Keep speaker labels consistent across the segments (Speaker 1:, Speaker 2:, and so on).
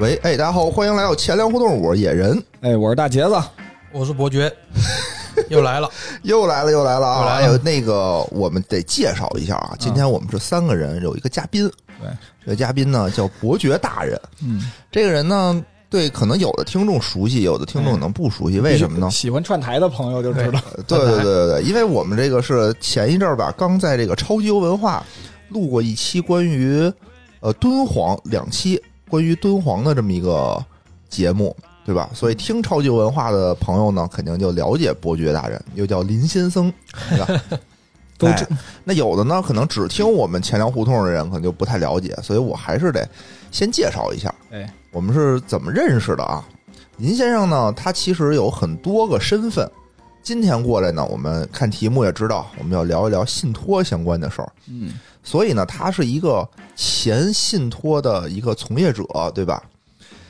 Speaker 1: 喂，哎，大家好，欢迎来到钱粮胡同，我是野人，
Speaker 2: 哎，我是大茄子，
Speaker 3: 我是伯 爵，又来了。
Speaker 1: 又来了，又来了啊！
Speaker 3: 又来了嗯
Speaker 1: 哎呦，那个我们得介绍一下啊，今天我们是三个人，有一个嘉宾，
Speaker 2: 对，
Speaker 1: 这个嘉宾呢叫伯爵大人，
Speaker 2: 嗯，
Speaker 1: 这个人呢，对，可能有的听众熟悉，有的听众可能不熟悉，为什么呢？
Speaker 2: 喜欢串台的朋友就知道，
Speaker 1: 对对对对对，因为我们这个是前一阵儿吧，刚在这个超级游文化录过一期关于呃敦煌两期关于敦煌的这么一个节目，对吧？所以听超级游文化的朋友呢，肯定就了解伯爵大人，又叫林先生，对吧？
Speaker 2: 都
Speaker 1: 哎
Speaker 2: 知，
Speaker 1: 那有的呢，可能只听我们钱粮胡同的人，可能就不太了解，所以我还是得先介绍一下。
Speaker 2: 哎，
Speaker 1: 我们是怎么认识的啊？林先生呢，他其实有很多个身份。今天过来呢，我们看题目也知道，我们要聊一聊信托相关的事儿。
Speaker 2: 嗯，
Speaker 1: 所以呢，他是一个前信托的一个从业者，对吧？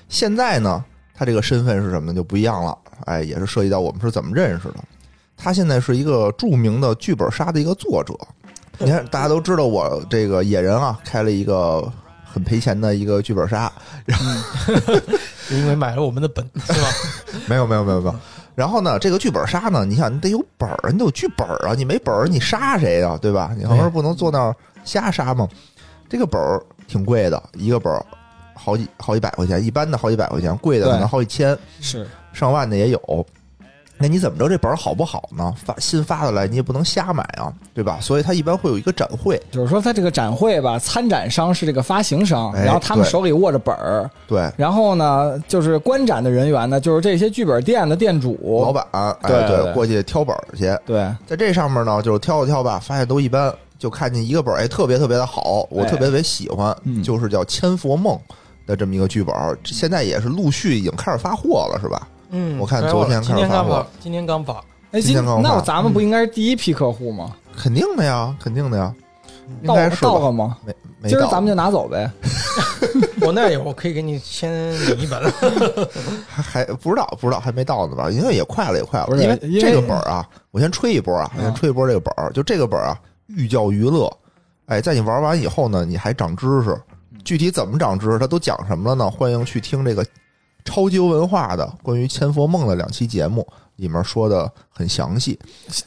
Speaker 1: 现在呢，他这个身份是什么呢？就不一样了。哎，也是涉及到我们是怎么认识的。他现在是一个著名的剧本杀的一个作者。你看，大家都知道我这个野人啊，开了一个很赔钱的一个剧本杀，
Speaker 3: 因为买了我们 的本，是吧？
Speaker 1: 没有没有没有没有。然后呢，这个剧本杀呢，你想你得有本儿，你得有剧本儿啊，你没本儿你杀谁呀、对吧？你横
Speaker 3: 对
Speaker 1: 不能坐那儿瞎杀嘛。这个本儿挺贵的，一个本儿好几好几百块钱，一般的好几百块钱，贵的
Speaker 2: 对
Speaker 1: 可能好几千、
Speaker 2: 是
Speaker 1: 上万的也有。那你怎么知道这本儿好不好呢？发新发的来，你也不能瞎买啊，对吧？所以它一般会有一个展会，
Speaker 2: 就是说，他这个展会吧，参展商是这个发行商，
Speaker 1: 哎
Speaker 2: 然后他们
Speaker 1: 对
Speaker 2: 手里握着本儿，
Speaker 1: 对，
Speaker 2: 然后呢，就是观展的人员呢，就是这些剧本店的店主
Speaker 1: 老，板、哎
Speaker 2: 对对
Speaker 1: 过去挑本儿去，
Speaker 2: 对，
Speaker 1: 在这上面呢，就是挑了挑吧，发现都一般，就看见一个本儿，哎，特别特别的好，我
Speaker 2: 哎
Speaker 1: 特别特别喜欢，
Speaker 2: 嗯
Speaker 1: 就是叫《千佛梦》的这么一个剧本儿，这现在也是陆续已经开始发货了，是吧？
Speaker 3: 嗯
Speaker 1: 我看
Speaker 3: 太
Speaker 1: 昨
Speaker 3: 好了
Speaker 1: 天
Speaker 3: 今
Speaker 1: 开始
Speaker 3: 天
Speaker 1: 发
Speaker 3: 刚
Speaker 1: 货
Speaker 3: 发，今天刚发，
Speaker 2: 哎，
Speaker 1: 今
Speaker 2: 今
Speaker 1: 天刚发
Speaker 2: 那咱们不应该是第一批客户吗？
Speaker 1: 肯定的呀，肯定的呀，应
Speaker 2: 到
Speaker 1: 该是
Speaker 2: 到
Speaker 1: 吧？
Speaker 2: 了吗？
Speaker 1: 没没
Speaker 2: 今儿
Speaker 1: 到，
Speaker 2: 咱们就拿走呗。
Speaker 3: 我那有，我可以给你先领一 本了。
Speaker 1: 还还不知道，不知道还没到呢吧？因为也快了，也快了
Speaker 2: 不，是
Speaker 1: 因
Speaker 2: 因为
Speaker 1: 这个本儿啊，我先吹一波啊，我先
Speaker 2: 啊
Speaker 1: 吹一波这个本儿，就这个本儿啊，寓教于乐，哎，在你玩完以后呢，你还长知识，
Speaker 2: 嗯
Speaker 1: 具体怎么长知识，它都讲什么了呢？欢迎去听这个超级文化的关于千佛梦的两期节目，里面说的很详细。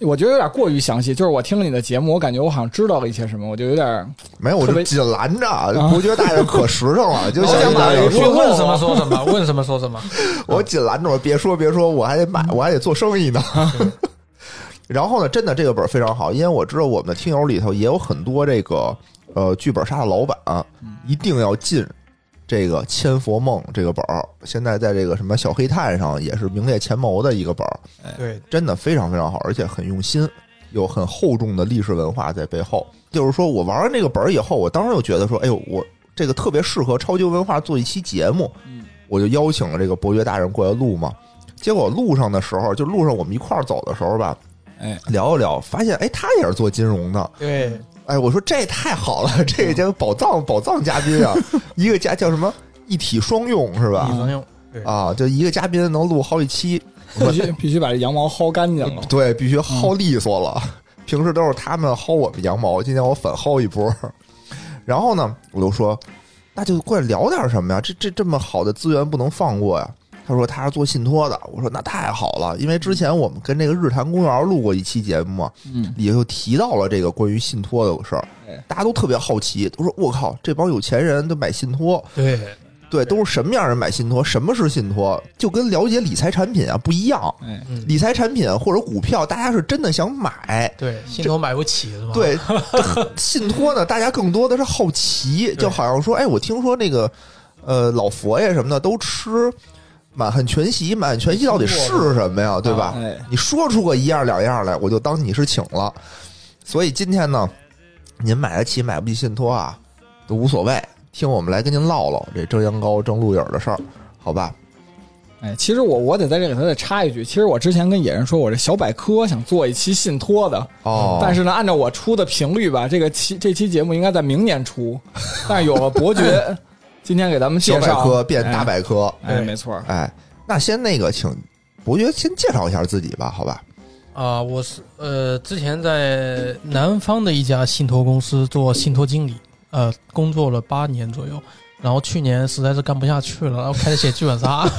Speaker 2: 我觉得有点过于详细，就是我听了你的节目，我感觉我好像知道了一些什么，我就有点
Speaker 1: 没有，我
Speaker 2: 特
Speaker 1: 就
Speaker 2: 别
Speaker 1: 紧拦着啊，伯爵大人可实诚 了，就
Speaker 3: 我
Speaker 1: 想
Speaker 3: 想
Speaker 1: 一
Speaker 3: 买
Speaker 1: 点
Speaker 3: 一
Speaker 1: 点
Speaker 3: 句，
Speaker 1: 说，
Speaker 3: 问什么说什 么，问什么说什么。
Speaker 1: 我紧拦着我，别说别说，我还得买，我还得做生意呢。 然后呢，真的这个本儿非常好，因为我知道我们的听友里头也有很多这个呃剧本杀的老板、啊一定要进这个《千佛梦》这个本儿，现在在这个什么小黑炭上也是名列前茅的一个本儿，
Speaker 3: 对，
Speaker 1: 真的非常非常好，而且很用心，有很厚重的历史文化在背后。就是说我玩完这个本儿以后，我当时就觉得说，哎呦，我这个特别适合超级文化做一期节目，我就邀请了这个伯爵大人过来录嘛。结果路上的时候，就路上我们一块儿走的时候吧，
Speaker 2: 哎，
Speaker 1: 聊一聊，发现哎，他也是做金融的，
Speaker 3: 对，
Speaker 1: 哎，我说这太好了， 这叫宝藏宝藏嘉宾啊，一个嘉叫什么一体双用是
Speaker 3: 李
Speaker 1: 吧？
Speaker 3: 存用，对
Speaker 1: 啊，就一个嘉宾能录好几期，
Speaker 2: 必须必须把这羊毛薅干净了。
Speaker 1: 对，必须薅利索了。平时都是他们薅我们羊毛，今天我反薅一波。然后呢，我就说，那就过来聊点什么呀？这这这么好的资源不能放过呀。他说他是做信托的，我说那太好了，因为之前我们跟这个日坛公园录过一期节目嘛，
Speaker 2: 嗯，
Speaker 1: 里头提到了这个关于信托的事儿
Speaker 2: 哎，
Speaker 1: 大家都特别好奇，都说我靠，这帮有钱人都买信托，
Speaker 3: 对，
Speaker 1: 对，都是什么样人买信托？什么是信托？就跟了解理财产品啊不一样，
Speaker 2: 哎，
Speaker 3: 嗯，
Speaker 1: 理财产品或者股票，大家是真的想买。
Speaker 3: 对，信托买不起是吧？，
Speaker 1: 对，信托呢，大家更多的是好奇，就好像说，哎，我听说那个，呃，老佛爷什么的都吃满汉全席，满汉全席到底是什么呀？对吧？
Speaker 2: 哎，
Speaker 1: 你说出个一样两样来，我就当你是请了。所以今天呢，您买得起买不起信托啊，都无所谓。听我们来跟您唠唠这蒸羊羔、蒸鹿眼儿的事儿，好吧？
Speaker 2: 哎，其实我我得在这里头再插一句，其实我之前跟野人说，我这小百科想做一期信托的，
Speaker 1: 哦，
Speaker 2: 但是呢，按照我出的频率吧，这个期这期节目应该在明年出，但是有了伯 爵今天给咱们
Speaker 1: 小
Speaker 2: 介
Speaker 1: 百
Speaker 2: 绍，
Speaker 1: 科变大
Speaker 2: 哎，
Speaker 1: 百科，
Speaker 2: 哎，没错，
Speaker 1: 哎，那先那个，请伯爵先介绍一下自己吧，好吧？
Speaker 3: 啊，我是呃，之前在南方的一家信托公司做信托经理，呃，工作了八年左右。然后去年实在是干不下去了，然后开始写剧本 杀，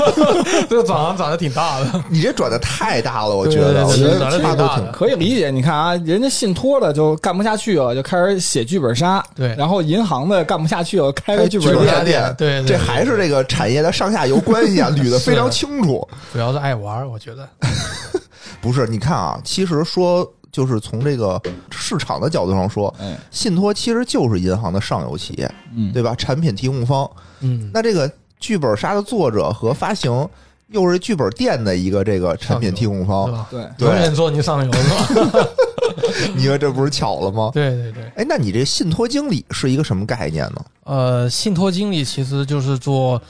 Speaker 3: 这个涨涨得挺大的。
Speaker 1: 你这转的太大了，我
Speaker 3: 对
Speaker 1: 觉得，我觉
Speaker 3: 对对
Speaker 1: 得
Speaker 3: 转得
Speaker 1: 跨
Speaker 3: 挺
Speaker 1: 度
Speaker 3: 大
Speaker 1: 挺
Speaker 3: 的
Speaker 2: 可以理解，你看啊，人家信托的就干不下去了，就开始写剧本杀；
Speaker 3: 对
Speaker 2: 然后银行的干不下去了，开
Speaker 1: 开
Speaker 2: 个剧
Speaker 1: 剧
Speaker 2: 本
Speaker 1: 本
Speaker 2: 店
Speaker 1: 杀。店
Speaker 3: 对，对
Speaker 1: 这
Speaker 3: 对
Speaker 1: 还是这个产业的上下游关系啊，捋得非常清楚。
Speaker 3: 主要是爱玩儿，我觉得。
Speaker 1: 不是，你看啊，其实说就是从这个市场的角度上说，
Speaker 2: 哎，
Speaker 1: 信托其实就是银行的上游企业，
Speaker 2: 嗯，
Speaker 1: 对吧？产品提供方，
Speaker 3: 嗯，
Speaker 1: 那这个剧本杀的作者和发行又是剧本店的一个这个产品提供
Speaker 3: 是
Speaker 1: 方，
Speaker 3: 吧？
Speaker 2: 对，
Speaker 1: 哦对
Speaker 3: 永远说你上游是吧？
Speaker 1: 你说这不是巧了吗？
Speaker 3: 对对对。
Speaker 1: 哎，那你这信托经理是一个什么概念呢？
Speaker 3: 呃，信托经理其实就是做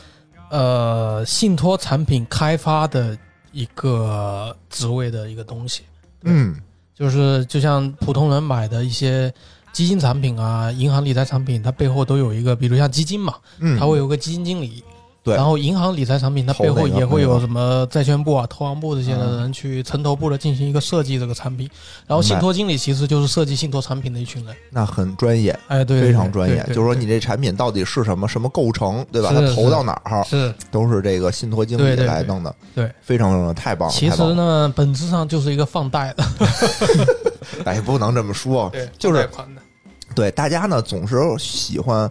Speaker 3: 呃信托产品开发的一个职位的一个东西，
Speaker 1: 嗯
Speaker 3: 就是就像普通人买的一些基金产品啊、银行理财产品，它背后都有一个，比如像基金嘛，
Speaker 1: 嗯，
Speaker 3: 它会有个基金经理。
Speaker 1: 对
Speaker 3: 然后银行理财产品，它背
Speaker 1: 投
Speaker 3: 后
Speaker 1: 哪个
Speaker 3: 也会
Speaker 1: 哪
Speaker 3: 有
Speaker 1: 个
Speaker 3: 什么债券部啊、投行部这些的
Speaker 2: 嗯
Speaker 3: 人去城投部的进行一个设计这个产品。然后
Speaker 1: 明白
Speaker 3: 信托经理其实就是设计信托产品的一群人。
Speaker 1: 那很专业，
Speaker 3: 哎，对，对
Speaker 1: 非常专业
Speaker 3: 对。对
Speaker 1: 就是说
Speaker 3: 对
Speaker 1: 你这产品到底是什么，什么构成，对吧？
Speaker 3: 是
Speaker 1: 它
Speaker 3: 是
Speaker 1: 投到哪儿，
Speaker 3: 是
Speaker 1: 都是这个信托经理
Speaker 3: 对对对
Speaker 1: 来弄的，
Speaker 3: 对
Speaker 1: 非常非常哦太棒了，
Speaker 3: 其
Speaker 1: 太
Speaker 3: 实
Speaker 1: 棒了！
Speaker 3: 呢，本质上就是一个放贷的，
Speaker 1: 哎，不能这么说，
Speaker 3: 对，
Speaker 1: 就是
Speaker 3: 贷款的，
Speaker 1: 对大家呢总是喜欢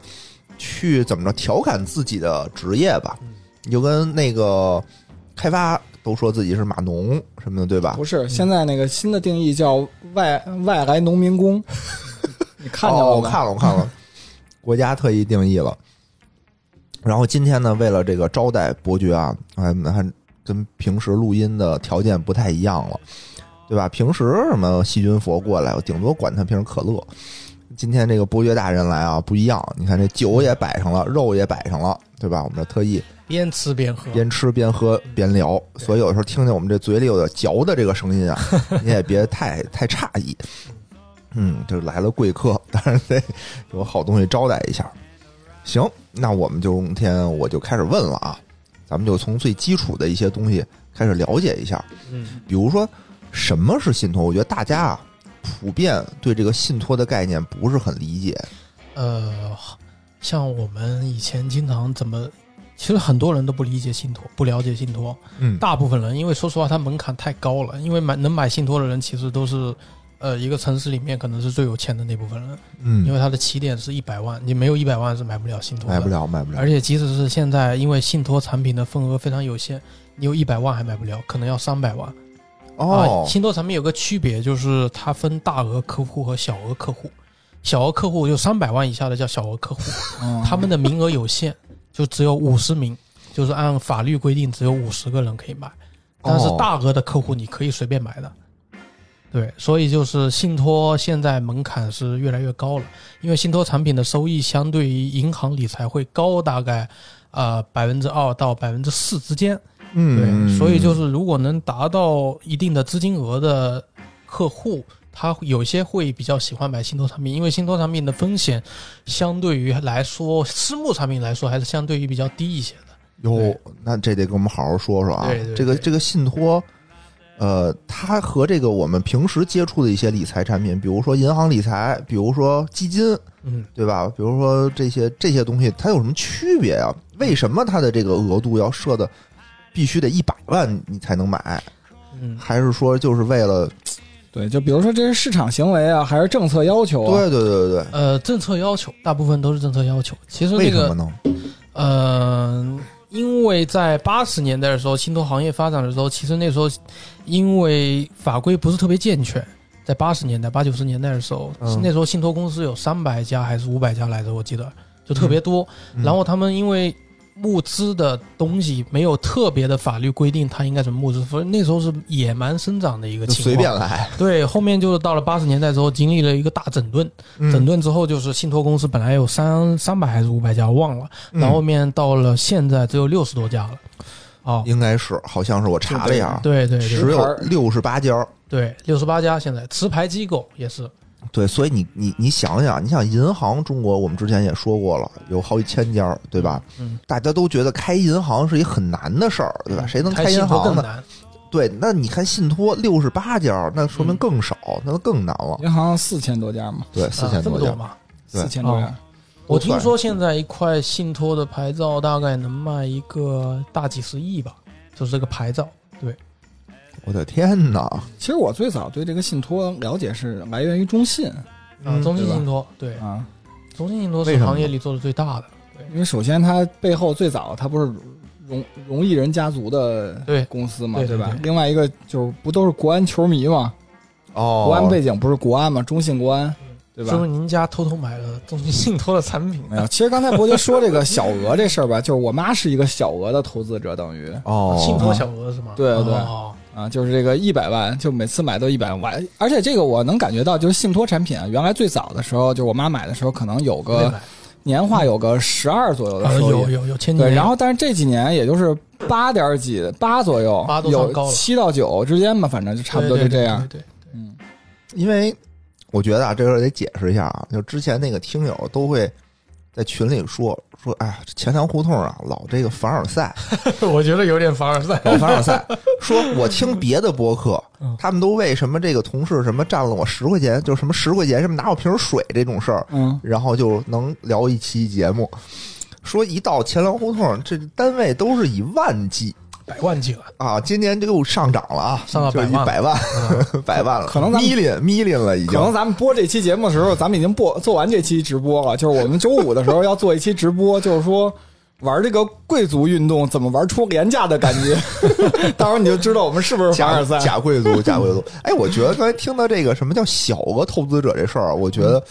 Speaker 1: 去怎么着调侃自己的职业吧，
Speaker 3: 嗯
Speaker 1: 你就跟那个开发都说自己是码农什么的，对吧？
Speaker 2: 不是现在那个新的定义叫外外来农 民工，你看见
Speaker 1: 哦
Speaker 2: 了
Speaker 1: 我
Speaker 2: 吗？
Speaker 1: 看了，我看了，国家特意定义了。然后今天呢，为了这个招待伯爵啊，哎，还跟平时录音的条件不太一样了，对吧？平时什么细菌佛过来，我顶多管他瓶可乐。今天这个伯爵大人来啊，不一样。你看这酒也摆上了，肉也摆上了，对吧？我们这特意
Speaker 3: 边吃边喝，
Speaker 1: 边吃边喝边聊，
Speaker 3: 嗯对
Speaker 1: 所以有的时候听见我们这嘴里有点嚼的这个声音 啊，你也别太太诧异。嗯，这来了贵客， 当然得有好东西招待一下。行，那我们就今天我就开始问了啊，咱们就从最基础的一些东西开始了解一下，
Speaker 3: 嗯，
Speaker 1: 比如说什么是信托？我觉得大家啊普遍对这个信托的概念不是很理解。
Speaker 3: 呃，像我们以前经常怎么，其实很多人都不理解信托，不了解信托，
Speaker 1: 嗯
Speaker 3: 大部分人因为说实话，它门槛太高了，因为买能买信托的人其实都是。呃，一个城市里面可能是最有钱的那部分人，因
Speaker 1: 嗯，
Speaker 3: 为他的起点是一百万，你没有一百万是买不了信托的。
Speaker 1: 买不了，买不了
Speaker 3: 而。且即使是现在，因为信托产品的份额非常有限，你有一百万还买不了，可能要三百万。
Speaker 1: 哦
Speaker 3: 啊，，信托产品有个区别，就是它分大额客户和小额客户。小额客户就三百万以下的叫小额客户，
Speaker 1: 哦
Speaker 2: 嗯
Speaker 3: 他们的名额有限，就只有五十名，就是按法律规定只有五十个人可以买。但是
Speaker 1: 哦
Speaker 3: 大额的客户你可以随便买的。对，所以就是信托现在门槛是越来越高了，因为信托产品的收益相对于银行理财会高大概呃百分之二到百分之四之间。
Speaker 1: 嗯，
Speaker 3: 对，所以就是如果能达到一定的资金额的客户，他有些会比较喜欢买信托产品，因为信托产品的风险相对于来说，私募产品来说还是相对于比较低一些的。
Speaker 1: 哟
Speaker 3: 对，
Speaker 1: 那这得跟我们好好说说啊。
Speaker 3: 对对
Speaker 1: 这个
Speaker 3: 对
Speaker 1: 这个信托，呃，它和这个我们平时接触的一些理财产品，比如说银行理财，比如说基金，
Speaker 3: 嗯，
Speaker 1: 对吧？比如说这些这些东西，它有什么区别啊？为什么它的这个额度要设的必须得一百万你才能买？
Speaker 3: 嗯，
Speaker 1: 还是说就是为了？
Speaker 2: 对，就比如说这是市场行为啊，还是政策要求啊？
Speaker 1: 对对对对
Speaker 3: 呃，政策要求大部分都是政策要求。其实
Speaker 1: 对，
Speaker 3: 这
Speaker 1: 为什么
Speaker 3: 个，
Speaker 1: 呢？
Speaker 3: 嗯、因为在八十年代的时候，信托行业发展的时候，其实那时候因为法规不是特别健全，在八十年代、八九十年代的时候，
Speaker 1: 嗯
Speaker 3: 那时候信托公司有三百家还是五百家来着，我记得就特别多。
Speaker 1: 嗯
Speaker 3: 然后他们因为募资的东西没有特别的法律规定，它应该怎么募资，所以那时候是野蛮生长的一个
Speaker 1: 嗯就
Speaker 3: 情况。
Speaker 1: 随便来，
Speaker 3: 对，后面就是到了八十年代之后，经历了一个大整顿。整
Speaker 1: 嗯，
Speaker 3: 顿之后，就是信托公司本来有三三百还是五百家，忘了，然后后
Speaker 1: 嗯
Speaker 3: 面到了现在只有六十多家了。啊，
Speaker 1: 应该是好像是我查了一下啊，
Speaker 3: 对对对
Speaker 1: 只有六十八家。
Speaker 3: 对，六十八家现在持牌机构也是，
Speaker 1: 对，所以你你你想想，你想银行，中国我们之前也说过了，有好几千家儿，对吧？
Speaker 3: 嗯，
Speaker 1: 大家都觉得开银行是一很难的事儿，对吧？谁能
Speaker 3: 开
Speaker 1: 开银
Speaker 3: 信托
Speaker 1: 行
Speaker 3: 更
Speaker 1: 呢？
Speaker 3: 难。
Speaker 1: 对，那你看信托六十八家儿，那说明
Speaker 3: 嗯
Speaker 1: 更少，那更难了。
Speaker 2: 银行四千多家嘛，
Speaker 1: 对，四千
Speaker 3: 啊、这么
Speaker 1: 家
Speaker 3: 多
Speaker 1: 儿，
Speaker 3: 嘛。
Speaker 1: 对
Speaker 2: 四千多家
Speaker 3: 哦。我
Speaker 1: 都算
Speaker 3: 听说现在一块信托的牌照大概能卖一个大几十亿吧，就是这个牌照。
Speaker 1: 我的天哪！
Speaker 2: 其实我最早对这个信托了解是来源于中信
Speaker 3: 啊，中信
Speaker 2: 对吧
Speaker 3: 信托，对，
Speaker 2: 啊，
Speaker 3: 中信信托
Speaker 1: 为什
Speaker 3: 是
Speaker 1: 么
Speaker 3: 行业里做的最大的。
Speaker 2: 因为首先它背后最早它不是荣荣毅人家族的
Speaker 3: 对
Speaker 2: 公司嘛，
Speaker 3: 对
Speaker 2: 吧？
Speaker 3: 对对
Speaker 2: 另外一个就是不都是国安球迷嘛，
Speaker 1: 哦，
Speaker 2: 国安背景不是国安嘛，中信国安，对吧哎
Speaker 3: 是不？是您家偷偷买了中信信托的产品？
Speaker 2: 没有，其实刚才伯爵说这个小额这事儿吧，就是我妈是一个小额的投资者，等于
Speaker 1: 哦，
Speaker 3: 信托小额是吗？
Speaker 2: 对对
Speaker 3: 哦
Speaker 2: 啊，就是这个一百万，就每次买都一百万，而且这个我能感觉到，就是信托产品啊，原来最早的时候，就是我妈买的时候，可能有
Speaker 3: 没
Speaker 2: 个
Speaker 3: 买
Speaker 2: 年化有个十二左右的
Speaker 3: 啊
Speaker 2: 收益，
Speaker 3: 有有有千年，
Speaker 2: 对，然后但是这几年也就是八点儿几八左右，
Speaker 3: 八都算
Speaker 2: 有
Speaker 3: 高了
Speaker 2: 七到九之间吧，反正就差不多就
Speaker 3: 对对
Speaker 2: 这样。
Speaker 3: 对对对
Speaker 2: 嗯，
Speaker 1: 因为我觉得啊，这个得解释一下啊，就之前那个听友都会在群里说说，哎呀，这钱粮胡同啊，老这个凡尔赛，
Speaker 3: 对 我觉得有点凡尔 赛。
Speaker 1: 老凡尔赛。说我听别的播客
Speaker 3: 嗯，
Speaker 1: 他们都为什么这个同事什么占了我十块钱，就什么十块钱什么拿我瓶水这种事儿，
Speaker 2: 嗯，
Speaker 1: 然后就能聊一期节目。说一到钱粮胡同，这单位都是以万计
Speaker 3: 百万级了，
Speaker 1: 啊，今年就又上涨了啊，
Speaker 3: 上到
Speaker 1: 就
Speaker 3: 百
Speaker 1: 是
Speaker 3: 万
Speaker 1: 一
Speaker 3: 了
Speaker 1: 百万， 百万了，
Speaker 2: 可能咱们
Speaker 1: million million 了已
Speaker 2: 可
Speaker 1: 经。
Speaker 2: 能咱们播这期节目的时候，咱们已经播做完这期直播了，就是我们周五的时候要做一期直播，就是说。玩这个贵族运动怎么玩出廉价的感觉？ 到时候你就知道我们是不是凡
Speaker 1: 假
Speaker 2: 尔赛。
Speaker 1: 假贵族，假贵族。哎，我觉得刚才听到这个什么叫小额投资者这事儿，我觉得
Speaker 2: 嗯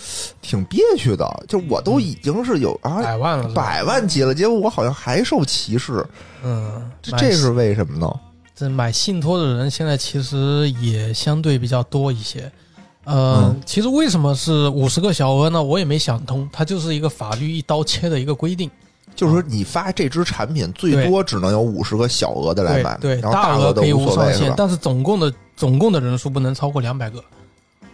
Speaker 1: 挺憋屈的。就我都已经是有啊
Speaker 3: 百万了是吧，
Speaker 1: 百万级了，结果我好像还受歧视，
Speaker 3: 嗯，
Speaker 1: 这
Speaker 3: 买
Speaker 1: 这是为什么呢？
Speaker 3: 这买信托的人现在其实也相对比较多一些。呃，
Speaker 1: 嗯
Speaker 3: 其实为什么是五十个小额呢？我也没想通，它就是一个法律一刀切的一个规定。
Speaker 1: 就是说你发这支产品最
Speaker 3: 嗯对
Speaker 1: 多只能有五十个小额的来
Speaker 3: 对
Speaker 1: 买，
Speaker 3: 对，
Speaker 1: 然后大
Speaker 3: 额
Speaker 1: 都
Speaker 3: 可以
Speaker 1: 无所
Speaker 3: 上
Speaker 1: 谓，是
Speaker 3: 限
Speaker 1: 吧，？
Speaker 3: 但是总共的总共的人数不能超过两百个。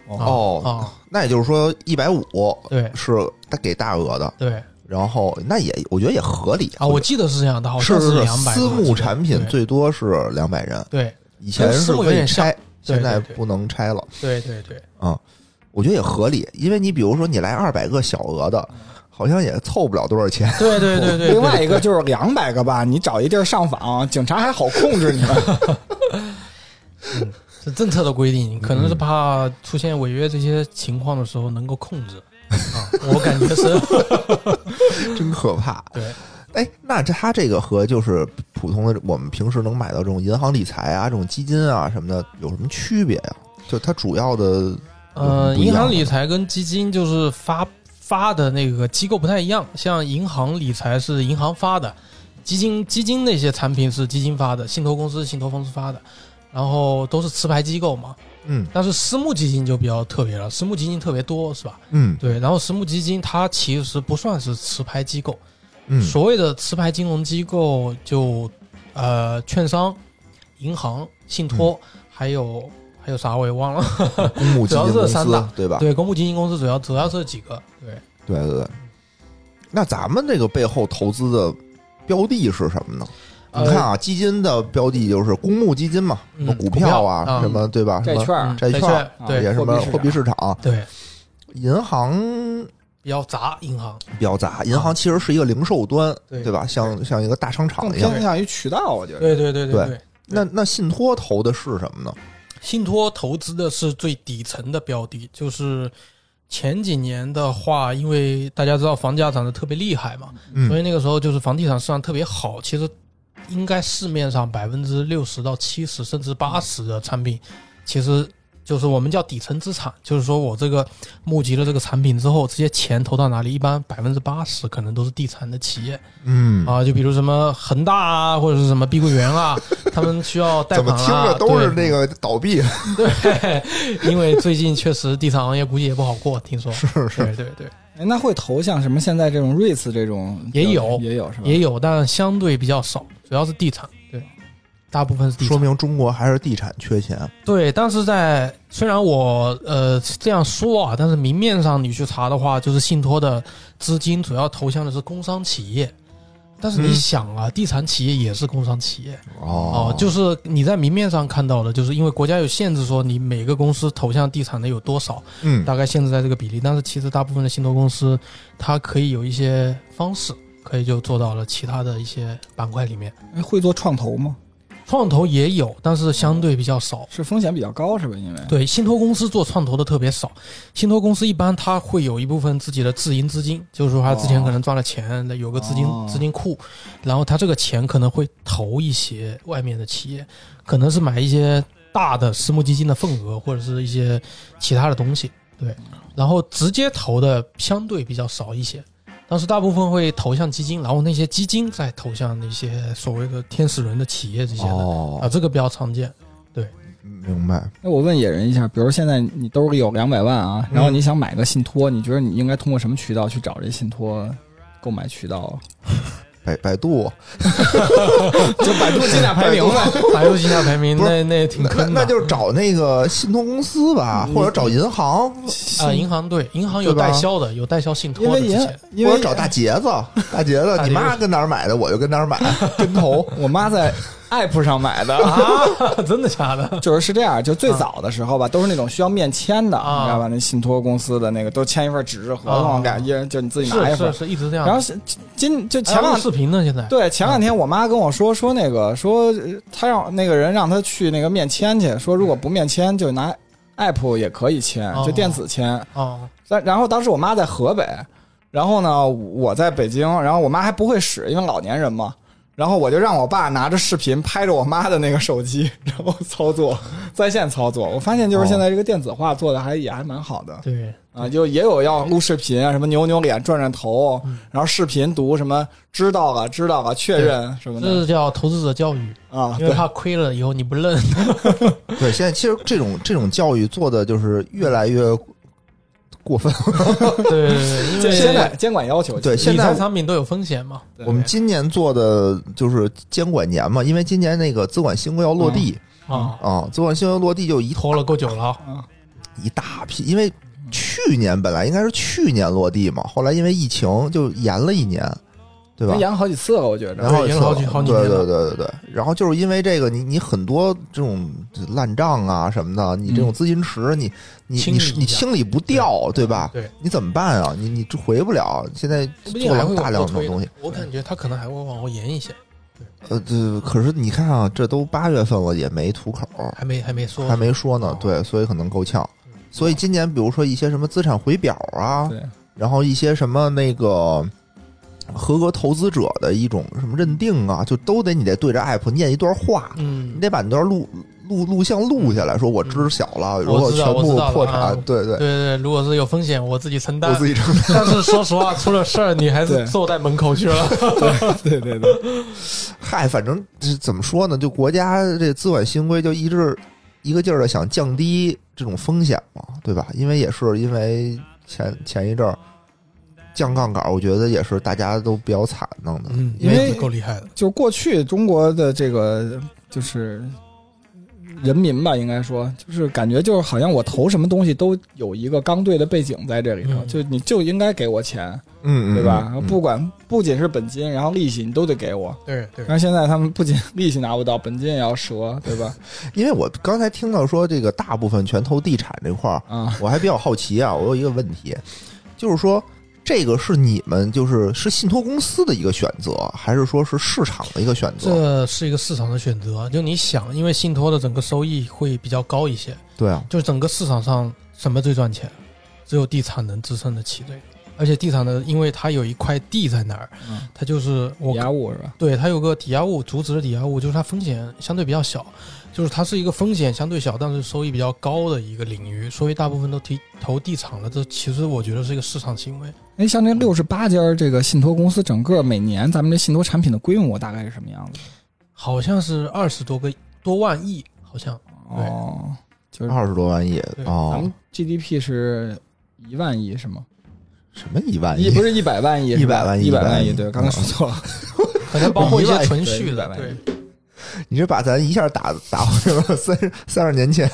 Speaker 3: 啊啊
Speaker 1: 哦，那也就是说一百五
Speaker 3: 对
Speaker 1: 是给大额的，
Speaker 3: 对
Speaker 1: 然后那也我觉得也合理
Speaker 3: 啊，我记得是这样的，好
Speaker 1: 是
Speaker 3: 像
Speaker 1: 是
Speaker 3: 两百。
Speaker 1: 私募产品
Speaker 3: 对
Speaker 1: 最多是两百人，
Speaker 3: 对
Speaker 1: 以前
Speaker 3: 跟私
Speaker 1: 是
Speaker 3: 募有
Speaker 1: 可以
Speaker 3: 点像
Speaker 1: 拆，
Speaker 3: 对
Speaker 1: 现在
Speaker 3: 对对
Speaker 1: 不能拆了。嗯
Speaker 3: 对对对，
Speaker 1: 我觉得也合理，因为你比如说你来二百个小额的，好像也凑不了多少钱。
Speaker 3: 对对对 对。
Speaker 2: 另外一个就是两百个吧，你找一地儿上访，警察还好控制你 们。
Speaker 3: 是政策的规定，可能是
Speaker 1: 嗯
Speaker 3: 怕出现违约这些情况的时候能够控 制。啊，我感觉是，
Speaker 1: 真可怕。
Speaker 3: 对，
Speaker 1: 哎，那这它这个和就是普通的我们平时能买到这种银行理财啊、这种基金啊什么的有什么区别呀、就它主要的
Speaker 3: 呃，
Speaker 1: 嗯不一样啊
Speaker 3: 银行理财跟基金就是发发的那个机构不太一样，像银行理财是银行发的，基金基金那些产品是基金发的，信托公司是信托公司发的，然后都是持牌机构嘛。
Speaker 1: 嗯
Speaker 3: 但是私募基金就比较特别了，私募基金特别多，是吧？
Speaker 1: 嗯
Speaker 3: 对，然后私募基金它其实不算是持牌机构，
Speaker 1: 嗯
Speaker 3: 所谓的持牌金融机构就呃券商、银行、信托，
Speaker 1: 嗯
Speaker 3: 还有还有啥我也忘了。
Speaker 1: 公募基金
Speaker 3: 主要
Speaker 1: 公
Speaker 3: 是三
Speaker 1: 司
Speaker 3: 大
Speaker 1: 对吧？
Speaker 3: 对，公募基金公司主要主要这几个。对，
Speaker 1: 对对对。那咱们这个背后投资的标的是什么呢？
Speaker 3: 呃
Speaker 1: 你看啊，基金的标的就是公募基金嘛，什么
Speaker 3: 嗯
Speaker 1: 股票啊，
Speaker 3: 股票啊
Speaker 1: 什么对吧？什
Speaker 2: 债
Speaker 1: 么
Speaker 2: 券儿
Speaker 3: 嗯
Speaker 1: 债
Speaker 3: 债
Speaker 1: 券儿
Speaker 3: 对
Speaker 1: 也
Speaker 2: 啊
Speaker 1: 什么货
Speaker 2: 货
Speaker 1: 币
Speaker 2: 币
Speaker 1: 市场，
Speaker 3: 对，
Speaker 1: 银行
Speaker 3: 比较杂，银行
Speaker 1: 比较杂，银行其实是一个零售端，
Speaker 3: 啊对
Speaker 1: 对吧？像像一个大商场
Speaker 2: 更
Speaker 1: 一样。
Speaker 2: 偏向于渠道，我觉得。
Speaker 3: 对对对
Speaker 1: 对
Speaker 3: 对，
Speaker 1: 那那信托投的是什么呢？
Speaker 3: 信托投资的是最底层的标的，就是前几年的话，因为大家知道房价涨得特别厉害嘛，所
Speaker 1: 嗯
Speaker 3: 以那个时候就是房地产市场特别好，其实应该市面上百分之六十到七十甚至八十的产品，其实就是我们叫底层资产，就是说我这个募集了这个产品之后，这些钱投到哪里，一般百分之八十可能都是地产的企业
Speaker 1: 嗯，
Speaker 3: 啊，就比如什么恒大啊，或者是什么碧桂园啊， 他们需要贷
Speaker 1: 怎么
Speaker 3: 款啊，
Speaker 1: 听着都是
Speaker 3: 对
Speaker 1: 那个倒闭？
Speaker 3: 对，因为最近确实地产行业估计也不好过，听说是
Speaker 1: 是
Speaker 3: 对对对，
Speaker 2: 哎，那会投像什么现在这种 REITs 这种
Speaker 3: 也有
Speaker 2: 也有是吧？
Speaker 3: 也有，但相对比较少，主要是地产，对，大部分是地产
Speaker 1: 说。明中国还是地产缺钱。
Speaker 3: 对，但是在虽然我呃这样说啊，但是明面上你去查的话，就是信托的资金主要投向的是工商企业，但是你
Speaker 2: 嗯
Speaker 3: 想啊，地产企业也是工商企业
Speaker 1: 哦，
Speaker 3: 就是你在明面上看到的，就是因为国家有限制，说你每个公司投向地产的有多少，
Speaker 1: 嗯
Speaker 3: 大概限制在这个比例。但是其实大部分的信托公司，它可以有一些方式，可以就做到了其他的一些板块里面。
Speaker 2: 哎会做创投吗？
Speaker 3: 创投也有，但是相对比较少。
Speaker 2: 是风险比较高是吧？因为
Speaker 3: 对，信托公司做创投的特别少，信托公司一般它会有一部分自己的自营资金，就是说他之前可能赚了钱，有个资金、
Speaker 2: 哦
Speaker 3: 资金库，然后他这个钱可能会投一些外面的企业，可能是买一些大的私募基金的份额或者是一些其他的东西，对，然后直接投的相对比较少一些。但是大部分会投向基金，然后那些基金再投向那些所谓的天使轮的企业这些的、啊，
Speaker 1: 哦，
Speaker 3: 这个比较常见。
Speaker 1: 明白，
Speaker 2: 那我问野人一下，比如现在你兜里有两百万啊，
Speaker 1: 嗯
Speaker 2: 然后你想买个信托，你觉得你应该通过什么渠道去找这信托购买渠道啊？
Speaker 1: 百百度
Speaker 2: 就百度金俩排名呗。
Speaker 3: 百度旗下排 名
Speaker 1: 不是
Speaker 3: 那那挺
Speaker 1: 那那
Speaker 3: 坑的，
Speaker 1: 那就是找那个信托公司吧，或者找银行，
Speaker 3: 啊、银行对，银行有
Speaker 1: 对吧
Speaker 3: 代销的，有代销信
Speaker 2: 因
Speaker 3: 托的
Speaker 2: 为
Speaker 3: 之
Speaker 2: 银
Speaker 3: 前。
Speaker 2: 因
Speaker 1: 或
Speaker 2: 为
Speaker 1: 者找大杰子，大杰子
Speaker 3: 大，
Speaker 1: 你
Speaker 3: 杰
Speaker 1: 妈
Speaker 3: 子
Speaker 1: 跟哪儿买的，我就跟哪儿买。
Speaker 2: 跟头，我妈在 app 上买的。
Speaker 3: 啊，真的假 的？
Speaker 2: 就是是这样，就最早的时候吧，都是那种需要面签的，
Speaker 3: 啊
Speaker 2: 你知道吧？那信托公司的那个都签一份纸质合
Speaker 3: 啊
Speaker 2: 同，感一人就你自己拿一
Speaker 3: 是
Speaker 2: 份
Speaker 3: 是。是，一直这样。哎
Speaker 2: 然后是今就前
Speaker 3: 还有
Speaker 2: 两
Speaker 3: 录视频呢，现在
Speaker 2: 对，前两天我妈跟我说说那个说呃她让那个人让她去那个面签去，说如果不面签就拿 app 也可以签，
Speaker 3: 哦
Speaker 2: 就电子签。
Speaker 3: 哦，
Speaker 2: 但然后当时我妈在河北，然后呢我在北京，然后我妈还不会使，因为老年人嘛。然后我就让我爸拿着视频拍着我妈的那个手机，然后操作在线操作。我发现就是现在这个电子化做的还也还蛮好的。
Speaker 3: 对，
Speaker 2: 啊，就也有要录视频啊，什么扭扭脸、转转头，然后视频读什么知道了、知道了、啊确认什么
Speaker 3: 这
Speaker 2: 的
Speaker 3: 是叫投资者教育，
Speaker 2: 啊，
Speaker 3: 嗯因为
Speaker 2: 对，
Speaker 3: 怕亏了以后你 不认。
Speaker 1: 对，现在其实这种这种教育做的就是越来越过分。
Speaker 3: 对对对，因
Speaker 2: 这
Speaker 3: 为
Speaker 2: 现在监管要求
Speaker 1: 对
Speaker 2: 其实
Speaker 1: 现
Speaker 3: 理
Speaker 1: 在
Speaker 3: 财产品都有风险嘛。
Speaker 2: 对
Speaker 1: 我们今年做的就是监管年嘛，因为今年那个资管新规要落地
Speaker 2: 嗯
Speaker 3: 啊，
Speaker 1: 啊，资管新规落地就一
Speaker 3: 拖了够久了啊，
Speaker 2: 啊
Speaker 1: 一大批，因为去年本来应该是去年落地嘛，后来因为疫情就延了一年，对吧
Speaker 2: 那？演好几次了，我觉
Speaker 1: 然
Speaker 2: 着。
Speaker 1: 后
Speaker 3: 对
Speaker 1: 是
Speaker 3: 延了好几好几
Speaker 1: 对
Speaker 3: 年
Speaker 1: 对
Speaker 3: 了
Speaker 1: 对对对，然后就是因为这个，你你很多这种烂账啊什么的，你这种资金池，你你
Speaker 3: 嗯清
Speaker 1: 你
Speaker 3: 理一下
Speaker 1: 你清理不掉，对吧？
Speaker 3: 对，
Speaker 1: 你怎么办啊？你你这回不了，现在
Speaker 3: 说不
Speaker 1: 做
Speaker 3: 定还
Speaker 1: 了
Speaker 3: 会往
Speaker 1: 大
Speaker 3: 后
Speaker 1: 量这种
Speaker 3: 推呢
Speaker 1: 东西，。
Speaker 3: 我感觉他可能还会往后延一些，
Speaker 1: 呃，这可是你看啊，这都八月份了，也没吐口，
Speaker 3: 还没还没说，
Speaker 1: 还没说呢
Speaker 3: 哦，嗯
Speaker 1: 对，所以可能够呛。所以今年，比如说一些什么资产回表啊，
Speaker 2: 对，
Speaker 1: 然后一些什么那个合格投资者的一种什么认定啊，就都得你得对着 app 念一段话，你
Speaker 3: 嗯，
Speaker 1: 得把那段录录录像录下来，说我知晓了，如果
Speaker 3: 我知
Speaker 1: 全
Speaker 3: 道
Speaker 1: 部
Speaker 3: 我知道
Speaker 1: 破
Speaker 3: 了啊
Speaker 1: 产，对对，
Speaker 3: 对对，如果是有风险，我自己承
Speaker 1: 我
Speaker 3: 担。
Speaker 1: 自己承
Speaker 3: 但是说实话，出了事儿你还
Speaker 2: 对
Speaker 3: 是坐在门口去了。
Speaker 2: 对对对，
Speaker 1: 嗨，反正这怎么说呢？就国家这资管新规就一直一个劲儿的想降低这种风险嘛，对吧？因为也是因为前前一阵儿降杠杆儿，我觉得也是大家都比较惨弄的。
Speaker 3: 嗯，
Speaker 2: 因为
Speaker 3: 够厉害的。
Speaker 2: 就是过去中国的这个就是人民吧，应该说就是感觉就是好像我投什么东西都有一个刚兑的背景在这里头，
Speaker 3: 嗯
Speaker 2: 就你就应该给我钱，
Speaker 1: 嗯
Speaker 2: 对吧？
Speaker 1: 嗯
Speaker 2: 不管不仅是本金，然后利息你都得给我。
Speaker 3: 对对
Speaker 2: 但是现在他们不仅利息拿不到，本金也要折，对吧？
Speaker 1: 因为我刚才听到说这个大部分全投地产这块儿，
Speaker 2: 啊，
Speaker 1: 我还比较好奇啊，我有一个问题，就是说。这个是你们就是是信托公司的一个选择，还是说是市场的一个选择？
Speaker 3: 这是一个市场的选择，啊就你想，因为信托的整个收益会比较高一些，
Speaker 1: 对啊，
Speaker 3: 就整个市场上什么最赚钱？只有地产能支撑得起这个，而且地产呢，因为它有一块地在那儿，
Speaker 2: 嗯
Speaker 3: 它就是我
Speaker 2: 抵押物是吧？
Speaker 3: 对它有个抵押物，阻止的抵押物就是它风险相对比较小，就是它是一个风险相对小，但是收益比较高的一个领域，所以大部分都提投地产了。这其实我觉得是一个市场行为。
Speaker 2: 哎，像这六十八家这个信托公司，整个每年咱们这信托产品的规模大概是什么样子？
Speaker 3: 好像是二十多个多万亿，好像对
Speaker 2: 哦，就是
Speaker 1: 二十多万亿
Speaker 2: 咱
Speaker 3: 对
Speaker 1: 哦
Speaker 2: 们，GDP 是一万亿是吗？
Speaker 1: 什么一万亿？
Speaker 2: 一不是一百万亿，
Speaker 1: 啊一百万亿嗯
Speaker 2: 一百
Speaker 1: 一百万亿
Speaker 2: 亿。对，刚才说错了。
Speaker 3: 可能包括一些存
Speaker 2: 一
Speaker 3: 续
Speaker 2: 百
Speaker 3: 的，
Speaker 2: 万
Speaker 3: 对
Speaker 2: 对，
Speaker 1: 你这把咱一下打打回了三十三十年前，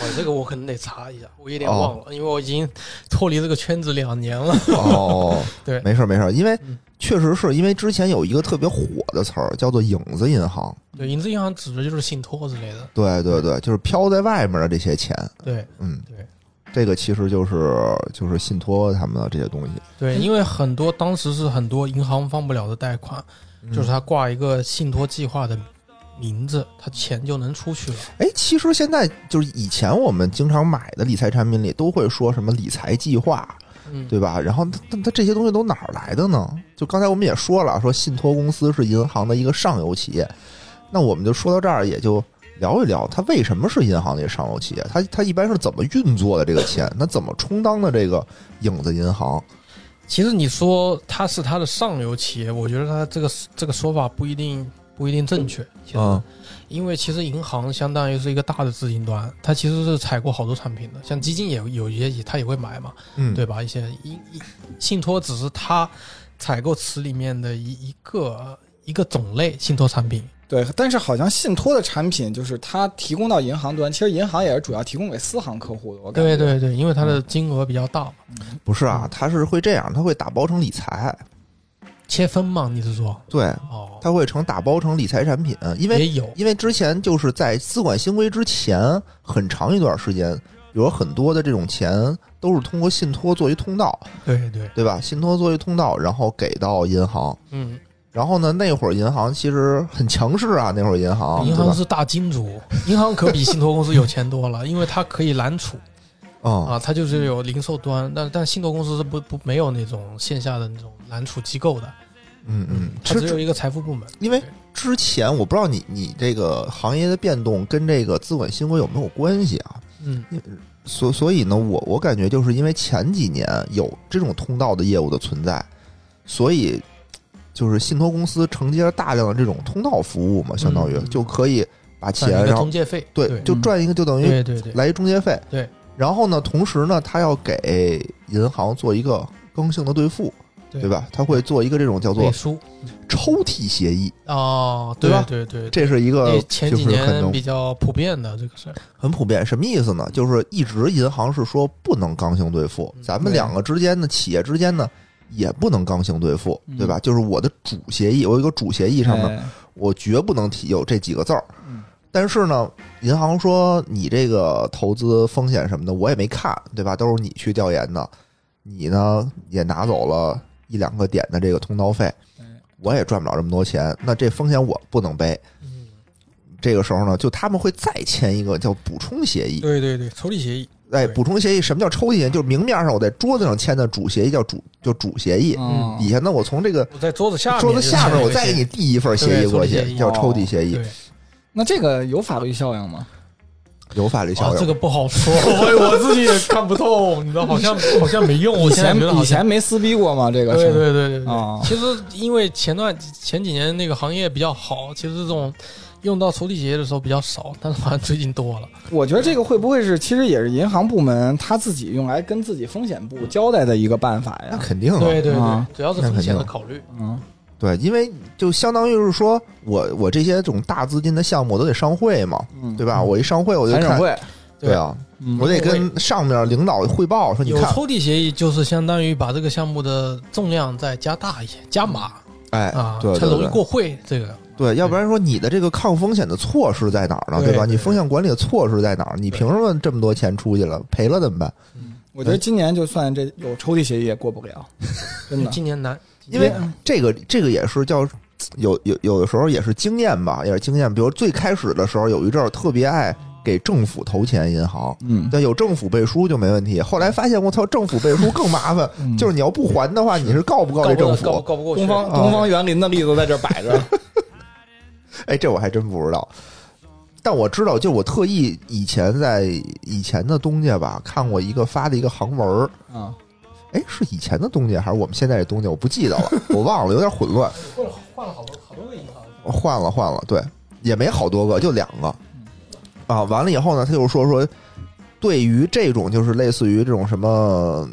Speaker 3: 哦，这个我可能得查一下，我有点忘了，因为我已经脱离这个圈子两年了。
Speaker 1: 哦，
Speaker 3: 对
Speaker 1: 没事儿没事儿，因为
Speaker 3: 嗯
Speaker 1: 确实是因为之前有一个特别火的词儿叫做“影子银行
Speaker 3: 对，银子银行指的就是信托之类的”，。
Speaker 1: 对对对，就是飘在外面的这些钱，
Speaker 3: 对
Speaker 1: 嗯，
Speaker 3: 嗯对，
Speaker 1: 这个其实就是就是信托他们的这些东西，
Speaker 3: 对，因为很多当时是很多银行放不了的贷款，就是嗯他挂一个信托计划的名字，他钱就能出去了。
Speaker 1: 哎，其实现在就是以前我们经常买的理财产品里都会说什么理财计划，
Speaker 3: 嗯，
Speaker 1: 对吧？然后它它它这些东西都哪儿来的呢？就刚才我们也说了，说信托公司是银行的一个上游企业，那我们就说到这儿，也就聊一聊它为什么是银行的一个上游企业，它它一般是怎么运作的这个钱，那怎么充当的这个影子银行？
Speaker 3: 其实你说它是它的上游企业，我觉得它这个这个说法不一定不一定正确。其实，
Speaker 1: 嗯
Speaker 3: 因为其实银行相当于是一个大的资金端，它其实是采购好多产品的，像基金也有一些也它也会买嘛，
Speaker 1: 嗯，
Speaker 3: 对吧？一些一一信托只是它采购词里面的一一个一个种类信托产品。
Speaker 2: 对，但是好像信托的产品就是它提供到银行端，其实银行也是主要提供给私行客户的。我感
Speaker 3: 对
Speaker 2: 觉
Speaker 3: 对对，因为它的金额比较大嘛，
Speaker 1: 不是啊，它是会这样，它会打包成理财，
Speaker 3: 切分嘛，你是说？
Speaker 1: 对，
Speaker 3: 哦，
Speaker 1: 它会成打包成理财产品，因为
Speaker 3: 也有，
Speaker 1: 因为之前就是在资管新规之前很长一段时间，有很多的这种钱都是通过信托作为通道，
Speaker 3: 对对，
Speaker 1: 对吧？信托作为通道，然后给到银行。
Speaker 3: 嗯，
Speaker 1: 然后呢，那会儿银行其实很强势啊，那会儿银行，
Speaker 3: 银
Speaker 1: 对
Speaker 3: 行
Speaker 1: 吧
Speaker 3: 是大金主，银行可比信托公司有钱多了，因为它可以揽储
Speaker 1: 嗯，
Speaker 3: 啊，它就是有零售端，但但信托公司是不不没有那种线下的那种揽储机构的，
Speaker 1: 嗯嗯，
Speaker 3: 它
Speaker 1: 其
Speaker 3: 只有
Speaker 1: 实
Speaker 3: 一个财富部门。
Speaker 1: 因为之前我不知道你你这个行业的变动跟这个资管新规有没有关系啊？
Speaker 3: 嗯，
Speaker 1: 所所以呢，我我感觉就是因为前几年有这种通道的业务的存在，所以就是信托公司承接了大量的这种通道服务嘛，相当于
Speaker 3: 嗯
Speaker 1: 就可以把
Speaker 3: 算
Speaker 1: 钱
Speaker 3: 一个
Speaker 1: 然后
Speaker 3: 中介费，
Speaker 1: 对
Speaker 3: 对嗯
Speaker 1: 就赚一个就等于
Speaker 3: 对对对
Speaker 1: 来一中介费，
Speaker 3: 对。
Speaker 1: 然后呢，同时呢，他要给银行做一个刚性的兑付，
Speaker 3: 对
Speaker 1: 对吧？他会做一个这种叫做
Speaker 3: 背书
Speaker 1: 抽屉协议，
Speaker 3: 哦，
Speaker 1: 对吧
Speaker 3: 对对，对
Speaker 1: 这是一个
Speaker 3: 那前
Speaker 1: 就
Speaker 3: 几
Speaker 1: 是很
Speaker 3: 年比较普遍的这个事儿，
Speaker 1: 很普遍，什么意思呢？就是一直银行是说不能刚性兑付，
Speaker 3: 嗯
Speaker 1: 咱们两个之间的企业之间呢也不能刚性兑付，
Speaker 2: 嗯
Speaker 1: 对吧？就是我的主协议，我有一个主协议上面，
Speaker 2: 哎
Speaker 1: 我绝不能提有这几个字儿。
Speaker 2: 嗯
Speaker 1: 但是呢，银行说你这个投资风险什么的，我也没看，对吧？都是你去调研的，你呢也拿走了一两个点的这个通道费
Speaker 2: 哎，
Speaker 1: 我也赚不了这么多钱，那这风险我不能背。
Speaker 3: 嗯，
Speaker 1: 这个时候呢，就他们会再签一个叫补充协议，
Speaker 3: 对对对，抽屉协议，
Speaker 1: 哎，
Speaker 3: 对
Speaker 1: 补充协议什么叫抽屉协议？就是明面上我在桌子上签的主协议叫主就主协议，
Speaker 2: 嗯
Speaker 1: 底下呢我从这个
Speaker 3: 我在桌子下面，
Speaker 1: 桌子下面我再给你递一份协议过
Speaker 3: 对抽屉协
Speaker 1: 去，
Speaker 3: 议哦
Speaker 1: 叫抽屉协议，
Speaker 3: 对。
Speaker 2: 那这个有法律效应吗？
Speaker 1: 有法律
Speaker 3: 啊
Speaker 1: 效，
Speaker 3: 这
Speaker 1: 应。
Speaker 3: 个不 好说，我我自己也看不透，你知道，好像好像没用。我
Speaker 2: 以
Speaker 3: 现在
Speaker 2: 前
Speaker 3: 觉得好
Speaker 2: 以
Speaker 3: 像
Speaker 2: 前没撕逼过吗？这个
Speaker 3: 对
Speaker 2: 事儿
Speaker 3: 对对对对。
Speaker 2: 啊
Speaker 3: 其实因为前段前几年那个行业比较好，其实这种用到抽屉协议的时候比较少，但是好像最近多了。
Speaker 2: 我觉得这个会不会是其实也是银行部门他自己用来跟自己风险部交代的一个办法
Speaker 1: 那
Speaker 2: 呀？
Speaker 1: 肯定啊，
Speaker 3: 对对
Speaker 2: 啊
Speaker 3: 对，主要是风险的考虑。
Speaker 2: 嗯，
Speaker 1: 对，因为就相当于是说我我这些这种大资金的项目我都得上会嘛，
Speaker 2: 嗯
Speaker 1: 对吧？我一上会我就
Speaker 2: 反省
Speaker 1: 看，
Speaker 2: 会，
Speaker 1: 对啊，
Speaker 2: 嗯
Speaker 1: 我得跟上面领导汇报说，你
Speaker 3: 有
Speaker 1: 看，
Speaker 3: 抽屉协议就是相当于把这个项目的重量再加大一些，加码
Speaker 1: 哎
Speaker 3: 啊，，
Speaker 1: 对
Speaker 3: 才
Speaker 1: 对
Speaker 3: 容易
Speaker 1: 对，
Speaker 3: 过会。这个
Speaker 1: 对，要不然说你的这个抗风险的措施在哪儿呢？
Speaker 3: 对
Speaker 1: 吧？
Speaker 3: 对
Speaker 1: 你风险管理的措施在哪儿？你
Speaker 3: 对
Speaker 1: 凭什么这么多钱出去了，赔了怎么办？
Speaker 2: 我觉得今年就算这有抽屉协议也过不 了，真
Speaker 1: 嗯
Speaker 2: 的，
Speaker 3: 今年难，
Speaker 1: 因为
Speaker 3: 嗯
Speaker 1: 这个这个也是叫有有有的时候也是经验吧，也是经验。比如最开始的时候，有一阵儿特别爱给政府投钱，银行。
Speaker 2: 嗯，
Speaker 1: 但有政府背书就没问题。后来发现，我操，政府背书更麻烦，
Speaker 2: 嗯
Speaker 1: 就是你要不还的话，你是告不告
Speaker 3: 搞
Speaker 1: 这
Speaker 3: 不
Speaker 1: 政
Speaker 3: 过
Speaker 1: 府？
Speaker 3: 搞不搞不过去
Speaker 2: 东方
Speaker 1: 啊
Speaker 2: 东方园林的例子在这摆 着，
Speaker 1: 哎，这我还真不知道。但我知道，就我特意以前在以前的东家吧，看过一个发的一个行文儿，
Speaker 2: 啊，
Speaker 1: 哎，是以前的东家还是我们现在这东家？我不记得了，我忘了，有点混乱。
Speaker 3: 换了换了好多好多个银行。
Speaker 1: 换了换了，对，也没好多个，就两个。啊，完了以后呢，他就说说，对于这种就是类似于这种什么。呃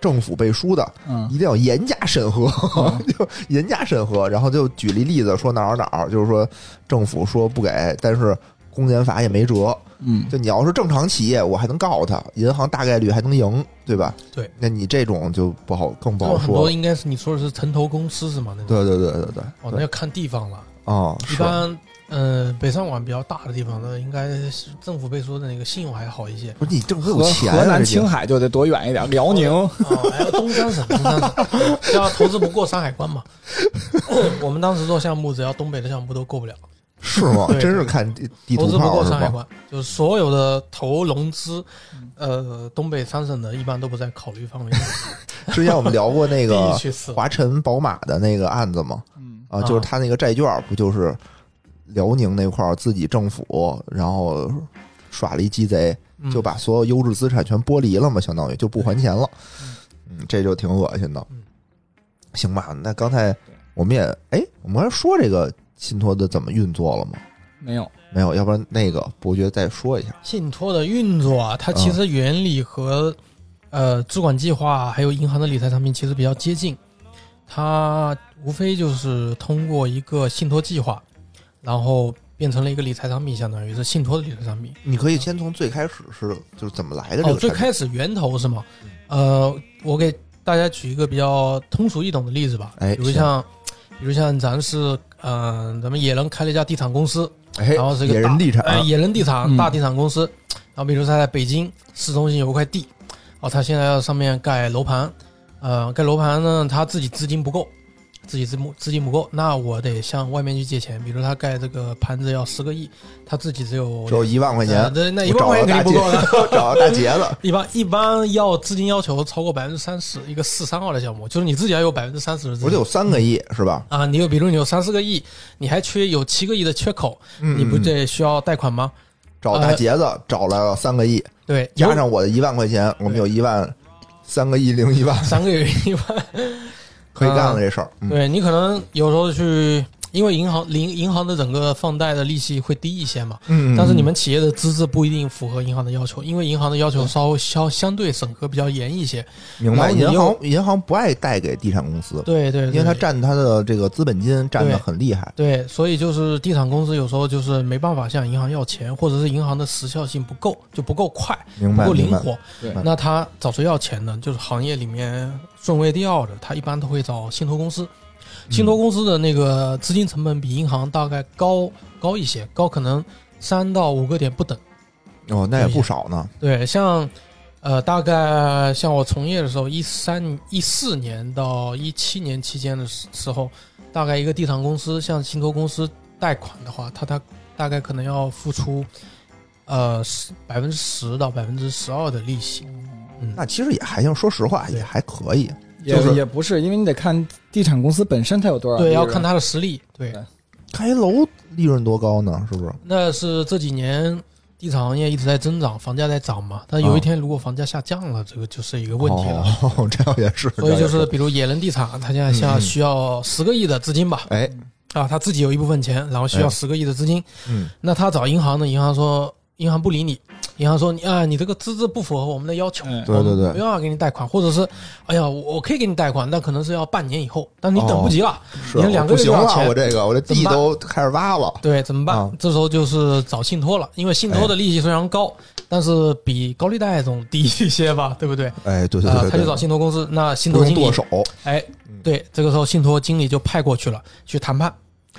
Speaker 1: 政府背书的
Speaker 2: 嗯
Speaker 1: 一定要严加审核，
Speaker 3: 啊
Speaker 1: 就严加审核。然后就举例例子说哪儿哪儿，就是说政府说不给，但是公检法也没辙。
Speaker 2: 嗯，
Speaker 1: 就你要是正常企业，我还能告他，银行大概率还能赢，对吧？
Speaker 3: 对，
Speaker 1: 那你这种就不好，更不
Speaker 3: 那
Speaker 1: 好
Speaker 3: 很多
Speaker 1: 说。
Speaker 3: 应该是你说的是城投公司是吗？那种
Speaker 1: 对对对对对，
Speaker 3: 哦，那
Speaker 1: 对
Speaker 3: 要看地方了。
Speaker 1: 啊、
Speaker 3: 一
Speaker 1: 是
Speaker 3: 般，呃，北上广比较大的地方呢，应该是政府背书的那个信用还好一些。
Speaker 1: 不是你政府有
Speaker 2: 河
Speaker 1: 钱
Speaker 2: 河
Speaker 1: 啊？
Speaker 2: 南
Speaker 1: 这些
Speaker 2: 青海就得多远一点，辽宁
Speaker 3: 哦，还有东 三省，东三省，只要投资不过山海关嘛。 我们当时做项目，只要东北的项目都过不了，
Speaker 1: 是吗？
Speaker 3: 对
Speaker 1: 真是看地地
Speaker 3: 投
Speaker 1: 图
Speaker 3: 资不
Speaker 1: 炮
Speaker 3: 过
Speaker 1: 是
Speaker 3: 山海
Speaker 1: 吗？
Speaker 3: 关，就是所有的投融资，呃，东北三省的一般都不在考虑范围内，
Speaker 1: 之前我们聊过那
Speaker 3: 地
Speaker 1: 个
Speaker 3: 域去死。
Speaker 1: 华晨宝马的那个案子嘛，
Speaker 2: 嗯
Speaker 1: 啊，
Speaker 3: 啊
Speaker 1: 就是他那个债券不就是辽宁那块儿自己政府，然后耍了一鸡贼，
Speaker 3: 嗯
Speaker 1: 就把所有优质资产全剥离了嘛，相当于就不还钱了
Speaker 3: 嗯。
Speaker 1: 嗯，这就挺恶心的
Speaker 3: 嗯。
Speaker 1: 行吧，那刚才我们也哎，我们还说这个信托的怎么运作了吗？
Speaker 2: 没有，
Speaker 1: 没有，要不然那个伯爵再说一下。
Speaker 3: 信托的运作啊，它
Speaker 1: 嗯
Speaker 3: 其实原理和、呃资管计划啊还有银行的理财产品其实比较接近，它无非就是通过一个信托计划，然后变成了一个理财产品，相当于是信托的理财产品。
Speaker 1: 你可以先从最开始是就是怎么来的这
Speaker 3: 哦，
Speaker 1: 个
Speaker 3: 最
Speaker 1: 产品，
Speaker 3: 开始源头是吗？呃，我给大家举一个比较通俗易懂的例子吧，
Speaker 1: 哎
Speaker 3: 比如像，比如像咱是嗯、咱们野人开了一家地产公司，
Speaker 1: 哎
Speaker 3: 然后哦是一个
Speaker 1: 野
Speaker 3: 大
Speaker 1: 人地产，
Speaker 3: 哎，野人地产
Speaker 2: 嗯
Speaker 3: 大地产公司，然后比如说他在北京市中心有一块地，哦，他现在要上面盖楼盘，呃，盖楼盘呢，他自己资金不够，自己资金资金不够，那我得向外面去借钱，比如他盖这个盘子要十个亿，他自己只有
Speaker 1: 只有一万块
Speaker 3: 呃
Speaker 1: 钱，
Speaker 3: 对，那一
Speaker 1: 我找了
Speaker 3: 万块钱
Speaker 1: 大
Speaker 3: 肯定不够的。
Speaker 1: 杰，找了大杰子，
Speaker 3: 一般一般要资金要求超过百分之三十，一个四三二的项目，就是你自己要有百分之三十的资
Speaker 1: 我
Speaker 3: 金
Speaker 1: 得有三个亿是吧？
Speaker 3: 啊，你有比如你有三四个亿，你还缺有七个亿的缺口，
Speaker 1: 嗯
Speaker 3: 你不
Speaker 1: 嗯
Speaker 3: 呃得需要贷款吗？
Speaker 1: 找大杰子找了三个亿，
Speaker 3: 对，有
Speaker 1: 加上我的一万块钱，我们有一万三个亿零一万，
Speaker 3: 三个月 一万，
Speaker 1: 可以干了这事儿。嗯
Speaker 3: 对你可能有时候去，因为银行银银行的整个放贷的利息会低一些嘛，
Speaker 1: 嗯，
Speaker 3: 但是你们企业的资质不一定符合银行的要求，因为银行的要求稍微相相对审核比较严一些。
Speaker 1: 明白，
Speaker 3: 然后你
Speaker 1: 银
Speaker 3: 又
Speaker 1: 行银行不爱贷给地产公司，
Speaker 3: 对对，对
Speaker 1: 因为它占它的这个资本金占的
Speaker 3: 对
Speaker 1: 很厉害。
Speaker 3: 对，所以就是地产公司有时候就是没办法向银行要钱，或者是银行的时效性不够，就不够快，
Speaker 1: 明
Speaker 3: 不
Speaker 1: 白，
Speaker 3: 够灵
Speaker 1: 明白。
Speaker 3: 活
Speaker 2: 对。
Speaker 3: 那他找谁要钱呢？就是行业里面顺位第二的，他一般都会找信托公司。信托公司的那个资金成本比银行大概高高一些，高可能三到五个点不等。
Speaker 1: 哦，那也不少呢。
Speaker 3: 对，像呃，大概像我从业的时候，一三一四年到一七年期间的时时候，大概一个地产公司向信托公司贷款的话，它它大概可能要付出呃百分之十到百分之十二的利息。嗯，
Speaker 1: 那其实也还行，说实话
Speaker 3: 对
Speaker 1: 也还可以。
Speaker 2: 也、
Speaker 1: 就是
Speaker 2: 也不是，因为你得看地产公司本身它有多少利
Speaker 3: 对，
Speaker 2: 润，
Speaker 3: 要看它的实力。对，
Speaker 2: 对
Speaker 1: 开楼利润多高呢？是不是？
Speaker 3: 那是这几年。地产行业一直在增长，房价在涨嘛。但有一天如果房价下降了，这个就是一个问题了。
Speaker 1: 嗯哦，这样也是。
Speaker 3: 所以
Speaker 1: 这样也
Speaker 3: 就是，比如野人地产，它现在
Speaker 1: 嗯
Speaker 3: 下
Speaker 1: 嗯
Speaker 3: 需要十个亿的资金吧，
Speaker 1: 哎，
Speaker 3: 啊，他自己有一部分钱，然后需
Speaker 1: 哎
Speaker 3: 要十个亿的资金，
Speaker 1: 嗯，
Speaker 3: 那他找银行呢？银行说银行不理你，银行说你啊，你这个资质不符合我们的要求，
Speaker 2: 嗯，
Speaker 1: 对对
Speaker 3: 我们没
Speaker 1: 对，
Speaker 3: 办法给你贷款，或者是，哎呀，我我可以给你贷款，但可能是要半年以后，但你等不及了，
Speaker 1: 哦是
Speaker 3: 你这两个
Speaker 1: 我不
Speaker 3: 月
Speaker 1: 行
Speaker 3: 多
Speaker 1: 了，
Speaker 3: 少钱
Speaker 1: 我这个我这地都开始挖了。
Speaker 3: 对，怎么办？
Speaker 1: 啊哎
Speaker 3: 这时候就是找信托了，因为信托的利息虽然高，但是比高利贷总低一些吧，对不对？
Speaker 1: 哎，对对
Speaker 3: 啊、
Speaker 1: 对
Speaker 3: 他就
Speaker 1: 对对，
Speaker 3: 找信托公司，那信
Speaker 1: 不
Speaker 3: 托
Speaker 1: 用
Speaker 3: 经理
Speaker 1: 剁手。
Speaker 3: 哎，
Speaker 1: 嗯
Speaker 3: 对，这个时候信托经理就派过去了，去谈判。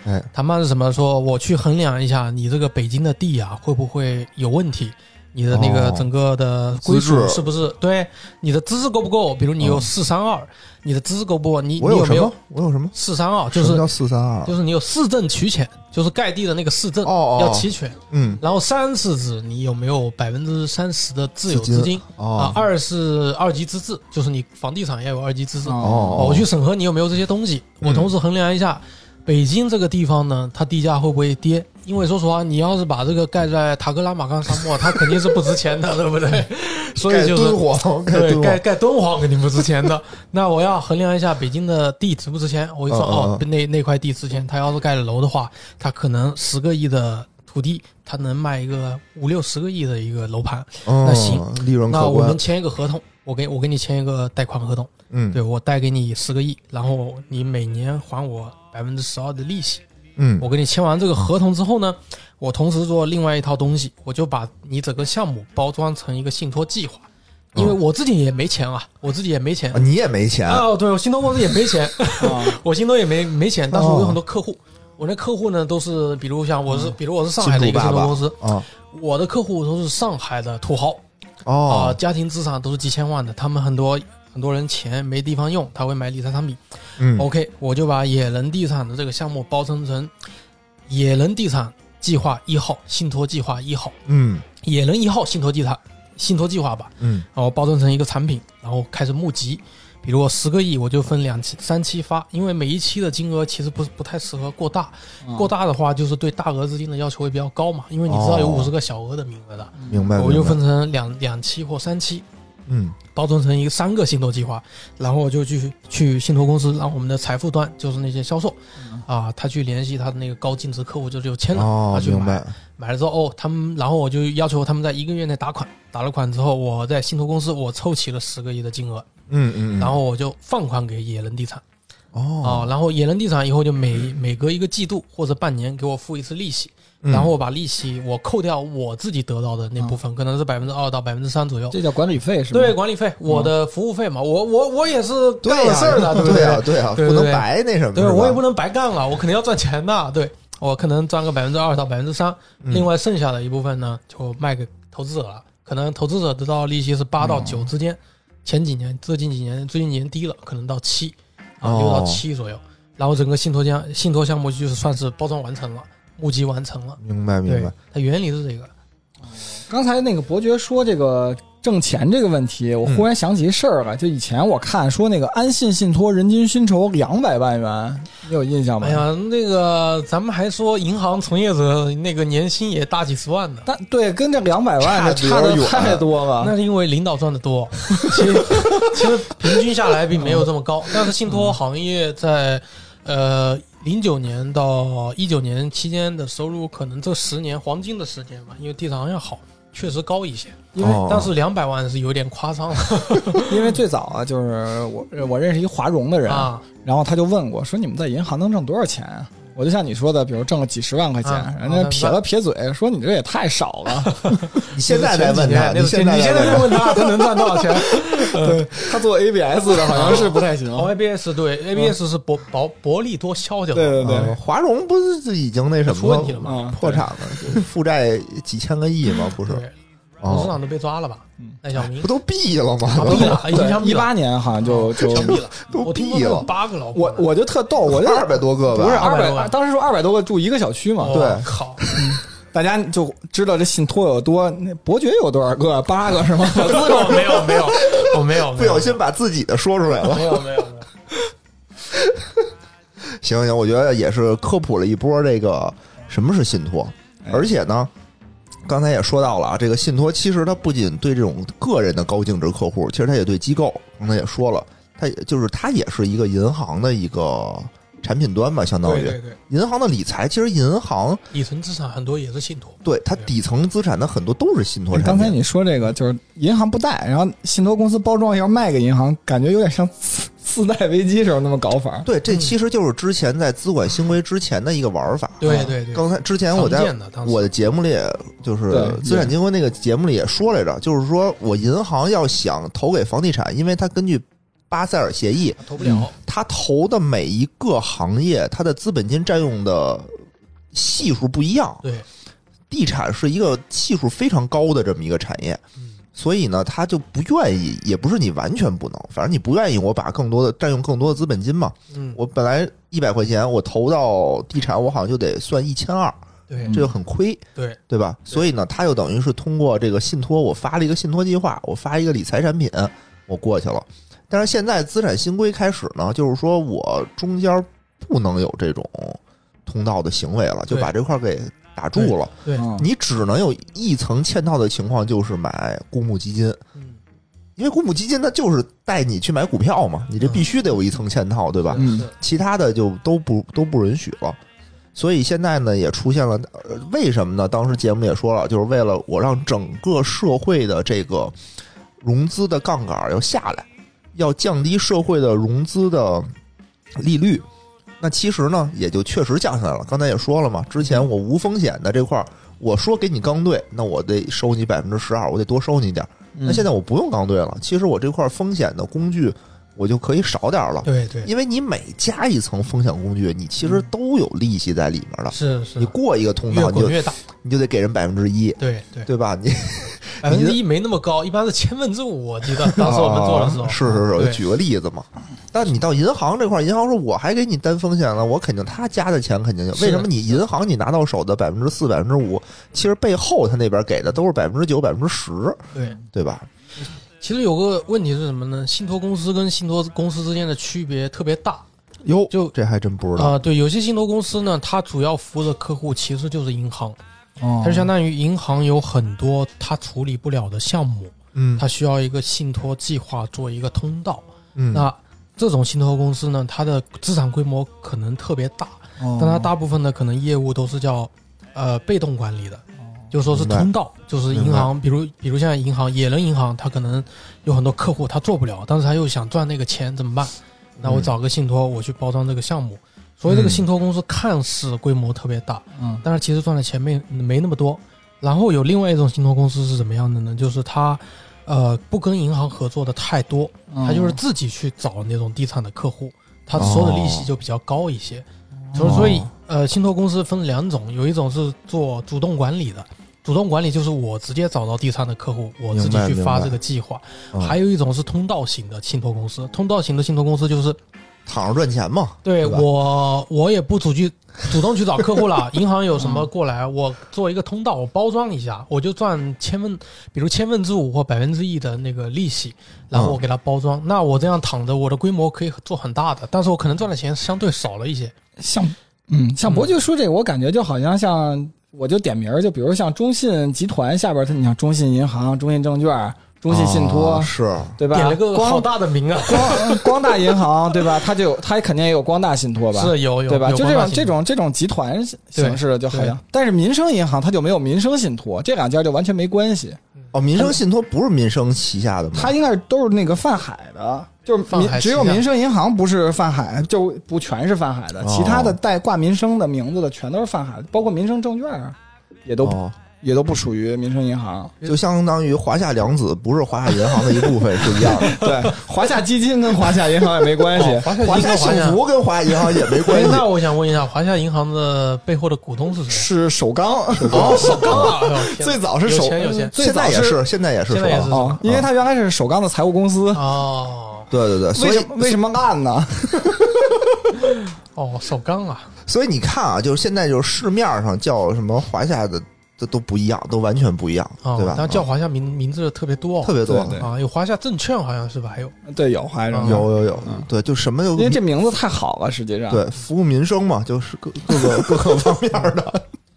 Speaker 1: 哎，
Speaker 3: 谈判是什么？说我去衡量一下你这个北京的地啊，会不会有问题？你的那个
Speaker 1: 哦
Speaker 3: 整个的归
Speaker 1: 资
Speaker 3: 属
Speaker 1: 质
Speaker 3: 是不是、对？你的资质够不够？比如你有
Speaker 1: 嗯
Speaker 3: 四三二，你的资质够不够？你
Speaker 1: 我
Speaker 3: 你
Speaker 1: 有
Speaker 3: 有
Speaker 1: 什
Speaker 3: 没有
Speaker 1: 么？我有什么？
Speaker 3: 四三二？就
Speaker 1: 什么
Speaker 3: 是
Speaker 1: 叫四三二？
Speaker 3: 就是你有市政取钱，就是盖地的那个市政
Speaker 1: 哦哦
Speaker 3: 要齐全。
Speaker 1: 嗯，
Speaker 3: 然后三是指你有没有百分之三十的自有
Speaker 1: 资金
Speaker 3: 资金啊
Speaker 1: 哦，
Speaker 3: 二是二级资质，就是你房地产要有二级资质。
Speaker 1: 哦嗯
Speaker 3: 哦，我去审核你有没有这些东西，我同时衡量一下，北京这个地方呢，它地价会不会跌？因为说实话，你要是把这个盖在塔克拉玛干沙漠，它肯定是不值钱的，对 不对？所以
Speaker 1: 盖
Speaker 3: 就是
Speaker 1: 敦煌，盖
Speaker 3: 对
Speaker 1: 敦
Speaker 3: 盖
Speaker 1: 煌。
Speaker 3: 盖敦煌肯定不值钱的。那我要衡量一下北京的地值不值钱，我就说
Speaker 1: 嗯嗯
Speaker 3: 哦，
Speaker 1: 嗯
Speaker 3: 那那块地值钱，它要是盖了楼的话，它可能十个亿的土地，它能卖一个五六十个亿的一个楼盘。
Speaker 1: 那
Speaker 3: 行，
Speaker 1: 哦利润
Speaker 3: 那
Speaker 1: 可
Speaker 3: 我
Speaker 1: 观
Speaker 3: 们。签一个合同，我给我给你签一个贷款合同。
Speaker 1: 嗯，
Speaker 3: 对我贷给你十个亿，然后你每年还我百分之十二的利息。
Speaker 1: 嗯，
Speaker 3: 我跟你签完这个合同之后呢，我同时做另外一套东西，我就把你整个项目包装成一个信托计划，因为我自己也没钱啊，我自己也没钱
Speaker 1: 啊，。哦你哦也没钱，
Speaker 3: 哦，对，我信托公司也没钱，
Speaker 2: 啊，
Speaker 3: 我信托也没没钱，但是
Speaker 1: 哦
Speaker 3: 我有很多客户，我那客户呢都是，比如像我是，比如我是上海的一个
Speaker 1: 嗯信
Speaker 3: 信
Speaker 1: 徒
Speaker 3: 托
Speaker 1: 爸
Speaker 3: 公司，
Speaker 1: 爸啊，
Speaker 3: 我的客户都是上海的土豪啊、
Speaker 1: 哦，
Speaker 3: 家庭资产都是几千万的，他们很多很多人钱没地方用，他会买理财产品。
Speaker 1: 嗯，
Speaker 3: OK，我就把野人地产的这个项目包装成野人地产计划一号、信托计划一号、
Speaker 1: 嗯
Speaker 3: 野人一号信托地产信托计划吧，
Speaker 1: 嗯，
Speaker 3: 然后包装成一个产品，然后开始募集。比如我十个亿，我就分两期、三期发，因为每一期的金额其实不是不太适合过大，
Speaker 1: 啊
Speaker 2: 嗯
Speaker 3: 过大的话就是对大额资金的要求会比较高嘛，因为你知道有
Speaker 1: 哦
Speaker 3: 五十个小额的名额的，
Speaker 1: 明白，
Speaker 3: 我就
Speaker 1: 明白
Speaker 3: 分，成两两期或三期，
Speaker 1: 嗯
Speaker 3: 包装成一个三个信托计划，然后我就去去信托公司，让我们的财富端就是那些销售
Speaker 2: 嗯
Speaker 3: 啊，他去联系他的那个高净值客户，就是有签了，
Speaker 1: 哦
Speaker 3: 他，去
Speaker 1: 明
Speaker 3: 买
Speaker 1: 白，
Speaker 3: 买了之后，哦，他们然后我就要求他们在一个月内打款，打了款之后，我在信托公司我凑齐了十个亿的金额，
Speaker 1: 嗯嗯，
Speaker 3: 然后我就放款给野人地产啊
Speaker 1: 哦，，
Speaker 3: 然后野人地产以后就每每隔一个季度或者半年给我付一次利息，
Speaker 1: 嗯
Speaker 3: 然后我把利息我扣掉我自己得到的那部
Speaker 1: 哦
Speaker 3: 分，可能是百分之二到百分之三左右。
Speaker 2: 这叫管理费是吧？
Speaker 3: 嗯对，管理费，我的服务费嘛，我我我也是
Speaker 1: 嗯对
Speaker 3: 干了
Speaker 1: 呀
Speaker 3: 事儿的，对不
Speaker 1: 对呀？对呀，
Speaker 3: 对
Speaker 1: 不能
Speaker 3: 对
Speaker 1: 白那什么，
Speaker 3: 对
Speaker 1: 是吧
Speaker 3: 我也不能白干了，我肯定要赚钱的。对我可能赚个百分之二到百分之三，
Speaker 1: 嗯
Speaker 3: 另外剩下的一部分呢，就卖给投资者了。可能投资者得到的利息是八到
Speaker 1: 哦
Speaker 3: 九之间，前几年、最近几年、最近几年低了，可能到七啊，六到
Speaker 1: 哦
Speaker 3: 七左右。然后整个信托项信托项目就是算是包装完成了，募集完成了。
Speaker 1: 哦明白明
Speaker 3: 对
Speaker 1: 白，，
Speaker 3: 它原理是这个。
Speaker 2: 刚才那个伯爵说这个挣钱这个问题，
Speaker 3: 嗯
Speaker 2: 我忽然想起一事儿来。就以前我看说那个安信信托人均薪酬两百万元，你有印象吗？
Speaker 3: 哎呀，那个咱们还说银行从业者那个年薪也大几十万呢。
Speaker 2: 但对，跟这两百万的
Speaker 1: 差
Speaker 2: 差
Speaker 1: 得有
Speaker 2: 的
Speaker 1: 点远
Speaker 2: 太多
Speaker 1: 啊
Speaker 2: 了。
Speaker 3: 那是因为领导赚 的多，其实其实平均下来并没有这么高。但是信托行业在呃零九年到一九年期间的收入，可能这十年黄金的十年嘛，因为地产行业好，确实高一些。
Speaker 2: 因为
Speaker 1: 哦
Speaker 3: 但是两百万是有点夸张了
Speaker 2: 因为最早啊，就是我我认识一华融的人，
Speaker 3: 啊，
Speaker 2: 然后他就问我说：“你们在银行能挣多少钱啊？”我就像你说的，比如挣了几十万块钱，
Speaker 3: 啊
Speaker 2: 人家撇了撇嘴说：“你这也太少了。
Speaker 1: 你现在再问他，
Speaker 3: 那
Speaker 1: 你
Speaker 3: 个前
Speaker 1: 现
Speaker 3: 几
Speaker 1: 在再
Speaker 3: 年那个你现在
Speaker 1: 问
Speaker 3: 就
Speaker 1: 他，
Speaker 3: 问他他能赚多少钱？”
Speaker 2: 他做 ABS 的好像是不太行。
Speaker 1: 啊
Speaker 3: 哦，ABS 对 ABS 是薄薄薄利多销掉
Speaker 2: 对
Speaker 3: 的，
Speaker 2: 对对，
Speaker 1: 嗯华融不是已经那什
Speaker 3: 出
Speaker 1: 么
Speaker 3: 问题了嘛？啊
Speaker 2: 嗯，
Speaker 1: 破产了，就负债几千个亿吗？不是，
Speaker 3: 对，董事
Speaker 1: 哦，
Speaker 3: 长都被抓了吧
Speaker 2: 嗯？
Speaker 3: 赖小民
Speaker 1: 不都毙了吗？
Speaker 3: 毙了，已经枪
Speaker 2: 一
Speaker 3: 毙了哦
Speaker 2: 八年好像就就
Speaker 3: 枪毙了，
Speaker 1: 都
Speaker 3: 啊我听
Speaker 1: 毙
Speaker 3: 说
Speaker 1: 了
Speaker 3: 有八个老婆
Speaker 2: 我
Speaker 3: 呢
Speaker 2: 我就特逗，我就
Speaker 1: 二百多个吧，
Speaker 2: 不是
Speaker 3: 200
Speaker 2: 二
Speaker 3: 多
Speaker 2: 百，
Speaker 3: 万
Speaker 2: 当时说二百多个住一个小区嘛，
Speaker 3: 哦
Speaker 1: 对
Speaker 3: 靠，
Speaker 2: 大家就知道这信托有多，那伯爵有多少个？八个是 吗？
Speaker 3: 我哦没有没有，我没有，
Speaker 1: 不小心把自己的说出来了。
Speaker 3: 没有没有没有，
Speaker 1: 行行，我觉得也是科普了一波这个什么是信托，
Speaker 2: 哎
Speaker 1: 而且呢，刚才也说到了啊，这个信托其实它不仅对这种个人的高净值客户，其实它也对机构，刚才也说了，它也就是它也是一个银行的一个产品端吧，相当于
Speaker 3: 对对对，
Speaker 1: 银行的理财，其实银行
Speaker 3: 底层资产很多也是信托，
Speaker 1: 对它
Speaker 3: 对
Speaker 1: 底层资产的很多都是信托产品。
Speaker 2: 刚才你说这个就是银行不贷，然后信托公司包装一下卖给银行，感觉有点像次次贷危机时候那么搞法。
Speaker 1: 对，这
Speaker 3: 嗯
Speaker 1: 其实就是之前在资管新规之前的一个玩法。
Speaker 3: 对对对，
Speaker 1: 刚才之前我
Speaker 3: 常
Speaker 1: 在
Speaker 3: 见的当时
Speaker 1: 我的节目里，就是
Speaker 2: 对
Speaker 1: 资产金规那个节目里也说来着，就是说我银行要想投给房地产，因为它根据巴塞尔协议，
Speaker 3: 投不了，
Speaker 1: 它投的每一个行业，它的资本金占用的系数不一样。
Speaker 3: 对，
Speaker 1: 地产是一个系数非常高的这么一个产业，
Speaker 3: 嗯，
Speaker 1: 所以呢，他就不愿意，也不是你完全不能，反正你不愿意，我把更多的占用更多的资本金嘛。
Speaker 3: 嗯，
Speaker 1: 我本来一百块钱，我投到地产，我好像就得算一千二，
Speaker 3: 对
Speaker 2: 嗯
Speaker 1: 这就很亏，
Speaker 3: 对
Speaker 1: 对吧？所以呢，他又等于是通过这个信托，我发了一个信托计划，我发一个理财产品，我过去了。但是现在资产新规开始呢，就是说我中间不能有这种通道的行为了，就
Speaker 3: 对
Speaker 1: 把这块儿给打住了。
Speaker 3: 对，
Speaker 2: 嗯
Speaker 1: 你只能有一层嵌套的情况，就是买公募基金，
Speaker 3: 嗯，
Speaker 1: 因为公募基金它就是带你去买股票嘛，你这必须得有一层嵌套，对吧？
Speaker 2: 嗯
Speaker 3: 是
Speaker 1: 其他的就都不都不允许了。所以现在呢，也出现了、呃为什么呢？当时节目也说了，就是为了我让整个社会的这个融资的杠杆要下来，要降低社会的融资的利率，那其实呢，也就确实降下来了。刚才也说了嘛，之前我无风险的这块儿，我说给你刚兑，那我得收你百分之十二，我得多收你点儿。那现在我不用刚兑了，其实我这块风险的工具我就可以少点儿了，
Speaker 3: 对对，
Speaker 1: 因为你每加一层风险工具，你其实都有利息在里面的。
Speaker 3: 是是
Speaker 1: 你，过一个通
Speaker 3: 越
Speaker 1: 道，你
Speaker 3: 滚
Speaker 1: 就
Speaker 3: 越大，
Speaker 1: 你就得给人百分之一，
Speaker 3: 对对，
Speaker 1: 对 吧？你
Speaker 3: 百分之一没那么高，一般是千分之五，我记得当时我们做的时候，
Speaker 1: 啊是是是，我
Speaker 3: 对
Speaker 1: 举个例子嘛。但你到银行这块儿，银行说我还给你担风险了，我肯定他加的钱肯定有。
Speaker 3: 是
Speaker 1: 为什么你银行你拿到手的百分之四、百分之五，其实背后他那边给的都是百分之九、百分之十，
Speaker 3: 对。
Speaker 1: 对吧？
Speaker 3: 其实有个问题是什么呢？信托公司跟信托公司之间的区别特别大
Speaker 1: 哟，
Speaker 3: 就
Speaker 1: 这还真不知道。
Speaker 3: 啊、对，有些信托公司呢，它主要服务的客户其实就是银行，
Speaker 2: 哦
Speaker 3: 它就相当于银行有很多它处理不了的项目，
Speaker 1: 嗯
Speaker 3: 它需要一个信托计划做一个通道。
Speaker 1: 嗯，
Speaker 3: 那这种信托公司呢，它的资产规模可能特别大，
Speaker 1: 哦
Speaker 2: 哦
Speaker 3: 但它大部分的可能业务都是叫呃被动管理的，
Speaker 1: 哦
Speaker 3: 就说是通道，就是银行，比如比如现在银行野人银行，它可能有很多客户他做不了，但是他又想赚那个钱怎么办？那我
Speaker 1: 嗯
Speaker 3: 找个信托，我去包装这个项目。所以这个
Speaker 1: 嗯
Speaker 3: 信托公司看似规模特别大，
Speaker 2: 嗯
Speaker 3: 但是其实赚的钱没没那么多。然后有另外一种信托公司是怎么样的呢？就是它，呃，不跟银行合作的太多，
Speaker 2: 哦
Speaker 3: 他
Speaker 1: 嗯
Speaker 3: 就是自己去找那种地产的客户，他收的利
Speaker 1: 哦
Speaker 3: 息就比较高一些。就是所以，呃，信托公司分两种，有一种是做主动管理的，主动管理就是我直接找到地产的客户，我自己
Speaker 1: 明白
Speaker 3: 去发
Speaker 1: 明白
Speaker 3: 这个计划。
Speaker 1: 嗯
Speaker 3: 还有一种是通道型的信托公司，通道型的信托公司就是
Speaker 1: 躺着赚钱嘛。
Speaker 3: 对
Speaker 1: 吧
Speaker 3: 我我也不主去主动去找客户了，银行有什么过来，我做一个通道，我包装一下，我就赚千分，比如千分之五或百分之一的那个利息，然后我给它包装。那我这样躺着，我的规模可以做很大的，但是我可能赚的钱相对少了一些。
Speaker 2: 像嗯像伯爵说这个，我感觉就好像像我就点名儿，就比如像中信集团下边儿，它你像中信银行、中信证券、中信信托，
Speaker 1: 啊是
Speaker 2: 对吧？
Speaker 3: 哦点了个好
Speaker 2: 光
Speaker 3: 大的名啊，
Speaker 2: 光光大银行，对吧？它就有它肯定也有光大信托吧？
Speaker 3: 是有有
Speaker 2: 对吧？
Speaker 3: 有
Speaker 2: 就
Speaker 3: 光
Speaker 2: 这
Speaker 3: 大
Speaker 2: 种
Speaker 3: 型
Speaker 2: 这种这种集团形式的就好
Speaker 3: 对
Speaker 2: 像，但是民生银行它就没有民生信托，这两家就完全没关系。
Speaker 1: 哦，民生信托不是民生旗下的吗？
Speaker 2: 它应该是都是那个泛海的，就是
Speaker 3: 嗯泛
Speaker 2: 民
Speaker 3: 海
Speaker 2: 只有
Speaker 3: 旗下
Speaker 2: 民生银行不是泛海，就不全是泛海的，
Speaker 1: 哦
Speaker 2: 其他的带挂民生的名字的全都是泛海的，包括民生证券啊也都、
Speaker 1: 哦，
Speaker 2: 也都不属于民生银 行。
Speaker 1: 就相当于华夏两子不是华夏银行的一部分是一样 的。
Speaker 2: 对，华夏基金跟华夏银行也没关系。
Speaker 3: 哦华夏
Speaker 1: 华
Speaker 3: 银
Speaker 1: 夏
Speaker 3: 行华
Speaker 1: 幸
Speaker 3: 夏。
Speaker 1: 福跟华夏银 行也没关
Speaker 3: 哎，
Speaker 1: 系。
Speaker 3: 那我想问一下，华夏银行的背后的股东是谁？
Speaker 2: 是首钢，
Speaker 3: 哦，首钢啊！哎呦天哪
Speaker 2: 最早是首
Speaker 3: 有钱有钱
Speaker 2: 最
Speaker 1: 现
Speaker 2: 早
Speaker 1: 在也
Speaker 2: 是
Speaker 1: 是，现在也是
Speaker 3: 现在也
Speaker 1: 吧
Speaker 3: 是
Speaker 2: 哦，因为它原来是首钢的财务公司，
Speaker 3: 哦
Speaker 1: 对对对，所
Speaker 2: 为
Speaker 1: 以
Speaker 2: 什么为什么按呢？
Speaker 3: 哦，首钢啊，
Speaker 1: 所以你看啊，就是现在就是市面上叫什么华夏的，这都不一样，都完全不一样，
Speaker 3: 哦
Speaker 1: 对吧？
Speaker 3: 但叫
Speaker 1: 啊
Speaker 3: 华夏名名字的特别多哦，
Speaker 1: 特别多，
Speaker 2: 对对
Speaker 3: 啊，有华夏证券好像是吧？还有
Speaker 2: 对，有还是
Speaker 3: 嗯
Speaker 1: 有有有，对，就什么都
Speaker 2: 因为这名字太好了，实际上
Speaker 1: 对服务民生嘛，就是各各个各个方面的。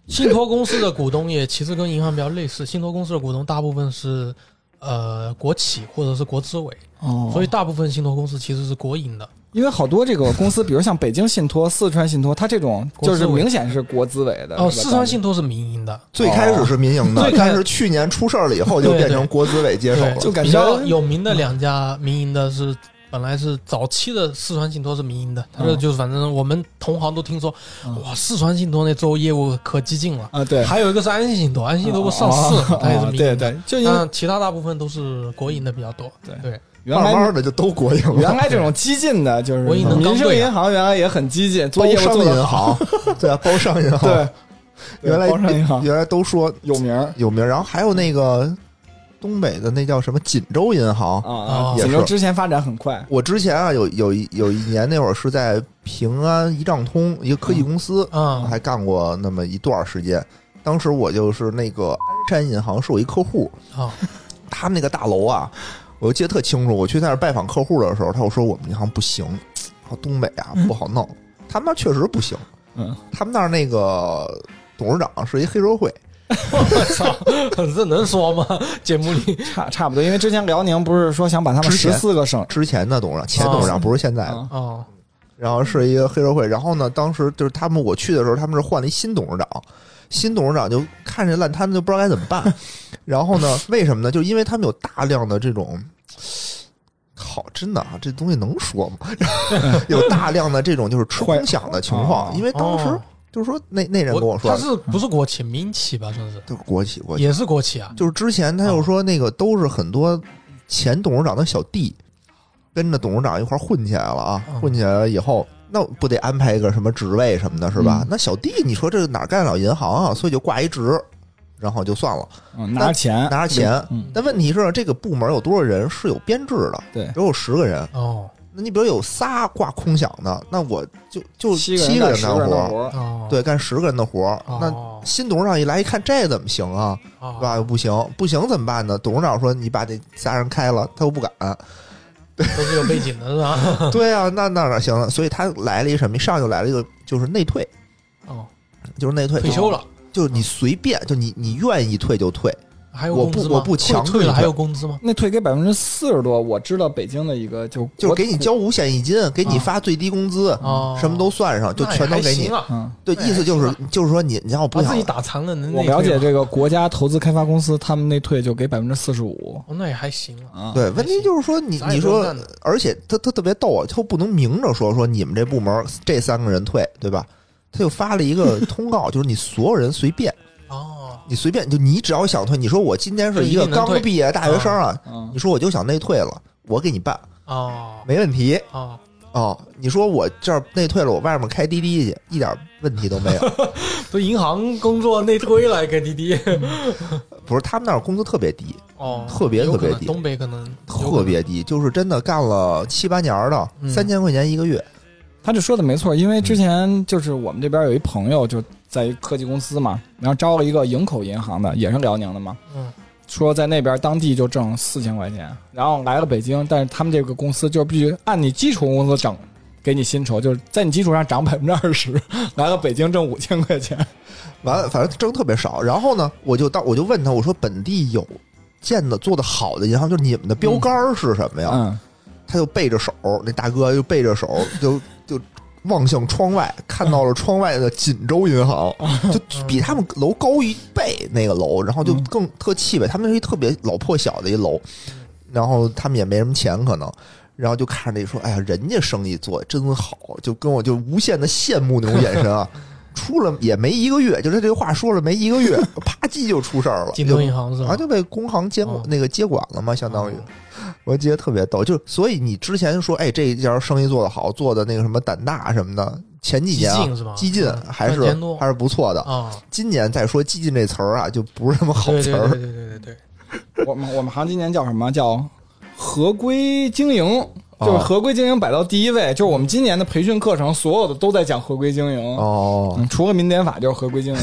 Speaker 3: 信托公司的股东也其实跟银行比较类似，信托公司的股东大部分是呃国企或者是国资委，
Speaker 2: 哦
Speaker 3: 所以大部分信托公司其实是国营的。
Speaker 2: 因为好多这个公司，比如像北京信托、四川信托，它这种就是明显是国资委的
Speaker 1: 呃
Speaker 3: 哦，四川信托是民营的，
Speaker 1: 最开始是民营的
Speaker 3: 最，开
Speaker 1: 但是去年出事儿了以后，就
Speaker 3: 对对
Speaker 1: 变成国资委接手
Speaker 3: 对，
Speaker 1: 了。
Speaker 2: 就感觉
Speaker 3: 比较有名的两 家民营的是。本来是早期的四川信托是民营的，他这
Speaker 1: 哦
Speaker 2: 嗯
Speaker 3: 就是反正我们同行都听说，
Speaker 2: 嗯
Speaker 3: 哇，四川信托那做业务可激进了。
Speaker 2: 啊，对，
Speaker 3: 还有一个是安信信托，安信信托不上市
Speaker 2: 哦
Speaker 3: 了，它也是
Speaker 2: 哦
Speaker 3: 民营
Speaker 2: 对
Speaker 3: 的。
Speaker 2: 对，就因为
Speaker 3: 但其他大部分都是国营的比较多。
Speaker 2: 对
Speaker 3: 啊对，
Speaker 2: 原
Speaker 1: 慢
Speaker 2: 来
Speaker 1: 慢的就都国营
Speaker 2: 原
Speaker 1: 了，
Speaker 2: 来这种激进的，就是
Speaker 3: 国营的
Speaker 2: 民
Speaker 3: 刚
Speaker 2: 生
Speaker 3: 兑啊
Speaker 2: 银行原来也很激进，做
Speaker 1: 包
Speaker 2: 业务
Speaker 1: 商
Speaker 2: 做
Speaker 1: 银
Speaker 2: 的
Speaker 1: 行， 对啊，包商银行，
Speaker 2: 对，对
Speaker 1: 原来
Speaker 2: 包商银行
Speaker 1: 原来都说
Speaker 2: 有名儿
Speaker 1: 有名，然后还有那个东北的那叫什么锦州银行，
Speaker 2: 啊，
Speaker 3: 哦
Speaker 2: 锦
Speaker 1: 也
Speaker 2: 州
Speaker 1: 是
Speaker 2: 之前发展很快，
Speaker 1: 我之前啊，有有一有一年那会儿是在平安一账通一个科技公司，
Speaker 3: 嗯，
Speaker 1: 还干过那么一段儿时间。当时我就是那个鞍山银行是我一客户，
Speaker 3: 啊，
Speaker 1: 他们那个大楼啊，我记得特清楚。我去在那儿拜访客户的时候，他就说我们银行不行，说东北啊不好弄，他们那儿确实不行。
Speaker 2: 嗯，
Speaker 1: 他们那儿那个董事长是一黑社会，
Speaker 3: 我操，这能说吗？节目里
Speaker 2: 差差不多。因为之前辽宁不是说想把他们
Speaker 1: 之前
Speaker 2: 十四个省
Speaker 1: 之前的董事长，前董事长不是现在的。
Speaker 2: 啊
Speaker 3: 哦，
Speaker 1: 然后是一个黑社会。然后呢，当时就是他们我去的时候，他们是换了一新董事长，新董事长就看这烂摊子就不知道该怎么 办。然后呢，为什么呢？就因为他们有大量的这种。好，真的啊，这东西能说 吗？有大量的这种就是吃空饷的情况，
Speaker 2: 哦
Speaker 1: 因为哎当时
Speaker 3: 哦
Speaker 1: 就是说那那人跟我说
Speaker 3: 他，是不是国企？民企吧，算是
Speaker 1: 就是国企国企，
Speaker 3: 也是国企啊。
Speaker 1: 就是之前他又
Speaker 2: 哦
Speaker 1: 说那个都是很多前董事长的小弟，跟着董事长一块儿混起来了啊
Speaker 2: 哦
Speaker 3: 嗯，
Speaker 1: 混起来了以后。那不得安排一个什么职位什么的，是吧？
Speaker 2: 嗯
Speaker 1: 那小弟，你说这哪儿干得了银行啊？所以就挂一职，然后就算了。
Speaker 2: 嗯拿着钱，
Speaker 1: 拿着钱。
Speaker 2: 嗯
Speaker 1: 但问题是，这个部门有多少人是有编制的？
Speaker 2: 对
Speaker 1: 比如有十个人，
Speaker 3: 哦
Speaker 1: 那你比如有仨挂空饷的，那我就就
Speaker 2: 七
Speaker 1: 七
Speaker 2: 个
Speaker 1: 个
Speaker 2: 人
Speaker 1: 人
Speaker 2: 干十个
Speaker 1: 活
Speaker 2: 人的
Speaker 1: 儿，
Speaker 2: 活儿，
Speaker 3: 哦，
Speaker 1: 对，干十个人的活儿。
Speaker 3: 哦，
Speaker 1: 那新董事长一来一看，这怎么行啊？
Speaker 3: 哦
Speaker 1: 对吧？又不行，不行怎么办呢？董事长说：“你把这仨人开了。”他又不敢。
Speaker 3: 都是有背景的 是吧？
Speaker 1: 对啊，那那哪行呢？所以他来了一什么？上就来了一个，就是内退，
Speaker 3: 哦，
Speaker 1: 就是内退，
Speaker 3: 退休，了
Speaker 1: 就是你随便，就你你愿意退就退。
Speaker 3: 还有
Speaker 1: 我
Speaker 3: 工资
Speaker 1: 不
Speaker 3: 吗？
Speaker 1: 我不强
Speaker 3: 退退
Speaker 1: 制
Speaker 3: 了还
Speaker 1: 退
Speaker 3: 有工资吗？
Speaker 2: 那退给百分之四十多，我知道北京的一个就
Speaker 1: 就是给你交
Speaker 2: 交，
Speaker 1: 五险一金，给你发最低工资，
Speaker 3: 哦，
Speaker 1: 什么都算上，就
Speaker 3: 那也
Speaker 1: 全都
Speaker 3: 还
Speaker 1: 给你
Speaker 3: 行。啊。
Speaker 2: 嗯，
Speaker 1: 对，
Speaker 3: 那也
Speaker 1: 意思就是就是说你你要啊不
Speaker 3: 把
Speaker 1: 想
Speaker 3: 自己打残了，能
Speaker 2: 我
Speaker 3: 内退
Speaker 2: 了解
Speaker 3: 吗
Speaker 2: 这个国家投资开发公司，他们内退就给百分之四十五，
Speaker 3: 哦，那也还行啊。
Speaker 2: 啊，
Speaker 1: 对，问题就是说你
Speaker 3: 咱也
Speaker 1: 你
Speaker 3: 不用
Speaker 1: 说
Speaker 3: 干，
Speaker 1: 而且他他特别逗啊，他又不能明着说说你们这部门这三个人退，对吧？他就发了一个通 告，就是你所有人随便，
Speaker 3: 哦，
Speaker 1: 你随便就你只要想退，你说我今天是一个
Speaker 3: 就一定能
Speaker 1: 刚
Speaker 3: 退
Speaker 1: 毕业的大学生啊，
Speaker 2: 嗯
Speaker 1: 你说我就想内退了，我给你办，
Speaker 3: 哦，
Speaker 1: 没问题
Speaker 3: 哦，
Speaker 1: 哦。你说我这儿内退了，我外面开滴滴去，一点问题都没 有。
Speaker 3: 都银行工作内推了，给滴滴。
Speaker 1: 不是他们那儿工资特别低，
Speaker 3: 哦，
Speaker 1: 特别
Speaker 3: 有可能
Speaker 1: 特别低
Speaker 3: 东北可能有可
Speaker 1: 特
Speaker 3: 能
Speaker 1: 别低，就是真的干了七八年儿的，
Speaker 3: 嗯
Speaker 1: 三千块钱一个月。
Speaker 2: 他这说的没错，因为
Speaker 1: 嗯
Speaker 2: 之前就是我们这边有一朋友就在一科技公司嘛，然后招了一个营口银行的，也是辽宁的嘛，
Speaker 3: 嗯，
Speaker 2: 说在那边当地就挣四千块钱，然后来了北京，但是他们这个公司就是必须按你基础工资涨，给你薪酬，就是在你基础上涨百分之二十，来了北京挣五千块钱，
Speaker 1: 完了，反正挣特别少。然后呢，我就到我就问他，我说本地有建的做的好的银行，就是你们的标杆儿是什哎么呀？
Speaker 2: 嗯，
Speaker 1: 他就背着手，那大哥就背着手，就就望向窗外，看到了窗外的锦州银行，就比他们楼高一倍那个楼，然后就
Speaker 2: 嗯
Speaker 1: 更特气呗。他们是一特别老破小的一楼，然后他们也没什么钱可能。然后就看着那说：“哎呀，人家生意做得真好，就跟我就无限的羡慕那种眼神啊。出了也没一个月，就他这话说了没一个月，啪叽就出事儿了，
Speaker 3: 京东
Speaker 1: 就
Speaker 3: 银行是吧
Speaker 1: 啊，？就被工行监管、
Speaker 3: 哦
Speaker 1: 那个接管了嘛，相当于
Speaker 3: 哦。
Speaker 1: 我记得特别逗，就是所以你之前说，哎，这一家生意做得好，做的那个什么胆大什么的，前几
Speaker 3: 激
Speaker 1: 年啊，
Speaker 3: 进是吧？
Speaker 1: 激进
Speaker 3: 嗯
Speaker 1: 还是
Speaker 3: 赚钱多
Speaker 1: 还是不错的。
Speaker 3: 啊，
Speaker 1: 今年再说激进这词儿啊，就不是什么好
Speaker 3: 对
Speaker 1: 词
Speaker 3: 对
Speaker 1: 儿
Speaker 3: 对。对对对对，
Speaker 2: 我们我们行今年叫什么？叫合规经营，
Speaker 1: 哦
Speaker 2: 就是合规经营摆到第一位。就是我们今年的培训课程，所有的都在讲合规经营，
Speaker 1: 哦，
Speaker 2: 嗯，除了民典法就是合规经营。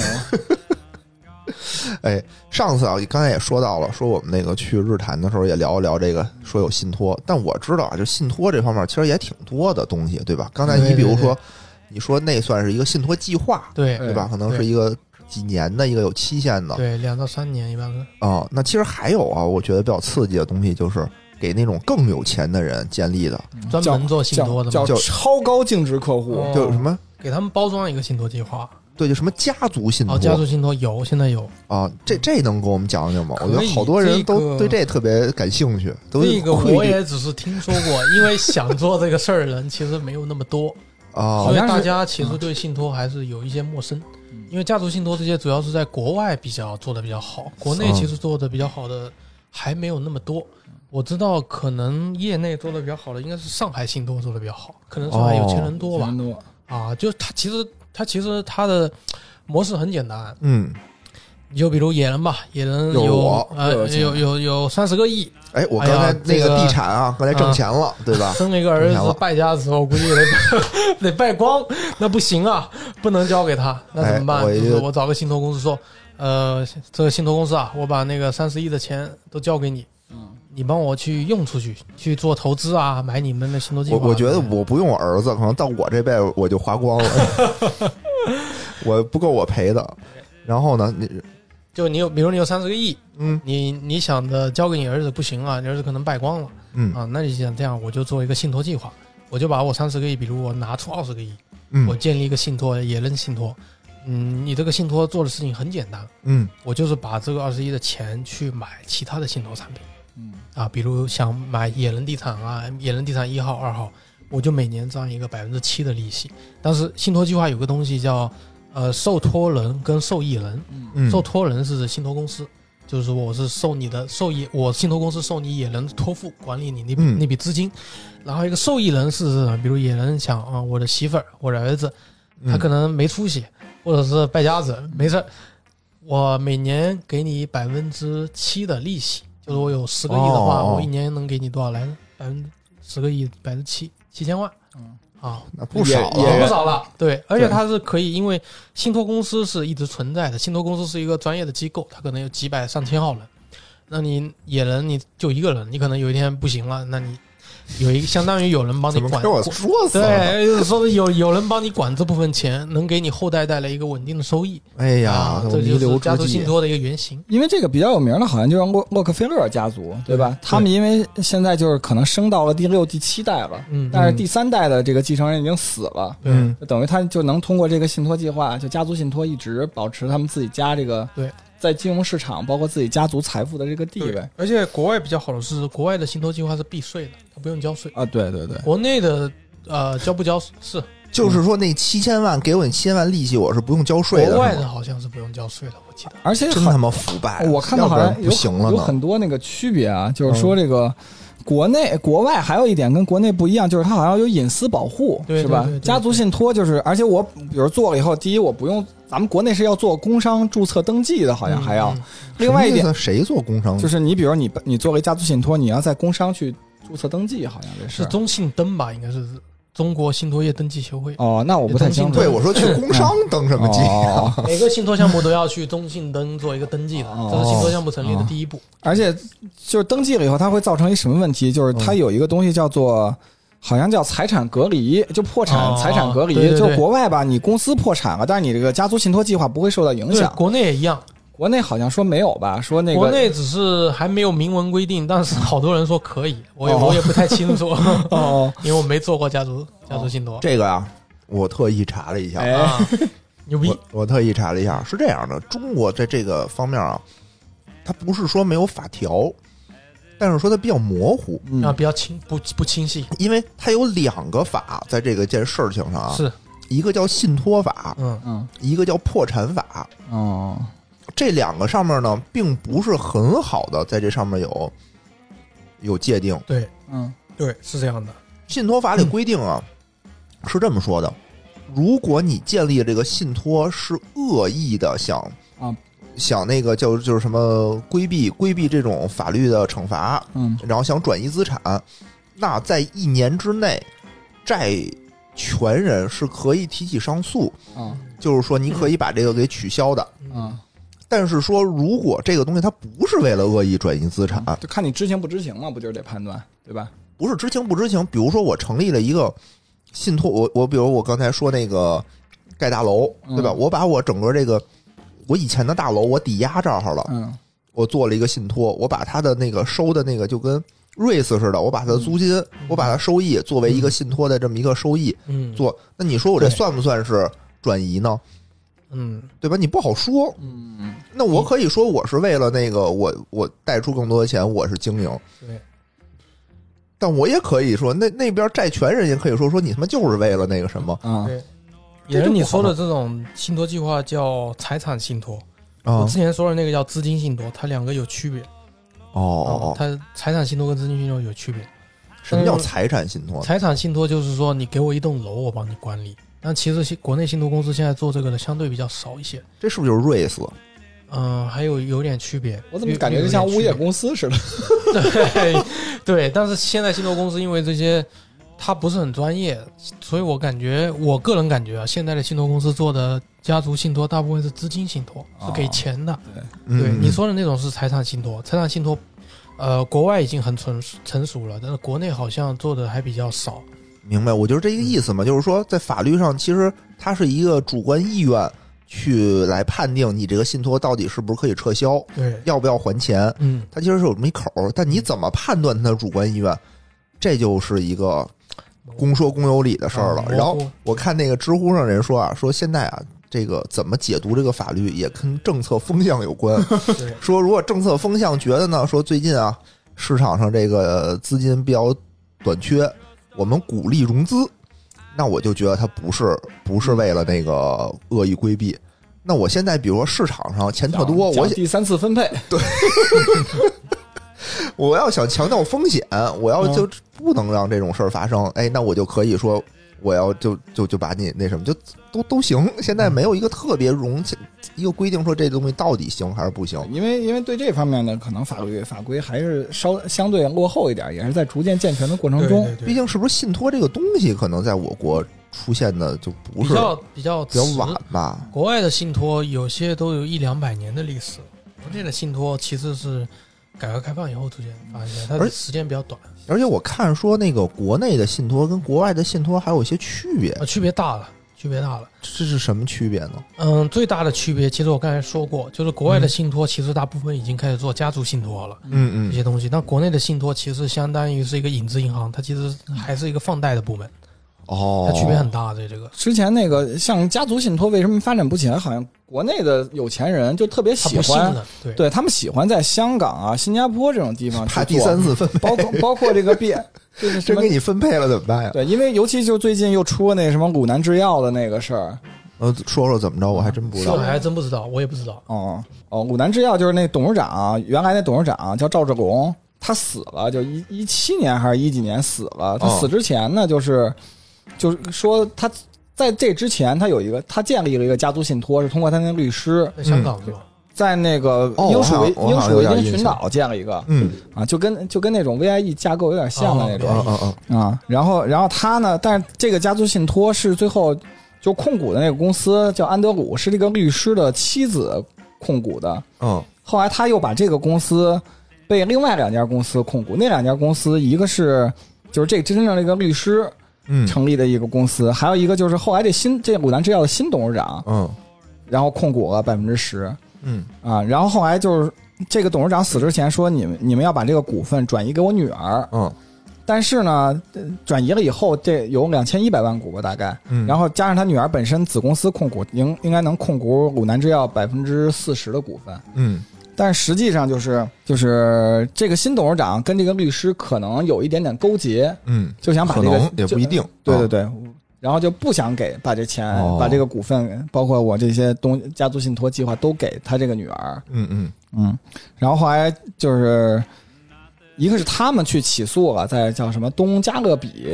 Speaker 1: 哎，上次啊，刚才也说到了，说我们那个去日坛的时候也聊一聊这个，说有信托，但我知道啊，就信托这方面其实也挺多的东西，对吧？刚才
Speaker 3: 对
Speaker 1: 你比如
Speaker 3: 对对
Speaker 1: 说，你说那算是一个信托计划，
Speaker 3: 对
Speaker 1: 对吧？可能
Speaker 3: 对
Speaker 1: 是一个几年的一个有期限的
Speaker 3: 对，两到三年一般是。
Speaker 1: 啊、那其实还有啊，我觉得比较刺激的东西就是给那种更有钱的人建立的，
Speaker 3: 专门做信托的
Speaker 2: 叫
Speaker 3: 嘛，
Speaker 2: 叫
Speaker 1: 就
Speaker 2: 超高净值客户。
Speaker 3: 哦
Speaker 1: 就是什么
Speaker 3: 给他们包装一个信托计划。
Speaker 1: 对，就什么家族信托
Speaker 3: 哦，家族信托有，现在有
Speaker 1: 啊，这这能给我们讲讲吗？
Speaker 3: 可
Speaker 1: 我
Speaker 3: 以
Speaker 1: 觉得好多人
Speaker 3: 这
Speaker 1: 都
Speaker 3: 个
Speaker 1: 对这特别感兴趣，都
Speaker 3: 这个
Speaker 1: 会
Speaker 3: 我也只是听说过，因为想做这个事儿的人其实没有那么 多，
Speaker 1: 啊
Speaker 3: 所以
Speaker 2: 像是
Speaker 3: 大家
Speaker 1: 嗯
Speaker 3: 其实对信托还是有一些陌生。因为家族信托这些主要是在国外比较做的比较好，国
Speaker 1: 嗯
Speaker 3: 内其实做的比较好的还没有那么多。我知道可能业内做的比较好的应该是上海信托做的比较好，可能上海有钱人多吧
Speaker 2: 钱。多，
Speaker 3: 啊，就是它其实它其实它的模式很简单，
Speaker 1: 嗯，
Speaker 3: 你就比如野人吧，野人
Speaker 1: 有
Speaker 3: 有
Speaker 1: 我
Speaker 2: 又
Speaker 3: 呃
Speaker 2: 有钱
Speaker 3: 有有有三十个亿，
Speaker 1: 哎，我
Speaker 3: 哎
Speaker 1: 刚
Speaker 3: 呀
Speaker 1: 才那
Speaker 3: 这
Speaker 1: 个
Speaker 3: 个嗯
Speaker 1: 地产啊，刚才挣钱了，对吧？
Speaker 3: 生了一个儿子败家的时候，估计得 得败光，那不行啊，不能交给他，那怎么办？
Speaker 1: 哎我也
Speaker 3: 就是我找个信托公司说，呃，这个信托公司啊，我把那个三十亿的钱都交给你，
Speaker 2: 嗯，
Speaker 3: 你帮我去用出去，去做投资啊，买你们的信托 计
Speaker 1: 我
Speaker 3: 划。
Speaker 1: 我觉得我不用我儿子，可能到我这辈子我就花光了， 我不够我赔的。然后呢，你
Speaker 3: 就你有，比如你有三十个亿，
Speaker 1: 嗯
Speaker 3: 你你想着交给你儿子不行啊，你儿子可能败光了
Speaker 1: 嗯
Speaker 3: 啊，那你想这样，我就做一个信托计划，我就把我三十个亿，比如我拿出二十个亿，我
Speaker 1: 嗯
Speaker 3: 建立一个信托，野人信托。嗯，你这个信托做的事情很简单，
Speaker 1: 嗯，
Speaker 3: 我就是把这个二十一的钱去买其他的信托产品。
Speaker 2: 嗯
Speaker 3: 啊，比如想买野人地产啊，野人地产一号、二号，我就每年涨一个百分之七的利息。但是信托计划有个东西叫呃受托人跟受益人，
Speaker 2: 嗯
Speaker 1: 嗯
Speaker 3: 受托人是信托公司，就是说我是受你的受益，我信托公司受你野人托付管理你那笔、
Speaker 1: 嗯
Speaker 3: 那笔资金，然后一个受益人是什么？比如野人想啊，我的媳妇儿、我的儿子，
Speaker 1: 嗯
Speaker 3: 他可能没出息，或者是败家子，没事儿，我每年给你百分之七的利息，就是我有十个亿的话，
Speaker 1: 哦哦
Speaker 3: 我一年能给你多少来着？百分之十个亿，百分之七，七千万
Speaker 2: 嗯
Speaker 3: 啊，
Speaker 1: 那不少
Speaker 2: 也
Speaker 1: 了
Speaker 2: 也
Speaker 3: 不少了。对，而且
Speaker 2: 对
Speaker 3: 它是可以，因为信托公司是一直存在的，信托公司是一个专业的机构，它可能有几百上千号人。那你野人你就一个人，你可能有一天不行了，那你有一相当于有人帮你
Speaker 1: 怎么
Speaker 3: 管
Speaker 1: 给我说死了？
Speaker 3: 对，就是说有有人帮你管这部分钱，能给你后代带来一个稳定的收益。
Speaker 1: 哎呀
Speaker 3: 啊，
Speaker 1: 我
Speaker 3: 这
Speaker 1: 弥
Speaker 3: 就是
Speaker 1: 留
Speaker 3: 家
Speaker 1: 之
Speaker 3: 族信
Speaker 1: 际，
Speaker 3: 托的一个原型。
Speaker 2: 因为这个比较有名的，好像就是洛洛克菲勒家族，对吧？他们因为现在就是可能升到了第六、第七代了，
Speaker 3: 嗯
Speaker 2: 但是第三代的这个继承人已经死了，
Speaker 3: 对
Speaker 1: 嗯
Speaker 2: 就等于他就能通过这个信托计划，就家族信托一直保持他们自己家这个
Speaker 3: 对
Speaker 2: 在金融市场包括自己家族财富的这个地位。
Speaker 3: 而且国外比较好的是，国外的信托计划是避税的，它不用交税。
Speaker 2: 啊，对对对，
Speaker 3: 国内的呃交不交是，
Speaker 1: 就是说那七千万给我你七千万利息，我是不用交税的。
Speaker 3: 国外
Speaker 1: 是
Speaker 3: 的
Speaker 1: 吗
Speaker 3: 好像是不用交税的，我记得。
Speaker 2: 而且
Speaker 1: 真
Speaker 2: 好
Speaker 1: 他，妈腐败啊！
Speaker 2: 我看到
Speaker 1: 要不
Speaker 2: 好
Speaker 1: 然
Speaker 2: 像有
Speaker 1: 不行了嗯
Speaker 2: 有
Speaker 1: 呢。
Speaker 2: 很多那个区别啊，就是说这个。国内、国外还有一点跟国内不一样，就是它好像有隐私保护，
Speaker 3: 对
Speaker 2: 是吧
Speaker 3: 对对对？对
Speaker 2: 家族信托就是，而且我比如做了以后，第一我不用，咱们国内是要做工商注册登记的，好像还要。
Speaker 3: 嗯
Speaker 2: 另外一
Speaker 1: 什
Speaker 2: 点
Speaker 1: 么意思谁做工商？
Speaker 2: 就是，你比如你你作为家族信托，你要在工商去注册登记，好像这
Speaker 3: 是中信登吧，应该是中国信托业登记协会。
Speaker 2: 哦，那我不太清楚。
Speaker 1: 对我说去工商登什么记啊？
Speaker 2: 嗯哦
Speaker 3: 每个信托项目都要去中信登做一个登记的，
Speaker 2: 哦
Speaker 3: 这是信托项目成立的第一步。
Speaker 2: 而且就是登记了以后，它会造成一什么问题？就是它有一个东西叫做。好像叫财产隔离，就破产、
Speaker 3: 哦
Speaker 2: 财产隔离，
Speaker 3: 对对对
Speaker 2: 就是国外吧，你公司破产了，但是你这个家族信托计划不会受到影
Speaker 3: 对，
Speaker 2: 响。
Speaker 3: 国内也一样，
Speaker 2: 国内好像说没有吧，说嗯那
Speaker 3: 国
Speaker 2: 个
Speaker 3: 内只是还没有明文规定，但是好多人说可以，我也、
Speaker 2: 哦
Speaker 3: 我也不太清 楚，
Speaker 2: 哦，
Speaker 3: 因为我没做过家族家族信托。
Speaker 1: 这个啊，我特意查了一下，
Speaker 2: 哎
Speaker 3: 啊，牛逼
Speaker 1: 我！我特意查了一下，是这样的，中国在这个方面啊，它不是说没有法条，但是说它比较模糊，
Speaker 2: 嗯
Speaker 3: 啊，比较清不不清晰，
Speaker 1: 因为它有两个法在这个件事情上啊，
Speaker 3: 是，
Speaker 1: 一个叫信托法，
Speaker 3: 嗯，
Speaker 2: 嗯
Speaker 1: 一个叫破产法。
Speaker 2: 哦，
Speaker 1: 这两个上面呢，并不是很好的在这上面有有界定。
Speaker 3: 对
Speaker 2: 嗯
Speaker 3: 对，是这样的，
Speaker 1: 信托法里规定啊，是这么说的：如果你建立这个信托是恶意的想
Speaker 2: 啊
Speaker 1: 想那个叫就是什么规避规避这种法律的惩罚，
Speaker 2: 嗯
Speaker 1: 然后想转移资产，那在一年之内，债权人是可以提起上诉，
Speaker 2: 啊
Speaker 1: 就是说你可以把这个给取消的。
Speaker 3: 嗯，
Speaker 2: 啊，
Speaker 1: 但是说，如果这个东西它不是为了恶意转移资产，
Speaker 2: 就看你知情不知情嘛，不就是得判断对吧？
Speaker 1: 不是知情不知情。比如说，我成立了一个信托，我我比如我刚才说那个盖大楼，
Speaker 2: 嗯
Speaker 1: 对吧？我把我整个这个我以前的大楼我抵押这儿了，
Speaker 2: 嗯
Speaker 1: 我做了一个信托，我把它的那个收的那个就跟瑞斯似的，我把它的租
Speaker 2: 嗯
Speaker 1: 金，我把它收益作为一个信托的这么一个收益
Speaker 3: 嗯
Speaker 1: 做。那你说我这
Speaker 2: 对
Speaker 1: 算不算是转移呢？
Speaker 3: 嗯，
Speaker 1: 对吧？你不好说。
Speaker 2: 嗯
Speaker 1: 那我可以说我是为了那个我我贷出更多的钱，我是经营。
Speaker 3: 对，
Speaker 1: 但我也可以说，那那边债权人也可以说说你他妈就是为了那个什么
Speaker 2: 啊
Speaker 3: 对
Speaker 1: 这
Speaker 3: 也是
Speaker 1: 就
Speaker 3: 你
Speaker 1: 不好
Speaker 3: 说的
Speaker 1: 了
Speaker 3: 这种信托计划叫财产信托，我
Speaker 1: 啊
Speaker 3: 之前说的那个叫资金信托，它两个有区别。啊
Speaker 1: 哦哦哦，
Speaker 3: 它财产信托跟资金信托有区别。
Speaker 1: 什么叫财产信
Speaker 2: 哦
Speaker 1: 托？
Speaker 3: 财产信托就是说，你给我一栋楼，我帮你管理。但其实信国内信托公司现在做这个的相对比较少一些，
Speaker 1: 这是不是就是瑞斯？
Speaker 3: 嗯、还有有点区别。
Speaker 2: 我怎么感觉就像物业公司似的？
Speaker 3: 对对，但是现在信托公司因为这些，它不是很专业，所以我感觉，我个人感觉啊，现在的信托公司做的家族信托大部分是资金信托，是给钱的。对
Speaker 1: 嗯
Speaker 3: 你，说的那种是财产信托，财产信托，呃，国外已经很成熟成熟了，但是国内好像做的还比较少。
Speaker 1: 明白？我就是这个意思嘛，就是说在法律上，其实它是一个主观意愿去来判定你这个信托到底是不是可以撤销，
Speaker 3: 对，
Speaker 1: 要不要还钱。
Speaker 3: 嗯，
Speaker 1: 它其实是有这么一口儿，但你怎么判断它的主观意愿，这就是一个公说公有理的事儿了
Speaker 3: 啊。
Speaker 1: 然后
Speaker 3: 模糊
Speaker 1: 我看那个知乎上人说啊，说现在啊，这个怎么解读这个法 律也跟政策风向有关。
Speaker 3: 对
Speaker 1: 说如果政策风向觉得呢，说最近啊市场上这个资金比较短缺，我们鼓励融资，那我就觉得它不是不
Speaker 3: 嗯
Speaker 1: 是为了那个恶意规避。那我现在比如说市场上钱特多，
Speaker 2: 讲
Speaker 1: 我
Speaker 2: 第三次分配，
Speaker 1: 我要想强调风险，我要就不能让这种事儿发生，哎，那我就可以说我要就就就把你那什么就都都行。现在没有一个特别容一个规定说这东西到底行还是不行。
Speaker 2: 因为因为对这方面呢，可能法律法规还是稍相对落后一点，也是在逐渐健全的过程
Speaker 3: 对
Speaker 2: 中。
Speaker 3: 对对
Speaker 1: 毕竟是不是信托这个东西，可能在我国出现的就不
Speaker 3: 比
Speaker 1: 是
Speaker 3: 较比较
Speaker 1: 比较
Speaker 3: 迟
Speaker 1: 晚吧。
Speaker 3: 国外的信托有些都有一两百年的历史，国内的信托其实是改革开放以后出现发现，它
Speaker 1: 而
Speaker 3: 的时间比较短，
Speaker 1: 而且我看说那个国内的信托跟国外的信托还有一些区别，
Speaker 3: 呃，区别大了，区别大了。
Speaker 1: 这是什么区别呢？
Speaker 3: 嗯，最大的区别其实我刚才说过，就是国外的信托其实大部分已经开始做家族信托了。
Speaker 1: 嗯
Speaker 3: 这些东西，那国内的信托其实相当于是一个影子银行，它其实还是一个放贷的部门，
Speaker 1: 哦，
Speaker 3: 它区别很大。这这个
Speaker 2: 之前那个像家族信托为什么发展不起来？好像国内的有钱人就特别
Speaker 3: 它
Speaker 2: 喜
Speaker 3: 不信
Speaker 2: 欢，
Speaker 3: 任，对
Speaker 2: 对他们喜欢在香港啊、新加坡这种地方去
Speaker 1: 怕第
Speaker 2: 做
Speaker 1: 三次分配，
Speaker 2: 包括包括这个 B，就是什
Speaker 1: 真
Speaker 2: 么
Speaker 1: 给你分配了怎么办呀？
Speaker 2: 对，因为尤其就最近又出了那什么鲁南制药的那个事儿，
Speaker 1: 呃，说说怎么着，我还真不知
Speaker 3: 我
Speaker 1: 道。
Speaker 3: 还真不知道，我也不知道。
Speaker 2: 哦哦，鲁南制药就是那董事长，原来那董事长叫赵志龙，他死了，就一一七年还是一几年死了。他
Speaker 1: 哦
Speaker 2: 死之前呢，就是就是说他在这之前，他有一个他建立了一个家族信托，是通过他那律师
Speaker 3: 在香
Speaker 1: 嗯
Speaker 3: 港是吧？
Speaker 2: 在那个
Speaker 1: 哦
Speaker 2: 英
Speaker 1: 我好
Speaker 2: 属维
Speaker 1: 我
Speaker 2: 英
Speaker 1: 好像
Speaker 2: 属
Speaker 1: 有
Speaker 2: 维
Speaker 1: 点
Speaker 2: 京
Speaker 1: 印
Speaker 2: 群
Speaker 1: 象
Speaker 2: 岛建了一个
Speaker 1: 嗯，
Speaker 2: 啊，就跟就跟那种 VIE 架构有点像的那种
Speaker 1: 啊啊啊！
Speaker 2: 啊。然后然后他呢，但是这个家族信托是最后就控股的那个公司叫安德鲁，是这个律师的妻子控股的。
Speaker 1: 嗯，
Speaker 2: 后来他又把这个公司被另外两家公司控股，那两家公司一个是就是这真正的一个律师
Speaker 1: 嗯
Speaker 2: 成立的一个公司，还有一个就是后来这新这鲁南制药的新董事长，
Speaker 1: 嗯
Speaker 2: 然后控股了百分之十
Speaker 1: 嗯
Speaker 2: 啊，然后后来就是。这个董事长死之前说：“你们你们要把这个股份转移给我女儿。
Speaker 1: 嗯”
Speaker 2: 但是呢，呃转移了以后，这有两千一百万股吧，大概。
Speaker 1: 嗯，
Speaker 2: 然后加上他女儿本身子公司控股，应应该能控股鲁南制药百分之四十的股份。
Speaker 1: 嗯
Speaker 2: 但实际上就是就是这个新董事长跟这个律师可能有一点点勾结，
Speaker 1: 嗯，
Speaker 2: 就想把
Speaker 1: 可
Speaker 2: 这个
Speaker 1: 能也
Speaker 2: 就
Speaker 1: 不一定。
Speaker 2: 对对
Speaker 1: 啊，
Speaker 2: 对，然后就不想给把这钱、
Speaker 1: 哦
Speaker 2: 把这个股份，包括我这些东家族信托计划都给他这个女儿，
Speaker 1: 嗯嗯
Speaker 2: 嗯，然后后来就是一个是他们去起诉了，在叫什么东加勒比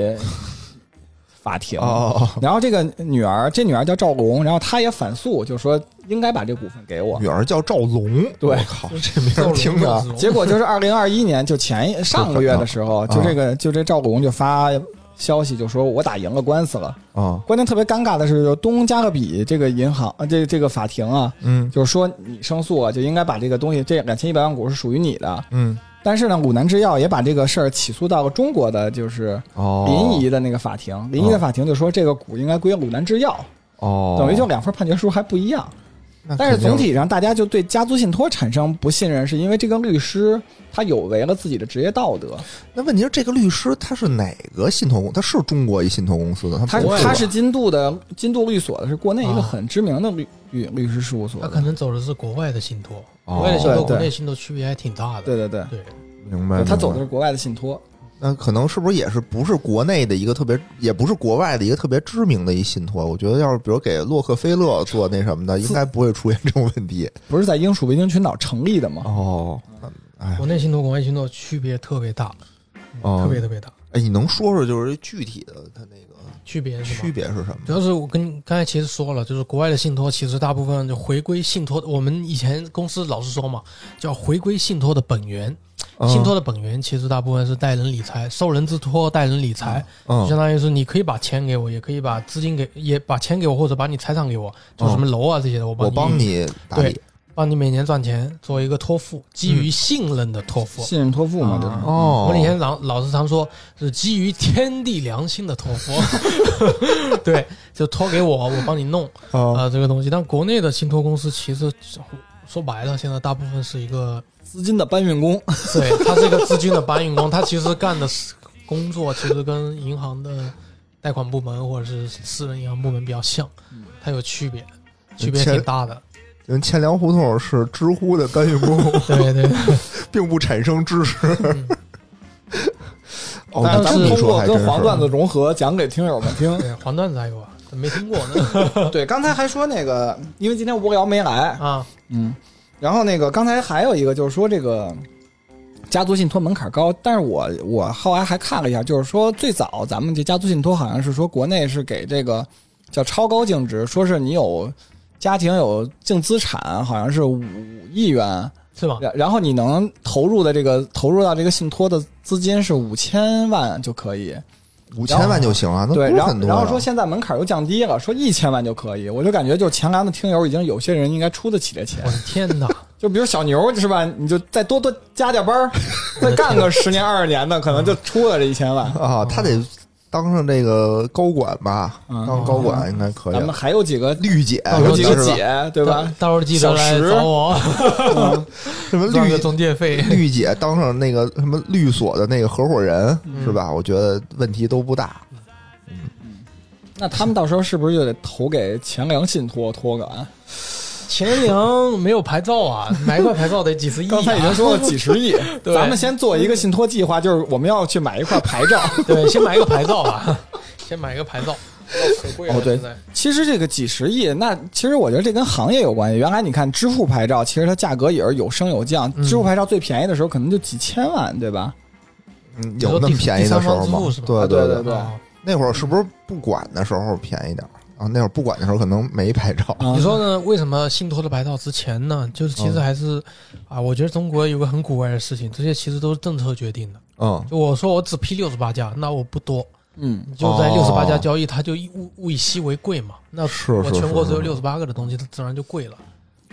Speaker 2: 法庭
Speaker 1: 哦哦
Speaker 2: 然后这个女儿，这女儿叫赵龙，然后她也反诉，就说应该把这股份给我
Speaker 1: 哦，。女儿叫赵龙，
Speaker 2: 对
Speaker 1: 我靠，这名儿 听着 啊，
Speaker 2: 结果就是二零二一年，就前一上个月的时 候，就这个就这赵国龙就发消息，就说我打赢了官司了。
Speaker 1: 啊，
Speaker 2: 关键特别尴尬的是，就东加勒比这个银行，呃，这这个法庭啊，
Speaker 1: 嗯
Speaker 2: 就是说你胜诉啊，就应该把这个东西，这两千一百万股是属于你的。
Speaker 1: 嗯，
Speaker 2: 但是呢，鲁南制药也把这个事儿起诉到了中国的，就是
Speaker 1: 哦，
Speaker 2: 临沂的那个法庭。临沂的法庭就说这个股应该归鲁南制药，
Speaker 1: 哦，
Speaker 2: 等于就两份判决书还不一样。
Speaker 1: 那肯定，
Speaker 2: 但是总体上，大家就对家族信托产生不信任，是因为这个律师他有违了自己的职业道德。
Speaker 1: 那问题是，这个律师他是哪个信托公？他是中国一信托公司的，
Speaker 2: 他
Speaker 1: 不
Speaker 3: 国外
Speaker 1: 是
Speaker 3: 吧
Speaker 2: 他是金度的金度律所的，是国内一个
Speaker 3: 啊
Speaker 2: 很知名的律律律师事务所
Speaker 3: 他
Speaker 2: 的。
Speaker 3: 可能走的是国外的信托，
Speaker 1: 哦
Speaker 3: 国外的信
Speaker 2: 对
Speaker 3: 托
Speaker 2: 对
Speaker 3: 国内信托区别还挺大的。
Speaker 2: 对对对，
Speaker 3: 对，
Speaker 1: 明白，
Speaker 2: 他走的
Speaker 1: 明白
Speaker 2: 是国外的信托。
Speaker 1: 那可能是不是也是不是国内的一个特别，也不是国外的一个特别知名的一信托？我觉得要是比如给洛克菲勒做那什么的，应该不会出现这种问题。
Speaker 2: 不是在英属维京群岛成立的吗？
Speaker 1: 哦，哎
Speaker 3: 国内信托、国外信托区别特别大，
Speaker 1: 哦
Speaker 3: 特别特别大，
Speaker 1: 哎，你能说说就是具体的它那个
Speaker 3: 区别是吗
Speaker 1: 区别是什么？
Speaker 3: 主要是我跟刚才其实说了，就是国外的信托其实大部分就回归信托，我们以前公司老是说嘛，叫回归信托的本源。
Speaker 1: 嗯
Speaker 3: 嗯信托的本源其实大部分是贷人理财，受人之托贷人理财，就
Speaker 1: 嗯
Speaker 3: 相当于是你可以把钱给我，也可以把资金给，也把钱给我，或者把你财产给我，就什么楼啊这些的，我帮
Speaker 1: 我
Speaker 3: 你
Speaker 1: 帮你嗯打理
Speaker 3: 对。帮你每年赚钱，做一个托付，基于信任的托付。
Speaker 2: 信任托付嘛，
Speaker 3: 啊
Speaker 2: 就是。
Speaker 1: 哦
Speaker 3: 我们 以前老老是常说，是基于天地良心的托 付，对，就托给我，我帮你弄啊、
Speaker 1: 啊
Speaker 3: 这个东西。但国内的信托公司其实说白了，现在大部分是一个，
Speaker 2: 资金的搬运工，
Speaker 3: 对，它是一个资金的搬运工，它其实干的是工作其实跟银行的贷款部门或者是私人银行部门比较像，它有区别，区别挺大的。
Speaker 1: 嗯 因为钱粮胡同是知乎的搬运工，
Speaker 3: 对对对，
Speaker 1: 并不产生知识。
Speaker 3: 嗯
Speaker 1: 哦，
Speaker 2: 但
Speaker 1: 那这
Speaker 2: 是咱
Speaker 1: 么
Speaker 2: 们
Speaker 1: 一
Speaker 2: 通
Speaker 1: 说
Speaker 2: 过
Speaker 1: 还真
Speaker 2: 跟黄段子
Speaker 1: 是。
Speaker 2: 融合，讲给听友们 听。
Speaker 3: 对，黄段子还有啊，怎么没听过 呢
Speaker 2: 对，刚才还说那个，因为今天无聊没来，
Speaker 3: 啊，
Speaker 2: 嗯，然后那个刚才还有一个就是说这个家族信托门槛高，但是我我后来还看了一下，就是说最早咱们这家族信托好像是说国内是给这个叫超高净值，说是你有家庭有净资产好像是五亿元，
Speaker 3: 是吧？
Speaker 2: 然然后你能投入的这个投入到这个信托的资金是五千万就可以，
Speaker 1: 五千万就行啊，那不
Speaker 2: 对，
Speaker 1: 是
Speaker 2: 然后
Speaker 1: 很多
Speaker 2: 然后
Speaker 1: 了。
Speaker 2: 说现在门槛又降低了，说一千万就可以，我就感觉就是前栏的听友已经有些人应该出得起这钱
Speaker 3: 我，的天哪！
Speaker 2: 就比如小牛是吧？你就再多多加加班 儿，再干个十年二十年的，可能就出了这一千 万。
Speaker 1: 啊，他得当上这个高管吧，
Speaker 2: 哦嗯
Speaker 1: 当高管应该可以
Speaker 2: 咱们。还有几个
Speaker 1: 绿姐
Speaker 3: 咱们
Speaker 2: 有几个
Speaker 1: 是吧
Speaker 2: 姐对吧？
Speaker 3: 到到时候记得来找我，
Speaker 1: 什么
Speaker 3: 赚个
Speaker 1: 绿
Speaker 3: 中介费。
Speaker 1: 绿姐当上那个什么律所的那个合伙人
Speaker 2: 嗯
Speaker 1: 是吧？我觉得问题都不大。
Speaker 2: 那他们到时候是不是就得投给钱粮信托托啊管？
Speaker 3: 钱粮没有牌照啊， 买一块牌照得几十亿、啊。
Speaker 2: 刚才已经说了几十 亿，
Speaker 3: 对
Speaker 2: 咱们先做一个信托计划，就是我们要去买一块牌 照。
Speaker 3: 对，先买一个牌照啊， 先买一个牌照，可贵啊了。
Speaker 2: 哦对
Speaker 3: 现在
Speaker 2: 其实这个几十亿，那其实我觉得这跟行业有关系。原来你看支付牌照，其实它价格也是有升有降。
Speaker 3: 嗯
Speaker 2: 支付牌照最便宜的时候可能就几千万，对吧？
Speaker 1: 嗯，有那么便宜的时候
Speaker 3: 第三方支付
Speaker 1: 吗
Speaker 3: 是？吧
Speaker 1: 对
Speaker 2: 啊对
Speaker 1: 对
Speaker 2: 对
Speaker 3: 哦
Speaker 1: 那会儿是不是不管的时候便宜点儿啊？那会儿不管的时候可能没牌照。
Speaker 2: 啊
Speaker 3: 你说呢？为什么信托的牌照值钱呢？就是其
Speaker 1: 哦
Speaker 3: 实还是、啊，我觉得中国有个很古怪的事情，这些其实都是政策决定的。
Speaker 1: 嗯，
Speaker 3: 就我说我只批六十八家，那我不多，
Speaker 2: 嗯，
Speaker 3: 你就在
Speaker 1: 哦
Speaker 3: 六十八家交易，它就以物物以稀为贵嘛。那
Speaker 1: 是
Speaker 3: 我
Speaker 1: 是
Speaker 3: 全国只有
Speaker 1: 是
Speaker 3: 六十八个的东西，它自然就贵了。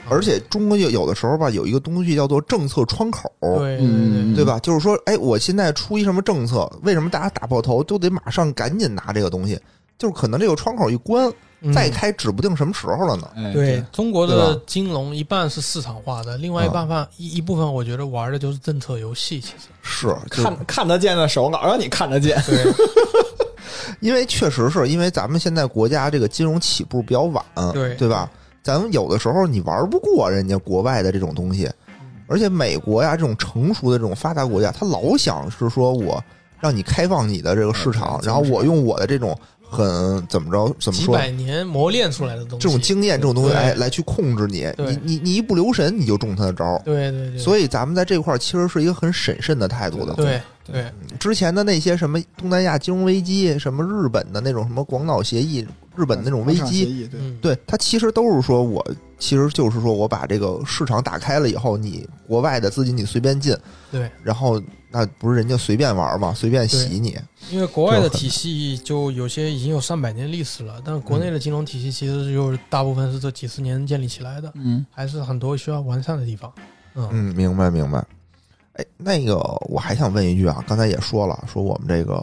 Speaker 1: 而且中国有有的时候吧，有一个东西叫做政策窗口。
Speaker 3: 对对
Speaker 2: 嗯
Speaker 1: 对
Speaker 3: 对
Speaker 1: 吧？就是说，哎，我现在出一什么政策，为什么大家打破头都得马上赶紧拿这个东西？就是可能这个窗口一关，
Speaker 3: 嗯
Speaker 1: 再开指不定什么时候了呢。
Speaker 2: 哎
Speaker 3: 对，中国
Speaker 1: 对啊
Speaker 3: 的金融一半是市场化的，另外一半分一一部分，我觉得玩的就是政策游戏。其实，
Speaker 1: 是，就是
Speaker 2: 看看得见的手，老让你看 得见。
Speaker 3: 对
Speaker 1: 因为确实是因为咱们现在国家这个金融起步比较晚，
Speaker 3: 对
Speaker 1: 吧？咱们有的时候你玩不过人家国外的这种东西，
Speaker 3: 嗯
Speaker 1: 而且美国呀这种成熟的这种发达国家，他老想是说我让你开放你的这个市
Speaker 3: 哎
Speaker 1: 场，然后我用我的这种很怎么着怎么
Speaker 3: 几
Speaker 1: 说
Speaker 3: 百年磨练出来的东西，
Speaker 1: 这种经验这种东西
Speaker 3: 对
Speaker 1: 来来去控制你，
Speaker 3: 对
Speaker 1: 你你你一不留神你就中他的招儿。
Speaker 3: 对对对，以
Speaker 1: 所以咱们在这块儿其实是一个很审慎的态度的。
Speaker 3: 对对
Speaker 1: 之前的那些什么东南亚金融危机，什么日本的那种什么广岛协议，日本的那种危
Speaker 2: 广场协
Speaker 1: 机，
Speaker 2: 议，对
Speaker 3: 嗯
Speaker 1: 对它其实都是说我其实就是说我把这个市场打开了以后，你国外的资金你随便进，
Speaker 3: 对，
Speaker 1: 然后那不是人家随便玩嘛，随便洗你，
Speaker 3: 因为国外的体系就有些已经有上百年历史了，但是国内的金融体系其实就是大部分是这几十年建立起来的，
Speaker 2: 嗯，
Speaker 3: 还是很多需要完善的地方。嗯，
Speaker 1: 嗯，明白明白。哎，那个我还想问一句啊，刚才也说了，说我们这个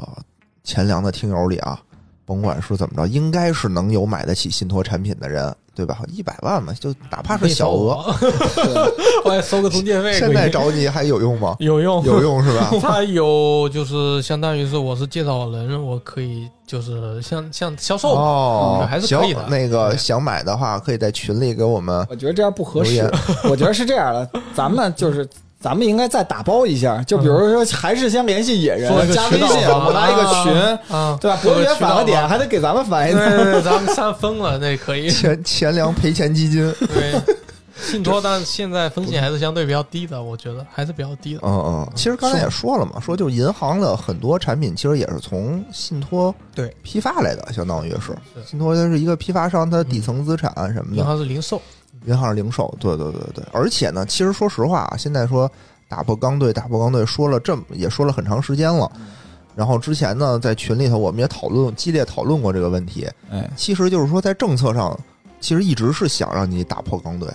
Speaker 1: 钱粮的听友里啊，甭管是怎么着，应该是能有买得起信托产品的人，对吧？一百万嘛，就哪怕是小额，
Speaker 3: 可以收我，我也收哎个中介费。
Speaker 1: 现在
Speaker 3: 可以？
Speaker 1: 找你还有用吗
Speaker 3: 有用
Speaker 1: 有用是吧？
Speaker 3: 他有就是相当于是我是介绍人，我可以就是像像销售嘛，
Speaker 1: 哦
Speaker 3: 嗯，还是
Speaker 1: 行
Speaker 3: 可以的
Speaker 1: 那个
Speaker 3: 对
Speaker 1: 想买的话，可以在群里给我 们
Speaker 2: 我觉得这样不合
Speaker 1: 留
Speaker 2: 适
Speaker 1: 言。。
Speaker 2: 我觉得是这样的，咱们就是。咱们应该再打包一下，就比如说，还是先联系野人
Speaker 3: 嗯做一，个
Speaker 2: 加微
Speaker 3: 渠道
Speaker 2: 信，
Speaker 3: 吧
Speaker 2: 我们拉一个群，
Speaker 3: 啊，
Speaker 2: 对吧？
Speaker 3: 做
Speaker 2: 博
Speaker 3: 个
Speaker 2: 学
Speaker 3: 渠
Speaker 2: 返
Speaker 3: 道
Speaker 2: 个点，
Speaker 3: 吧
Speaker 2: 还得给咱们返一
Speaker 3: 对
Speaker 2: 点。
Speaker 3: 对对，咱们三分了，那可 以
Speaker 1: 钱钱粮赔钱基金。
Speaker 3: 对，信托，但现在风险还是相对比较低的，我觉得还是比较低的。
Speaker 1: 嗯 嗯，其实刚才也说了嘛，说就是银行的很多产品其实也是从信托
Speaker 3: 对
Speaker 1: 批发来的，相当于是
Speaker 3: 是
Speaker 1: 信托它是一个批发商，它的底层资产什么
Speaker 3: 嗯银
Speaker 1: 的，
Speaker 3: 行是零售，
Speaker 1: 银行是零售，对对对对。而且呢，其实说实话啊，现在说打破刚兑，打破刚兑说了这么也说了很长时间了。
Speaker 3: 嗯
Speaker 1: 然后之前呢，在群里头我们也讨论激烈讨论过这个问题，
Speaker 2: 哎，
Speaker 1: 其实就是说在政策上，其实一直是想让你打破刚兑，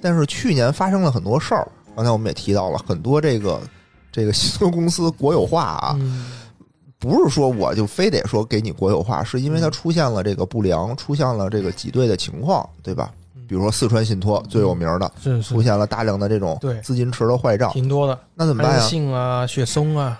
Speaker 1: 但是去年发生了很多事儿，刚才我们也提到了很多这个这个信托公司国有化啊，
Speaker 3: 嗯，
Speaker 1: 不是说我就非得说给你国有化，是因为它
Speaker 3: 嗯
Speaker 1: 出现了这个不良，出现了这个挤兑的情况，对吧
Speaker 3: 嗯？
Speaker 1: 比如说四川信托最有名的，
Speaker 3: 是是
Speaker 1: 出，现了大量的这种
Speaker 3: 对
Speaker 1: 资金池的坏账，
Speaker 3: 挺多的，
Speaker 1: 啊那怎么
Speaker 3: 安
Speaker 1: 办呀？
Speaker 3: 信啊、雪松啊，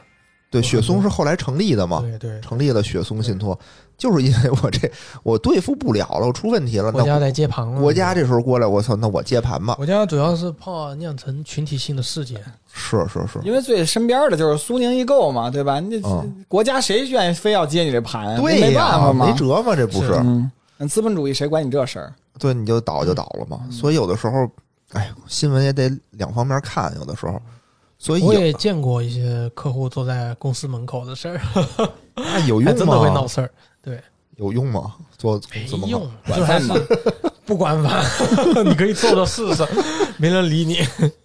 Speaker 1: 对，雪松是后来成立的嘛，
Speaker 3: 对对，
Speaker 1: 啊成立了雪松信托，就是因为我这我对付不了了，我出问题了，
Speaker 3: 国
Speaker 1: 那
Speaker 3: 家来接盘了。
Speaker 1: 国家啊这时候过来，我操，那我接盘吧，
Speaker 3: 啊国家主要是怕酿成群体性的事件，
Speaker 1: 是是是，
Speaker 2: 因为最身边的就是苏宁易购嘛，对吧？那、
Speaker 1: 嗯
Speaker 2: 国家谁愿意非要接你这盘？那
Speaker 1: 对
Speaker 2: 没办法
Speaker 1: 呀，
Speaker 2: 嘛，
Speaker 1: 没辙嘛，这不
Speaker 3: 是
Speaker 2: 嗯，那资本主义谁管你这事儿？
Speaker 1: 对，你就倒就倒了嘛。所以有的时候，哎，新闻也得两方面看，有的时候。所以
Speaker 3: 我
Speaker 1: 有
Speaker 3: 也见过一些客户坐在公司门口的事儿，
Speaker 1: 哎那有
Speaker 3: 还
Speaker 1: 用
Speaker 3: 真的会闹
Speaker 1: 吗？
Speaker 3: 事儿。对，
Speaker 1: 有用吗？做
Speaker 3: 没
Speaker 1: 怎么搞
Speaker 3: 用，这还是 不管饭， 你可以坐着试试，没人理你。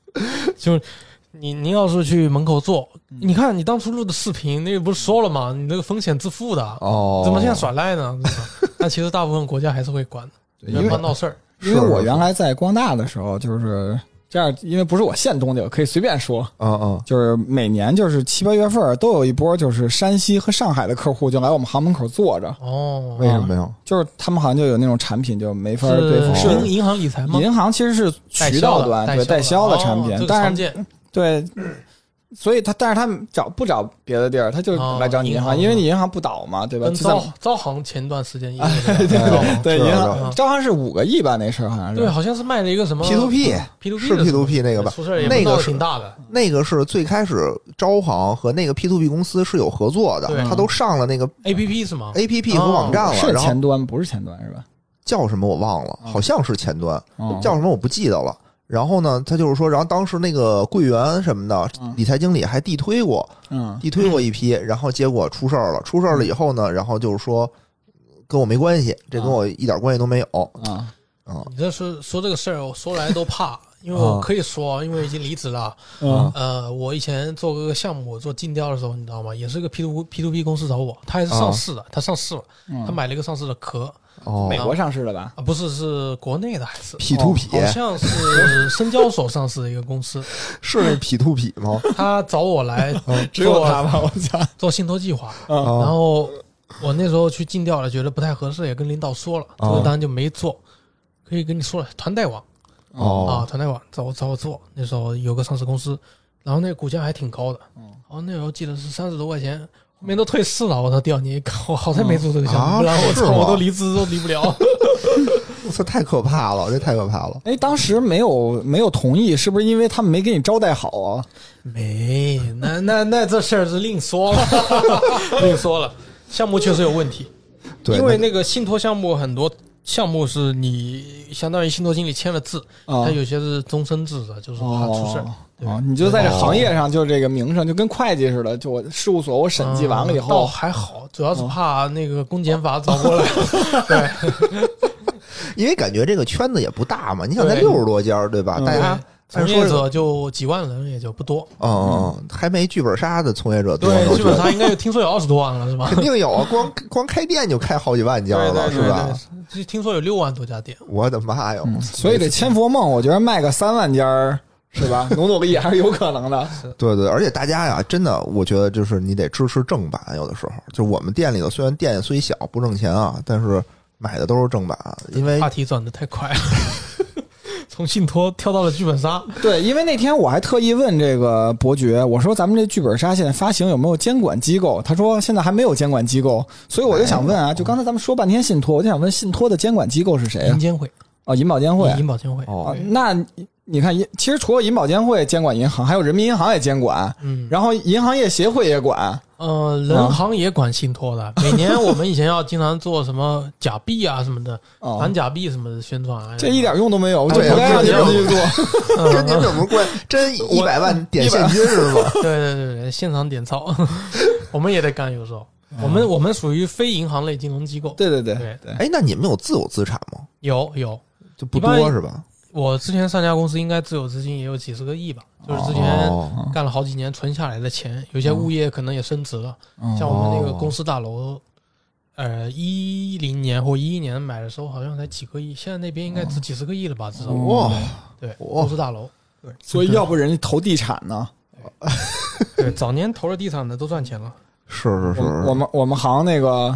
Speaker 3: 就是你，您要是去门口坐，
Speaker 1: 嗯
Speaker 3: 你看你当初录的视频，那个不是说了吗？你那个风险自负的，
Speaker 1: 哦？
Speaker 3: 怎么现在耍赖呢？ 是吧那其实大部分国家还是会管的，
Speaker 1: 对
Speaker 3: 人
Speaker 1: 因为
Speaker 3: 怕闹事儿。
Speaker 2: 因为我原来在光大的时候，就是这样，因为不是我县东的，我可以随便说。
Speaker 1: 嗯嗯
Speaker 2: 就是每年就是七八月份儿都有一波，就是山西和上海的客户就来我们行门口坐着，
Speaker 3: 哦，
Speaker 1: 为什么呀？
Speaker 2: 就是他们好像就有那种产品就没法儿对付。
Speaker 3: 是
Speaker 1: 是
Speaker 3: 银银行理财吗？
Speaker 2: 银行其实是
Speaker 3: 代
Speaker 2: 渠
Speaker 3: 销
Speaker 2: 道
Speaker 3: 的
Speaker 2: 端对代销
Speaker 3: 销
Speaker 2: 的产品，
Speaker 3: 哦这个
Speaker 2: 但
Speaker 3: 常
Speaker 2: 是
Speaker 3: 见
Speaker 2: 对，所以他但是他们找不找别的地儿，他就
Speaker 3: 哦
Speaker 2: 来找你银行，
Speaker 3: 银行
Speaker 2: 因为你银行不倒嘛，对吧？
Speaker 3: 跟
Speaker 2: 就在
Speaker 3: 招招行前段时间也有这个招行
Speaker 2: 对
Speaker 1: 是
Speaker 2: 银
Speaker 1: 的
Speaker 2: 行，招行是五个亿吧？那事儿好像
Speaker 3: 哦对，啊
Speaker 2: 是。
Speaker 3: 好像是卖了一个什么
Speaker 1: P to P
Speaker 3: P to P
Speaker 1: 是 P to P 那个吧？
Speaker 3: 出事儿也
Speaker 1: 那
Speaker 3: 闹
Speaker 1: 个
Speaker 3: 得
Speaker 1: 是
Speaker 3: 挺大的，
Speaker 1: 那个是最开始招行和那个 P to P 公司是有合作的
Speaker 3: 对，嗯
Speaker 1: 他都上了那个
Speaker 3: A P P 是
Speaker 2: 哎
Speaker 3: 吗？
Speaker 1: A P P 和网站了，
Speaker 2: 是
Speaker 1: 然后
Speaker 2: 前端，不是前端是吧？
Speaker 1: 叫什么我忘
Speaker 3: 嗯
Speaker 1: 了，好像是前端，
Speaker 2: 哦
Speaker 1: 叫什么我不记得了。然后呢，他就是说，然后当时那个柜员什么的
Speaker 2: 嗯，
Speaker 1: 理财经理还地推过，
Speaker 2: 嗯
Speaker 1: 地推过一批，然后结果出事儿了。出事儿了以后呢，然后就是说跟我没关系，这跟我一点关系都没有。
Speaker 2: 啊
Speaker 3: 你这是说这个事儿，我说来都怕，因
Speaker 2: 啊
Speaker 3: 为我可以说，啊因为已经离职了。
Speaker 2: 嗯
Speaker 3: 呃，我以前做过个项目，我做尽调的时候，你知道吗？也是个 P to P to P 公司找我，他还是上市的，他上市了，他
Speaker 2: 啊嗯，
Speaker 3: 买了一个上市的壳
Speaker 1: 哦
Speaker 2: 美国上市的吧？
Speaker 3: 啊，不是是国内的还是？哦
Speaker 1: ，P to
Speaker 3: 好
Speaker 1: P
Speaker 3: 像 是深交所上市的一个公司，
Speaker 1: 是那 P to P 吗？
Speaker 3: 他找我来
Speaker 2: 只有
Speaker 3: 做
Speaker 2: 他 吧？我操！
Speaker 3: 做信托计划，
Speaker 2: 嗯
Speaker 1: 哦
Speaker 3: 然后我那时候去尽调了，觉得不太合适，也跟领导说了，这个
Speaker 1: 哦
Speaker 3: 单就没做。可以跟你说了，团贷网啊，
Speaker 1: 哦，
Speaker 3: 团贷网找我找我做，那时候有个上市公司，然后那个股价还挺高的，
Speaker 2: 嗯
Speaker 3: 然后那时候记得是三十多块钱，后面都退市了，我操，掉你一个，我好在没做这个项
Speaker 1: 啊
Speaker 3: 目，不然我
Speaker 1: 是
Speaker 3: 操，
Speaker 1: 吗
Speaker 3: 我都离职都离不了。
Speaker 1: 这太可怕了，这太可怕了。
Speaker 2: 哎，当时没有没有同意，是不是因为他们没给你招待好啊？
Speaker 3: 没，那 那那这事儿是另 说了，另说了，项目确实有问题，
Speaker 1: 对，
Speaker 3: 因为
Speaker 1: 那
Speaker 3: 那个信托项目很多项目是你相当于信托经理签了字，
Speaker 2: 啊
Speaker 3: 它有些是终身制的，就是怕出事儿。对
Speaker 2: 哦，你就在这行业上，就这个名声就跟会计似的，就我事务所我审计完了以
Speaker 3: 嗯倒
Speaker 2: 后，
Speaker 3: 还好，主要是怕那个公检法找过来。
Speaker 1: 哦
Speaker 3: 对，
Speaker 1: 因为感觉这个圈子也不大嘛，你想才
Speaker 3: 对
Speaker 1: 六十多家，对吧？
Speaker 2: 嗯
Speaker 1: 大家按
Speaker 3: 从
Speaker 1: 哎说
Speaker 3: 业
Speaker 1: 是，
Speaker 3: 者就几万人，也就不多。
Speaker 1: 嗯嗯，嗯还没剧本杀的从业者多呢，我
Speaker 3: 剧
Speaker 1: 觉
Speaker 3: 本
Speaker 1: 得
Speaker 3: 杀应该有听说有二十多万了，是吧？
Speaker 1: 肯定有啊，光光开店就开好几万家了，
Speaker 3: 对
Speaker 1: 是
Speaker 3: 对嗯
Speaker 1: 吧？
Speaker 3: 对听说有六万多家店。
Speaker 1: 我的妈哟！
Speaker 2: 所以这千佛梦，我觉得卖个三万家儿是吧？努努力还是有可能的。
Speaker 1: 对对，而且大家呀，真的，我觉得就是你得支持正版。有的时候，就我们店里头，虽然店虽小不挣钱啊，但是买的都是正版，因为
Speaker 3: 话题转的太快了， 从信托跳到了剧本杀。
Speaker 2: 对，因为那天我还特意问这个伯爵，我说咱们这剧本杀现在发行有没有监管机构？他说现在还没有监管机构，所以我就想问啊，就刚才咱们说半天信托，我就想问信托的监管机构
Speaker 1: 哎
Speaker 2: 是谁
Speaker 3: 银
Speaker 2: 啊？
Speaker 3: 监会，
Speaker 2: 哦，银保监会。
Speaker 3: 银保监会。
Speaker 1: 哦
Speaker 2: 啊，那你你看，银其实除了银保监会监管银行，还有人民银行也监管，
Speaker 3: 嗯，
Speaker 2: 然后银行业协会也管。
Speaker 3: 呃，人行也管信托
Speaker 2: 啊
Speaker 3: 的。每年我们以前要经常做什么假币啊什么的，
Speaker 2: 哦
Speaker 3: 反假币什么的宣传啊。
Speaker 2: 这一点用都没有，就
Speaker 1: 对
Speaker 2: 不该让你
Speaker 1: 这
Speaker 2: 们
Speaker 1: 就
Speaker 2: 去做。
Speaker 3: 嗯
Speaker 1: 跟您有什么关？真一百万点现金是 吗？
Speaker 3: 对对对对，现场 点钞，我们也得干，有时候。
Speaker 2: 哦
Speaker 3: 我们我们属于非银行类金融机构，
Speaker 2: 对对对
Speaker 3: 对
Speaker 2: 对，
Speaker 1: 哎，那你们有自有资产吗？
Speaker 3: 有有。
Speaker 1: 就不
Speaker 3: 一
Speaker 1: 多
Speaker 3: 般
Speaker 1: 是吧？
Speaker 3: 我之前上家公司应该自有资金也有几十个亿吧，就是之前
Speaker 1: 哦，
Speaker 3: 干了好几年存下来的钱，有些物业可能也升值了，像我们那个公司大楼，呃，一零年或一一年买的时候好像才几个亿，现在那边应该值几十个亿了吧？至少
Speaker 1: 哇，
Speaker 3: 对，
Speaker 1: 哇
Speaker 3: 公司大楼，
Speaker 2: 所以要不人家投地产呢？
Speaker 3: 对，早年投了地产的都赚钱了，
Speaker 1: 是是是
Speaker 2: 我，
Speaker 3: 嗯
Speaker 2: 我们我们行那个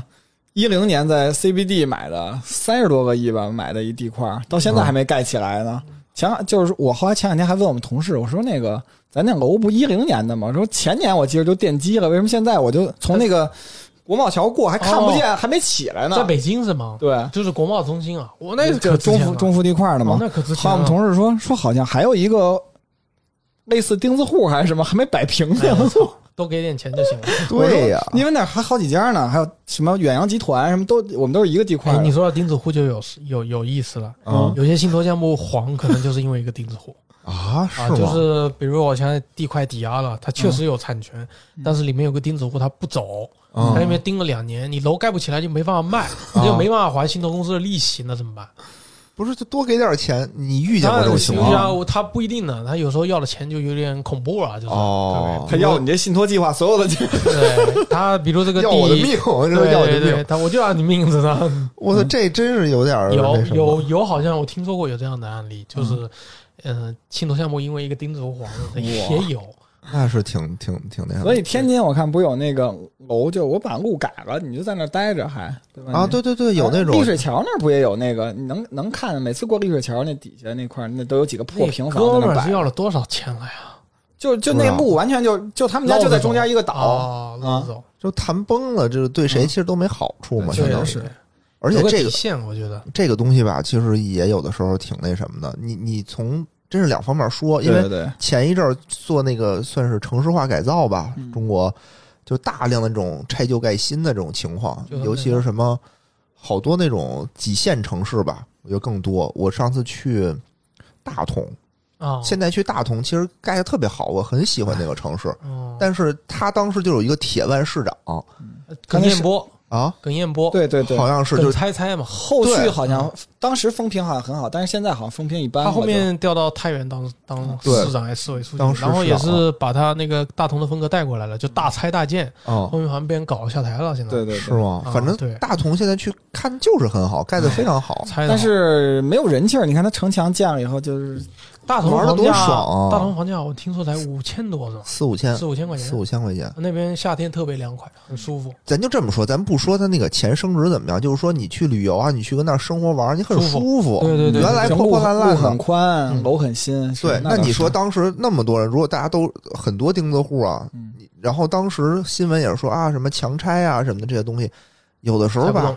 Speaker 2: 一零
Speaker 3: 嗯
Speaker 2: 年在 CBD 买的三十多个亿吧，买的一地块儿，到现在还没盖起来呢。前就是我后来前两天还问我们同事，我说那个咱那楼不一零年的吗？我说前年我记着就奠基了，为什么现在我就从那个国贸桥过还看不见，还没起来呢？
Speaker 3: 哦在北京是吗？
Speaker 2: 对，
Speaker 3: 就是国贸中心啊，我那
Speaker 2: 就
Speaker 3: 可值
Speaker 2: 中
Speaker 3: 钱
Speaker 2: 福
Speaker 3: 了
Speaker 2: 中福地块的
Speaker 3: 哦
Speaker 2: 嘛。
Speaker 3: 那可值
Speaker 2: 后
Speaker 3: 钱
Speaker 2: 来我
Speaker 3: 了。
Speaker 2: 们同事说说好像还有一个类似钉子户还是什么还没摆平
Speaker 3: 哎
Speaker 2: 呢。
Speaker 3: 我操多给点钱就行了。
Speaker 1: 对呀、
Speaker 2: 因为那儿还好几家呢，还有什么远洋集团什么都，我们都是一个地块
Speaker 3: 哎，
Speaker 2: 的。
Speaker 3: 你说到钉子户就有有有意思了。
Speaker 1: 嗯
Speaker 3: 有些信托项目黄，可能就是因为一个钉子户
Speaker 1: 啊，
Speaker 3: 啊，
Speaker 1: 吗？
Speaker 3: 就是比如我现在地块抵押了，它确实有产权，但是里面有个钉子户他不走，
Speaker 1: 嗯
Speaker 3: 他那边盯了两年，你楼盖不起来就没办法卖，你就没办法还信托公司的利息，那怎么办？
Speaker 1: 嗯不是就多给点钱？你遇见过这种情
Speaker 3: 当
Speaker 1: 况？
Speaker 3: 然他不一定呢，他有时候要的钱就有点恐怖了，就是
Speaker 1: 哦
Speaker 2: 他要你这信托计划所有的钱，
Speaker 3: 对他比如这个地
Speaker 1: 要我的 命，
Speaker 3: 对
Speaker 1: 这是要我的
Speaker 3: 对对，
Speaker 1: 命！
Speaker 3: 他我就要你命 子呢。
Speaker 1: 我操，这真是有点儿
Speaker 3: 有
Speaker 1: 那什么
Speaker 3: 有有，好像我听说过有这样的案例，就是嗯，信托项目因为一个钉子户黄了也有，
Speaker 1: 那是挺挺挺那什么。
Speaker 2: 所以天津我看不是有那个楼，就我把路改了，你就在那儿待着还对吧？
Speaker 1: 啊，对对对，
Speaker 2: 你，哎
Speaker 1: 有那种
Speaker 2: 丽水桥那儿不也有那个？你能能看，每次过丽水桥那底下那块儿，那都有几个破平
Speaker 3: 那
Speaker 2: 房在
Speaker 3: 哥
Speaker 2: 那
Speaker 3: 们
Speaker 2: 儿
Speaker 3: 儿是
Speaker 2: 摆，
Speaker 3: 要了多少钱了呀？
Speaker 2: 就就
Speaker 1: 不知
Speaker 2: 那
Speaker 1: 道
Speaker 2: 路完全就就他们家就在中间一个岛，
Speaker 1: 哦
Speaker 3: 啊，老总，
Speaker 1: 就谈崩了，就是对谁其实都没好处嘛，
Speaker 2: 嗯
Speaker 1: 相
Speaker 3: 嗯对
Speaker 1: 当于
Speaker 2: 是。
Speaker 1: 而且
Speaker 3: 有个
Speaker 1: 这
Speaker 3: 底
Speaker 1: 个
Speaker 3: 线，我觉得
Speaker 1: 这个东西吧，其实也有的时候挺那什么的。你你从真是两方面说，因
Speaker 2: 对对
Speaker 1: 为
Speaker 2: 对，
Speaker 1: 前一阵儿做那个算是城市化改造吧，
Speaker 2: 嗯
Speaker 1: 中国就大量的这种拆旧盖新的这种情况
Speaker 3: 就，是
Speaker 1: 尤其是什么好多那种几线城市吧，我觉得更多。我上次去大同，
Speaker 3: 啊，
Speaker 1: 现在去大同其实盖的特别好，我很喜欢那个城市。
Speaker 3: 哦
Speaker 1: 但是他当时就有一个铁腕市长
Speaker 3: 耿彦波，
Speaker 1: 啊，
Speaker 3: 耿彦波，
Speaker 2: 对对对
Speaker 1: 好。像是
Speaker 3: 耿
Speaker 1: 就是
Speaker 3: 猜猜嘛，
Speaker 2: 后续
Speaker 1: 对
Speaker 2: 好像当时风评好像很好，但是现在好像风评一般了
Speaker 3: 他
Speaker 2: 就。
Speaker 3: 后面调到太原当当
Speaker 1: 对
Speaker 3: 市长还是市委书记
Speaker 1: 当，时
Speaker 3: 然后
Speaker 1: 市
Speaker 3: 也
Speaker 1: 长
Speaker 3: 是把他那个大同的风格带过来了，就大拆大建，
Speaker 1: 哦
Speaker 3: 后面好像被人搞下台了，现在
Speaker 2: 对对
Speaker 1: 是
Speaker 2: 对，
Speaker 1: 吗
Speaker 3: 啊？
Speaker 1: 反正
Speaker 3: 对哎
Speaker 1: 大同现在去看就是很好，盖的非常好。
Speaker 3: 拆了。
Speaker 2: 但是没有人气儿。你看他城墙建了以后，就是
Speaker 3: 大同
Speaker 1: 玩得
Speaker 3: 房
Speaker 1: 多
Speaker 3: 价，
Speaker 1: 爽啊
Speaker 3: 大同房价我听说才五千多是吧？
Speaker 1: 四五千，
Speaker 3: 四五千块钱
Speaker 1: 四五千块钱。
Speaker 3: 那边夏天特别凉快，很舒服。
Speaker 1: 咱就这么说，咱不说他那个钱升值怎么样，就是说你去旅游啊，你去跟那儿生活玩儿，你很
Speaker 3: 舒服
Speaker 1: 舒服。
Speaker 3: 对对对
Speaker 1: 原来
Speaker 2: 整
Speaker 1: 破
Speaker 2: 路
Speaker 1: 破烂烂
Speaker 2: 路很
Speaker 1: 的。
Speaker 2: 宽，
Speaker 3: 嗯
Speaker 2: 楼很新。是
Speaker 1: 对，那
Speaker 2: 倒
Speaker 1: 你
Speaker 2: 是
Speaker 1: 说当时那么多人，如果大家都很多钉子户啊，
Speaker 2: 嗯
Speaker 1: 你然后当时新闻也是说啊，什么强拆啊什么的这些东西，有的时候
Speaker 3: 拆不
Speaker 1: 吧
Speaker 3: 动，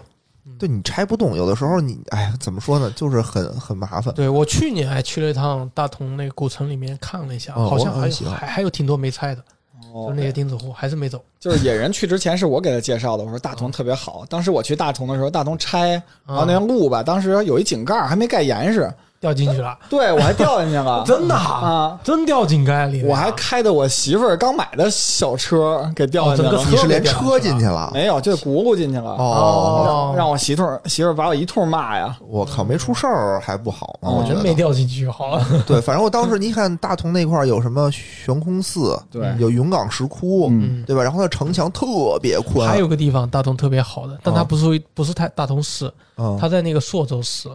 Speaker 3: 嗯
Speaker 1: 对你拆不动，有的时候你哎呀，怎么说呢，就是很很麻烦。
Speaker 3: 对我去年还去了一趟大同那个古城里面看了一下，
Speaker 1: 哦
Speaker 3: 好
Speaker 1: 我
Speaker 3: 像还
Speaker 1: 很
Speaker 3: 有
Speaker 1: 喜欢
Speaker 3: 还还有挺多没拆的，就
Speaker 2: 哦
Speaker 3: 是那些钉子户还是没走。
Speaker 2: 就是野人去之前是我给他介绍的，我说大同特别好。当时我去大同的时候，大同拆，
Speaker 3: 啊
Speaker 2: 然啊后那条路吧，当时有一井盖儿还没盖严实，
Speaker 3: 掉进去了，
Speaker 2: 对我还掉进去 了，
Speaker 3: 真的啊
Speaker 2: 啊！
Speaker 3: 真掉井盖里了呀。
Speaker 2: 我还开的我媳妇儿刚买的小车给掉进去
Speaker 3: 哦
Speaker 2: 了，
Speaker 3: 整个
Speaker 1: 你是连车进去了？
Speaker 2: 没有，就轱辘进去了。
Speaker 1: 哦，
Speaker 3: 哎哦
Speaker 2: 让我媳妇儿媳妇儿把我一通骂呀，
Speaker 1: 我靠，没出事儿还不好吗？
Speaker 2: 嗯
Speaker 1: 我觉
Speaker 3: 人哦没
Speaker 1: 得
Speaker 3: 掉进去，好了。
Speaker 1: 对，反正我当时你看大同那块儿有什么悬空寺，
Speaker 2: 对
Speaker 1: 有云冈石窟，
Speaker 2: 嗯
Speaker 1: 对吧？然后它城墙特别宽，
Speaker 3: 还有个地方大同特别好的，但它不是不是太大同市，
Speaker 1: 嗯
Speaker 3: 它在那个朔州市，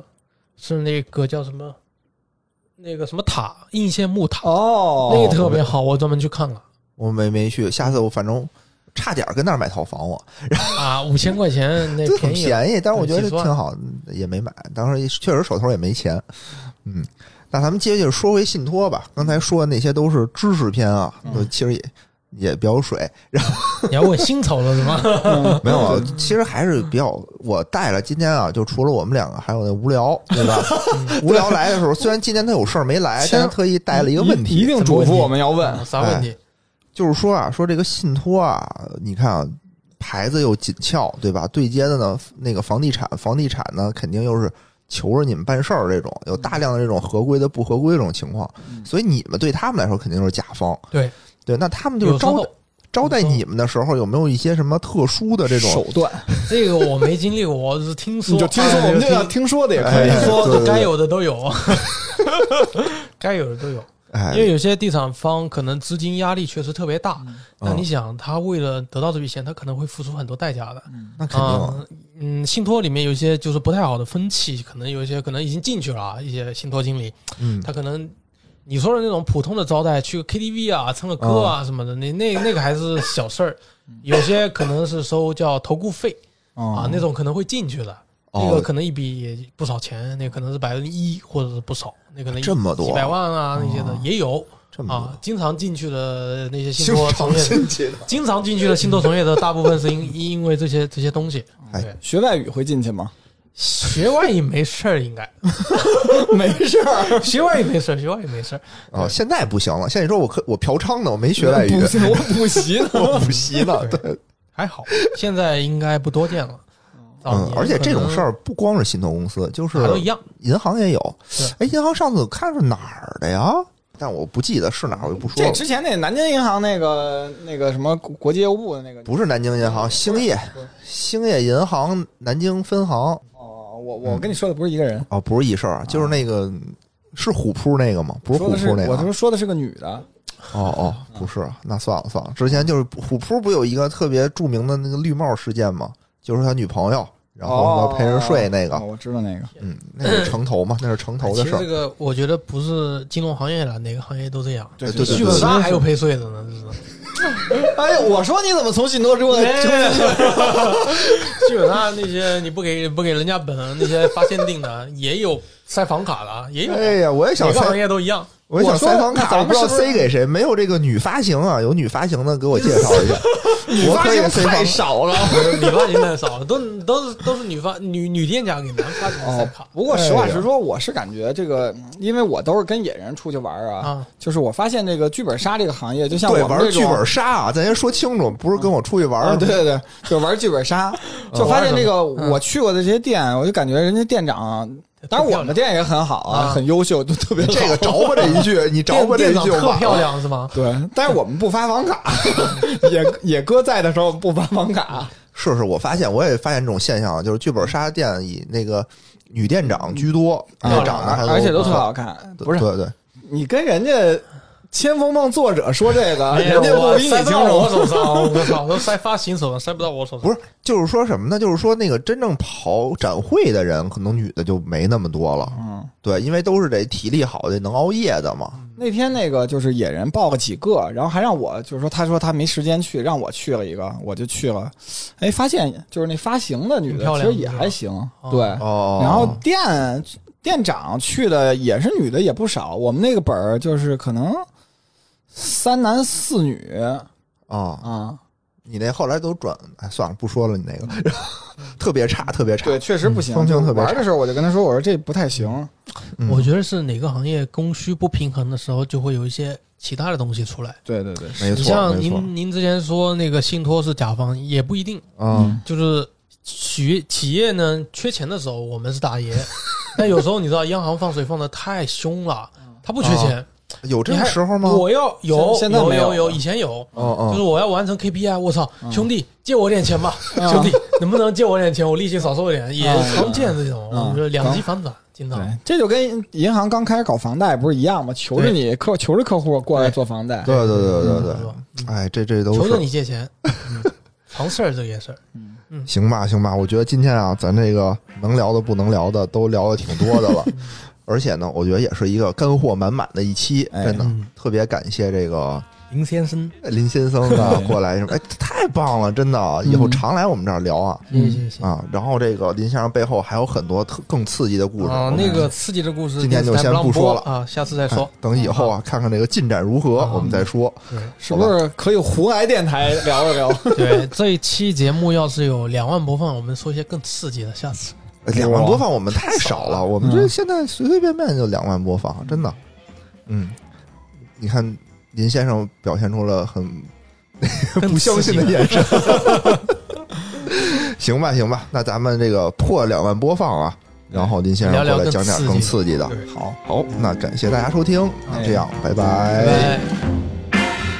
Speaker 3: 是那个叫什么，那个什么塔应县木塔，
Speaker 2: 哦，
Speaker 3: 那个特别好，我专门去看了
Speaker 1: 我没没去，下次我反正差点跟那儿买套房，我
Speaker 3: 啊，五千块钱那
Speaker 1: 这很
Speaker 3: 便宜了，
Speaker 1: 便宜，但是我觉得
Speaker 3: 对几十万
Speaker 1: 挺好，也没买。当时确实手头也没钱，嗯。那咱们接着说回信托吧，刚才说的那些都是知识篇啊，
Speaker 3: 嗯
Speaker 1: 就其实也也比较水，
Speaker 3: 你要问薪酬了是吗？
Speaker 1: 没有，啊，其实还是比较我带了。今天啊，就除了我们两个，还有那无聊，对吧？无聊来的时候，虽然今天他有事儿没来，
Speaker 2: 其实
Speaker 1: 但是特意带了一个问
Speaker 2: 一一
Speaker 1: 题，
Speaker 2: 定嘱咐我们要问，
Speaker 3: 啥问题？
Speaker 1: 就是说啊，说这个信托啊，你看啊，牌子又紧俏，对吧？对接的呢，那个房地产，房地产呢，肯定又是求着你们办事儿这种，有大量的这种合规的、不合规的这种情况，所以你们对他们来说肯定就是甲方，
Speaker 3: 对，
Speaker 1: 对，那他们就是
Speaker 3: 有时
Speaker 1: 招
Speaker 3: 候
Speaker 1: 待招待
Speaker 3: 有时候
Speaker 1: 你们的时候，有没有一些什么特殊的这种
Speaker 2: 手段，
Speaker 3: 这个我没经历过，我只是听说，
Speaker 2: 你就听说，
Speaker 3: 哎
Speaker 2: 我们就
Speaker 3: 听
Speaker 2: 要听说的也可以
Speaker 1: 哎。
Speaker 3: 说
Speaker 1: 对对对
Speaker 3: 该有的都有， 该有的都有。
Speaker 1: 哎
Speaker 3: 因为有些地产方可能资金压力确实特别大，那
Speaker 1: 嗯
Speaker 3: 你想，他为了得到这笔钱，他可能会付出很多代价的。
Speaker 1: 那肯定啊
Speaker 3: 啊，嗯，信托里面有一些就是不太好的风气，可能有一些可能已经进去了啊，一些信托经理，
Speaker 1: 嗯
Speaker 3: 他可能你说的那种普通的招待，去个 KTV 啊，唱个歌啊什么的，那那那个还是小事儿，有些可能是收叫投顾费啊，那种可能会进去的。那个
Speaker 1: 哦，
Speaker 3: 可能一笔也不少钱，那可能是百分之一或者是不少，那可能一
Speaker 1: 这么多哦
Speaker 3: 几百万啊那些的也有
Speaker 1: 这么
Speaker 3: 啊
Speaker 1: 多。
Speaker 3: 经常进去的那些信
Speaker 1: 经
Speaker 3: 托
Speaker 1: 常
Speaker 3: 从业者，
Speaker 1: 进去的，
Speaker 3: 经常进去的信托从业者，大部分是因因为这些这些东西。
Speaker 1: 哎
Speaker 3: 对，
Speaker 2: 学外语会进去吗？
Speaker 3: 学外语没事儿，应该
Speaker 2: 没事儿，
Speaker 3: 学外语没事儿，学外语没事儿。
Speaker 1: 哦，现在不行了。现在你说我可我嫖娼呢，我没学外语
Speaker 2: 补，习 我补习呢。
Speaker 1: 我补习呢。
Speaker 3: 对
Speaker 1: 对，
Speaker 3: 还好，现在应该不多见了。早
Speaker 2: 啊
Speaker 1: 嗯，
Speaker 3: 年
Speaker 1: 而且这
Speaker 3: 可
Speaker 1: 种
Speaker 3: 能
Speaker 1: 事儿不光是信托公司，就是
Speaker 3: 哪都一样。
Speaker 1: 银行也有
Speaker 3: 是。
Speaker 1: 哎，银行上次看是哪儿的呀？但我不记得是哪儿，我就不说
Speaker 2: 这
Speaker 1: 了。
Speaker 2: 之前那南京银行那个那个什么国国际业务部的那个
Speaker 1: 不是南京银行，兴业
Speaker 2: 不是，
Speaker 1: 兴业银行南京分行
Speaker 2: 哦，我我跟你说的不是一个人，
Speaker 1: 哦，不是一事儿，就是那个是虎扑那个吗？不是
Speaker 2: 啊说
Speaker 1: 虎
Speaker 2: 的是
Speaker 1: 扑那个
Speaker 2: 我
Speaker 1: 啊
Speaker 2: 就，是说的是个女的，
Speaker 1: 哦哦，
Speaker 2: 嗯
Speaker 1: 不是，那算了算了。之前就是虎扑不有一个特别著名的那个绿帽事件吗？就是他女朋友，然后什么
Speaker 2: 哦
Speaker 1: 陪人睡那个，
Speaker 2: 哦哎我知道那个
Speaker 1: 嗯，那是城投 嘛，那是城投的
Speaker 3: 其实
Speaker 1: 事儿
Speaker 3: 这。个我觉得不是金融行业了，哪个行业都这样。
Speaker 1: 对对对
Speaker 3: 剧本杀还有陪睡的呢，这是。
Speaker 2: 哎，我说你怎么从信托之外
Speaker 3: 基本上那些你不给不给人家本，那些发限定的也有塞房卡的，啊也有，
Speaker 1: 哎呀，我也想
Speaker 3: 每个行
Speaker 1: 采，
Speaker 3: 业都一样。
Speaker 1: 我也想
Speaker 2: 我说
Speaker 1: 采访
Speaker 2: 那
Speaker 1: 卡，
Speaker 2: 咱
Speaker 1: 我
Speaker 2: 们
Speaker 1: 不知道
Speaker 2: 是不是
Speaker 1: 塞给谁，没有这个女发行啊，有女发行的给我介绍一 下。
Speaker 2: 女
Speaker 1: 我
Speaker 2: 发
Speaker 1: 可以
Speaker 2: 行
Speaker 1: 塞
Speaker 2: 太
Speaker 1: 房
Speaker 2: 少了。
Speaker 3: 女发行太少了，都都是都是女发女女店家给男发行塞卡
Speaker 2: 不过实话
Speaker 1: 哎呀
Speaker 2: 实说，我是感觉这个，嗯因为我都是跟野人出去玩儿啊，
Speaker 3: 啊。
Speaker 2: 就是我发现这个剧本杀这个行业，就像
Speaker 1: 对，
Speaker 2: 我们
Speaker 1: 玩
Speaker 2: 这
Speaker 1: 剧
Speaker 2: 种
Speaker 1: 本杀啊，咱先说清楚，不是跟我出去玩
Speaker 2: 啊，
Speaker 1: 儿。
Speaker 2: 对对对，就玩剧 本杀，就发现这
Speaker 1: 哦
Speaker 2: 个我去过的这些店，我就感觉人家店长，当然我们的店也很好啊，
Speaker 3: 啊
Speaker 2: 很优秀，都 特别好
Speaker 1: 这个着吧这一句，你着
Speaker 3: 店
Speaker 1: 吧这
Speaker 3: 店
Speaker 1: 一
Speaker 3: 长
Speaker 1: 句，
Speaker 3: 特漂
Speaker 1: 亮。
Speaker 3: 亮是吗？
Speaker 2: 对，但是我们不发房卡， 也也哥在的时候不发房卡，
Speaker 1: 是是，我发现我也发现这种现象，就是剧本杀店以那个女店长居多，
Speaker 2: 啊
Speaker 1: 店长呢还
Speaker 2: 而且都特
Speaker 1: 好。
Speaker 2: 好看，不是
Speaker 1: 对对，
Speaker 2: 你跟人家。千风梦作者说这个，
Speaker 3: 哎呀
Speaker 2: 人家不
Speaker 3: 我
Speaker 2: 比你
Speaker 3: 塞
Speaker 2: 清
Speaker 3: 不到我
Speaker 2: 楚。
Speaker 3: 手上，我操，都塞发行手上，塞不到我手上。
Speaker 1: 不是，就是说什么呢？就是说那个真正跑展会的人，可能女的就没那么多了。
Speaker 2: 嗯，
Speaker 1: 对，因为都是得体力好的，能熬夜的嘛。
Speaker 2: 那天那个就是野人报了几个，然后还让我就是说，他说他没时间去，让我去了一个，我就去了。哎，发现就是那发行的女
Speaker 3: 挺
Speaker 2: 的
Speaker 3: 漂
Speaker 2: 其
Speaker 3: 亮
Speaker 2: 实
Speaker 3: 的
Speaker 2: 也
Speaker 3: 是吧
Speaker 2: 还行，
Speaker 3: 哦
Speaker 2: 对。
Speaker 1: 哦，
Speaker 2: 然后店店长去的也是女的也不少，我们那个本儿就是可能三男四女
Speaker 1: 啊，
Speaker 2: 啊，
Speaker 1: 你那后来都转，哎，算了，不说了，你那个 特别差，特别差。
Speaker 2: 对，确实不
Speaker 1: 嗯
Speaker 2: 行。
Speaker 1: 风评特别
Speaker 2: 玩
Speaker 1: 差
Speaker 2: 的时候我就跟他说，我说这不太行，
Speaker 1: 嗯
Speaker 3: 我觉得是哪个行业供需不平衡的时候，就会有一些其他的东西出来。
Speaker 2: 对对对，
Speaker 1: 没
Speaker 3: 你
Speaker 1: 错，
Speaker 3: 像
Speaker 1: 没错。
Speaker 3: 您您之前说那个信托是甲方，也不一定，
Speaker 1: 嗯，
Speaker 3: 就是企企业呢缺钱的时候我们 是大爷，但有时候你知道央行放水放的太凶了，
Speaker 1: 嗯
Speaker 3: 他不缺
Speaker 1: 哦
Speaker 3: 钱，
Speaker 1: 有这
Speaker 3: 你
Speaker 1: 个
Speaker 3: 还
Speaker 1: 时候吗？
Speaker 3: 我要有
Speaker 2: 现在
Speaker 3: 有
Speaker 2: 没有
Speaker 3: 有
Speaker 2: 了
Speaker 3: 有以前有。
Speaker 1: 哦哦
Speaker 3: 就是我要完成 KPI，我操，
Speaker 1: 嗯
Speaker 3: 兄弟借我点钱吧，
Speaker 2: 嗯
Speaker 3: 兄弟能不能借我点钱，我利息少收一点，也
Speaker 2: 嗯
Speaker 3: 常见这种，
Speaker 2: 嗯
Speaker 3: 我们说两极反转，经常
Speaker 2: 对，这就跟银行刚开始搞房贷不是一样吗？求着你客，求着客户过来做房贷。
Speaker 1: 对对对对对
Speaker 3: 是嗯吧
Speaker 1: 对，哎，这这都
Speaker 3: 求着
Speaker 1: 是
Speaker 3: 你借钱， 常事儿这件事儿，
Speaker 1: 行吧行吧。我觉得今天啊，咱这个能聊的不能聊的都聊的挺多的了，而且呢，我觉得也是一个干货满满的一期，
Speaker 2: 哎
Speaker 1: 真的
Speaker 3: 嗯
Speaker 1: 特别感谢这个
Speaker 3: 林先生，
Speaker 1: 林先生啊过来，哎，太棒了，真的，啊以后常来我们这儿聊啊。
Speaker 3: 谢谢谢谢。
Speaker 1: 啊，然后这个林先生背后还有很多特更刺激的故事
Speaker 3: 啊，
Speaker 1: 我们
Speaker 3: 那个刺激的故事
Speaker 1: 今天就
Speaker 3: 电视台
Speaker 1: 先
Speaker 3: 让
Speaker 1: 不说
Speaker 3: 播
Speaker 1: 了
Speaker 3: 啊，下次再说 嗯
Speaker 1: 哎。等以后啊，看看这个进展如何，
Speaker 3: 啊
Speaker 1: 我们再说。
Speaker 2: 是不是可以胡来电台聊一聊？
Speaker 3: 对对，这一期节目要是有两万播放，我们说一些更刺激的。下 次
Speaker 1: 哎两万播放我们太少了，我们
Speaker 2: 嗯
Speaker 1: 这现在随随便便就两万播放，真的。嗯，你看林先生表现出了很
Speaker 3: 更
Speaker 1: 不相信的
Speaker 3: 刺激
Speaker 1: 眼神。 行吧，行吧，那咱们这个破两万播放啊，然后林先生
Speaker 3: 聊聊
Speaker 1: 过来
Speaker 3: 更
Speaker 1: 讲点
Speaker 3: 刺
Speaker 1: 更
Speaker 3: 激
Speaker 1: 刺激的。
Speaker 3: 对嗯
Speaker 2: 好，
Speaker 1: 好，那感谢大家收听，那这样，拜
Speaker 3: 拜拜。
Speaker 1: 哎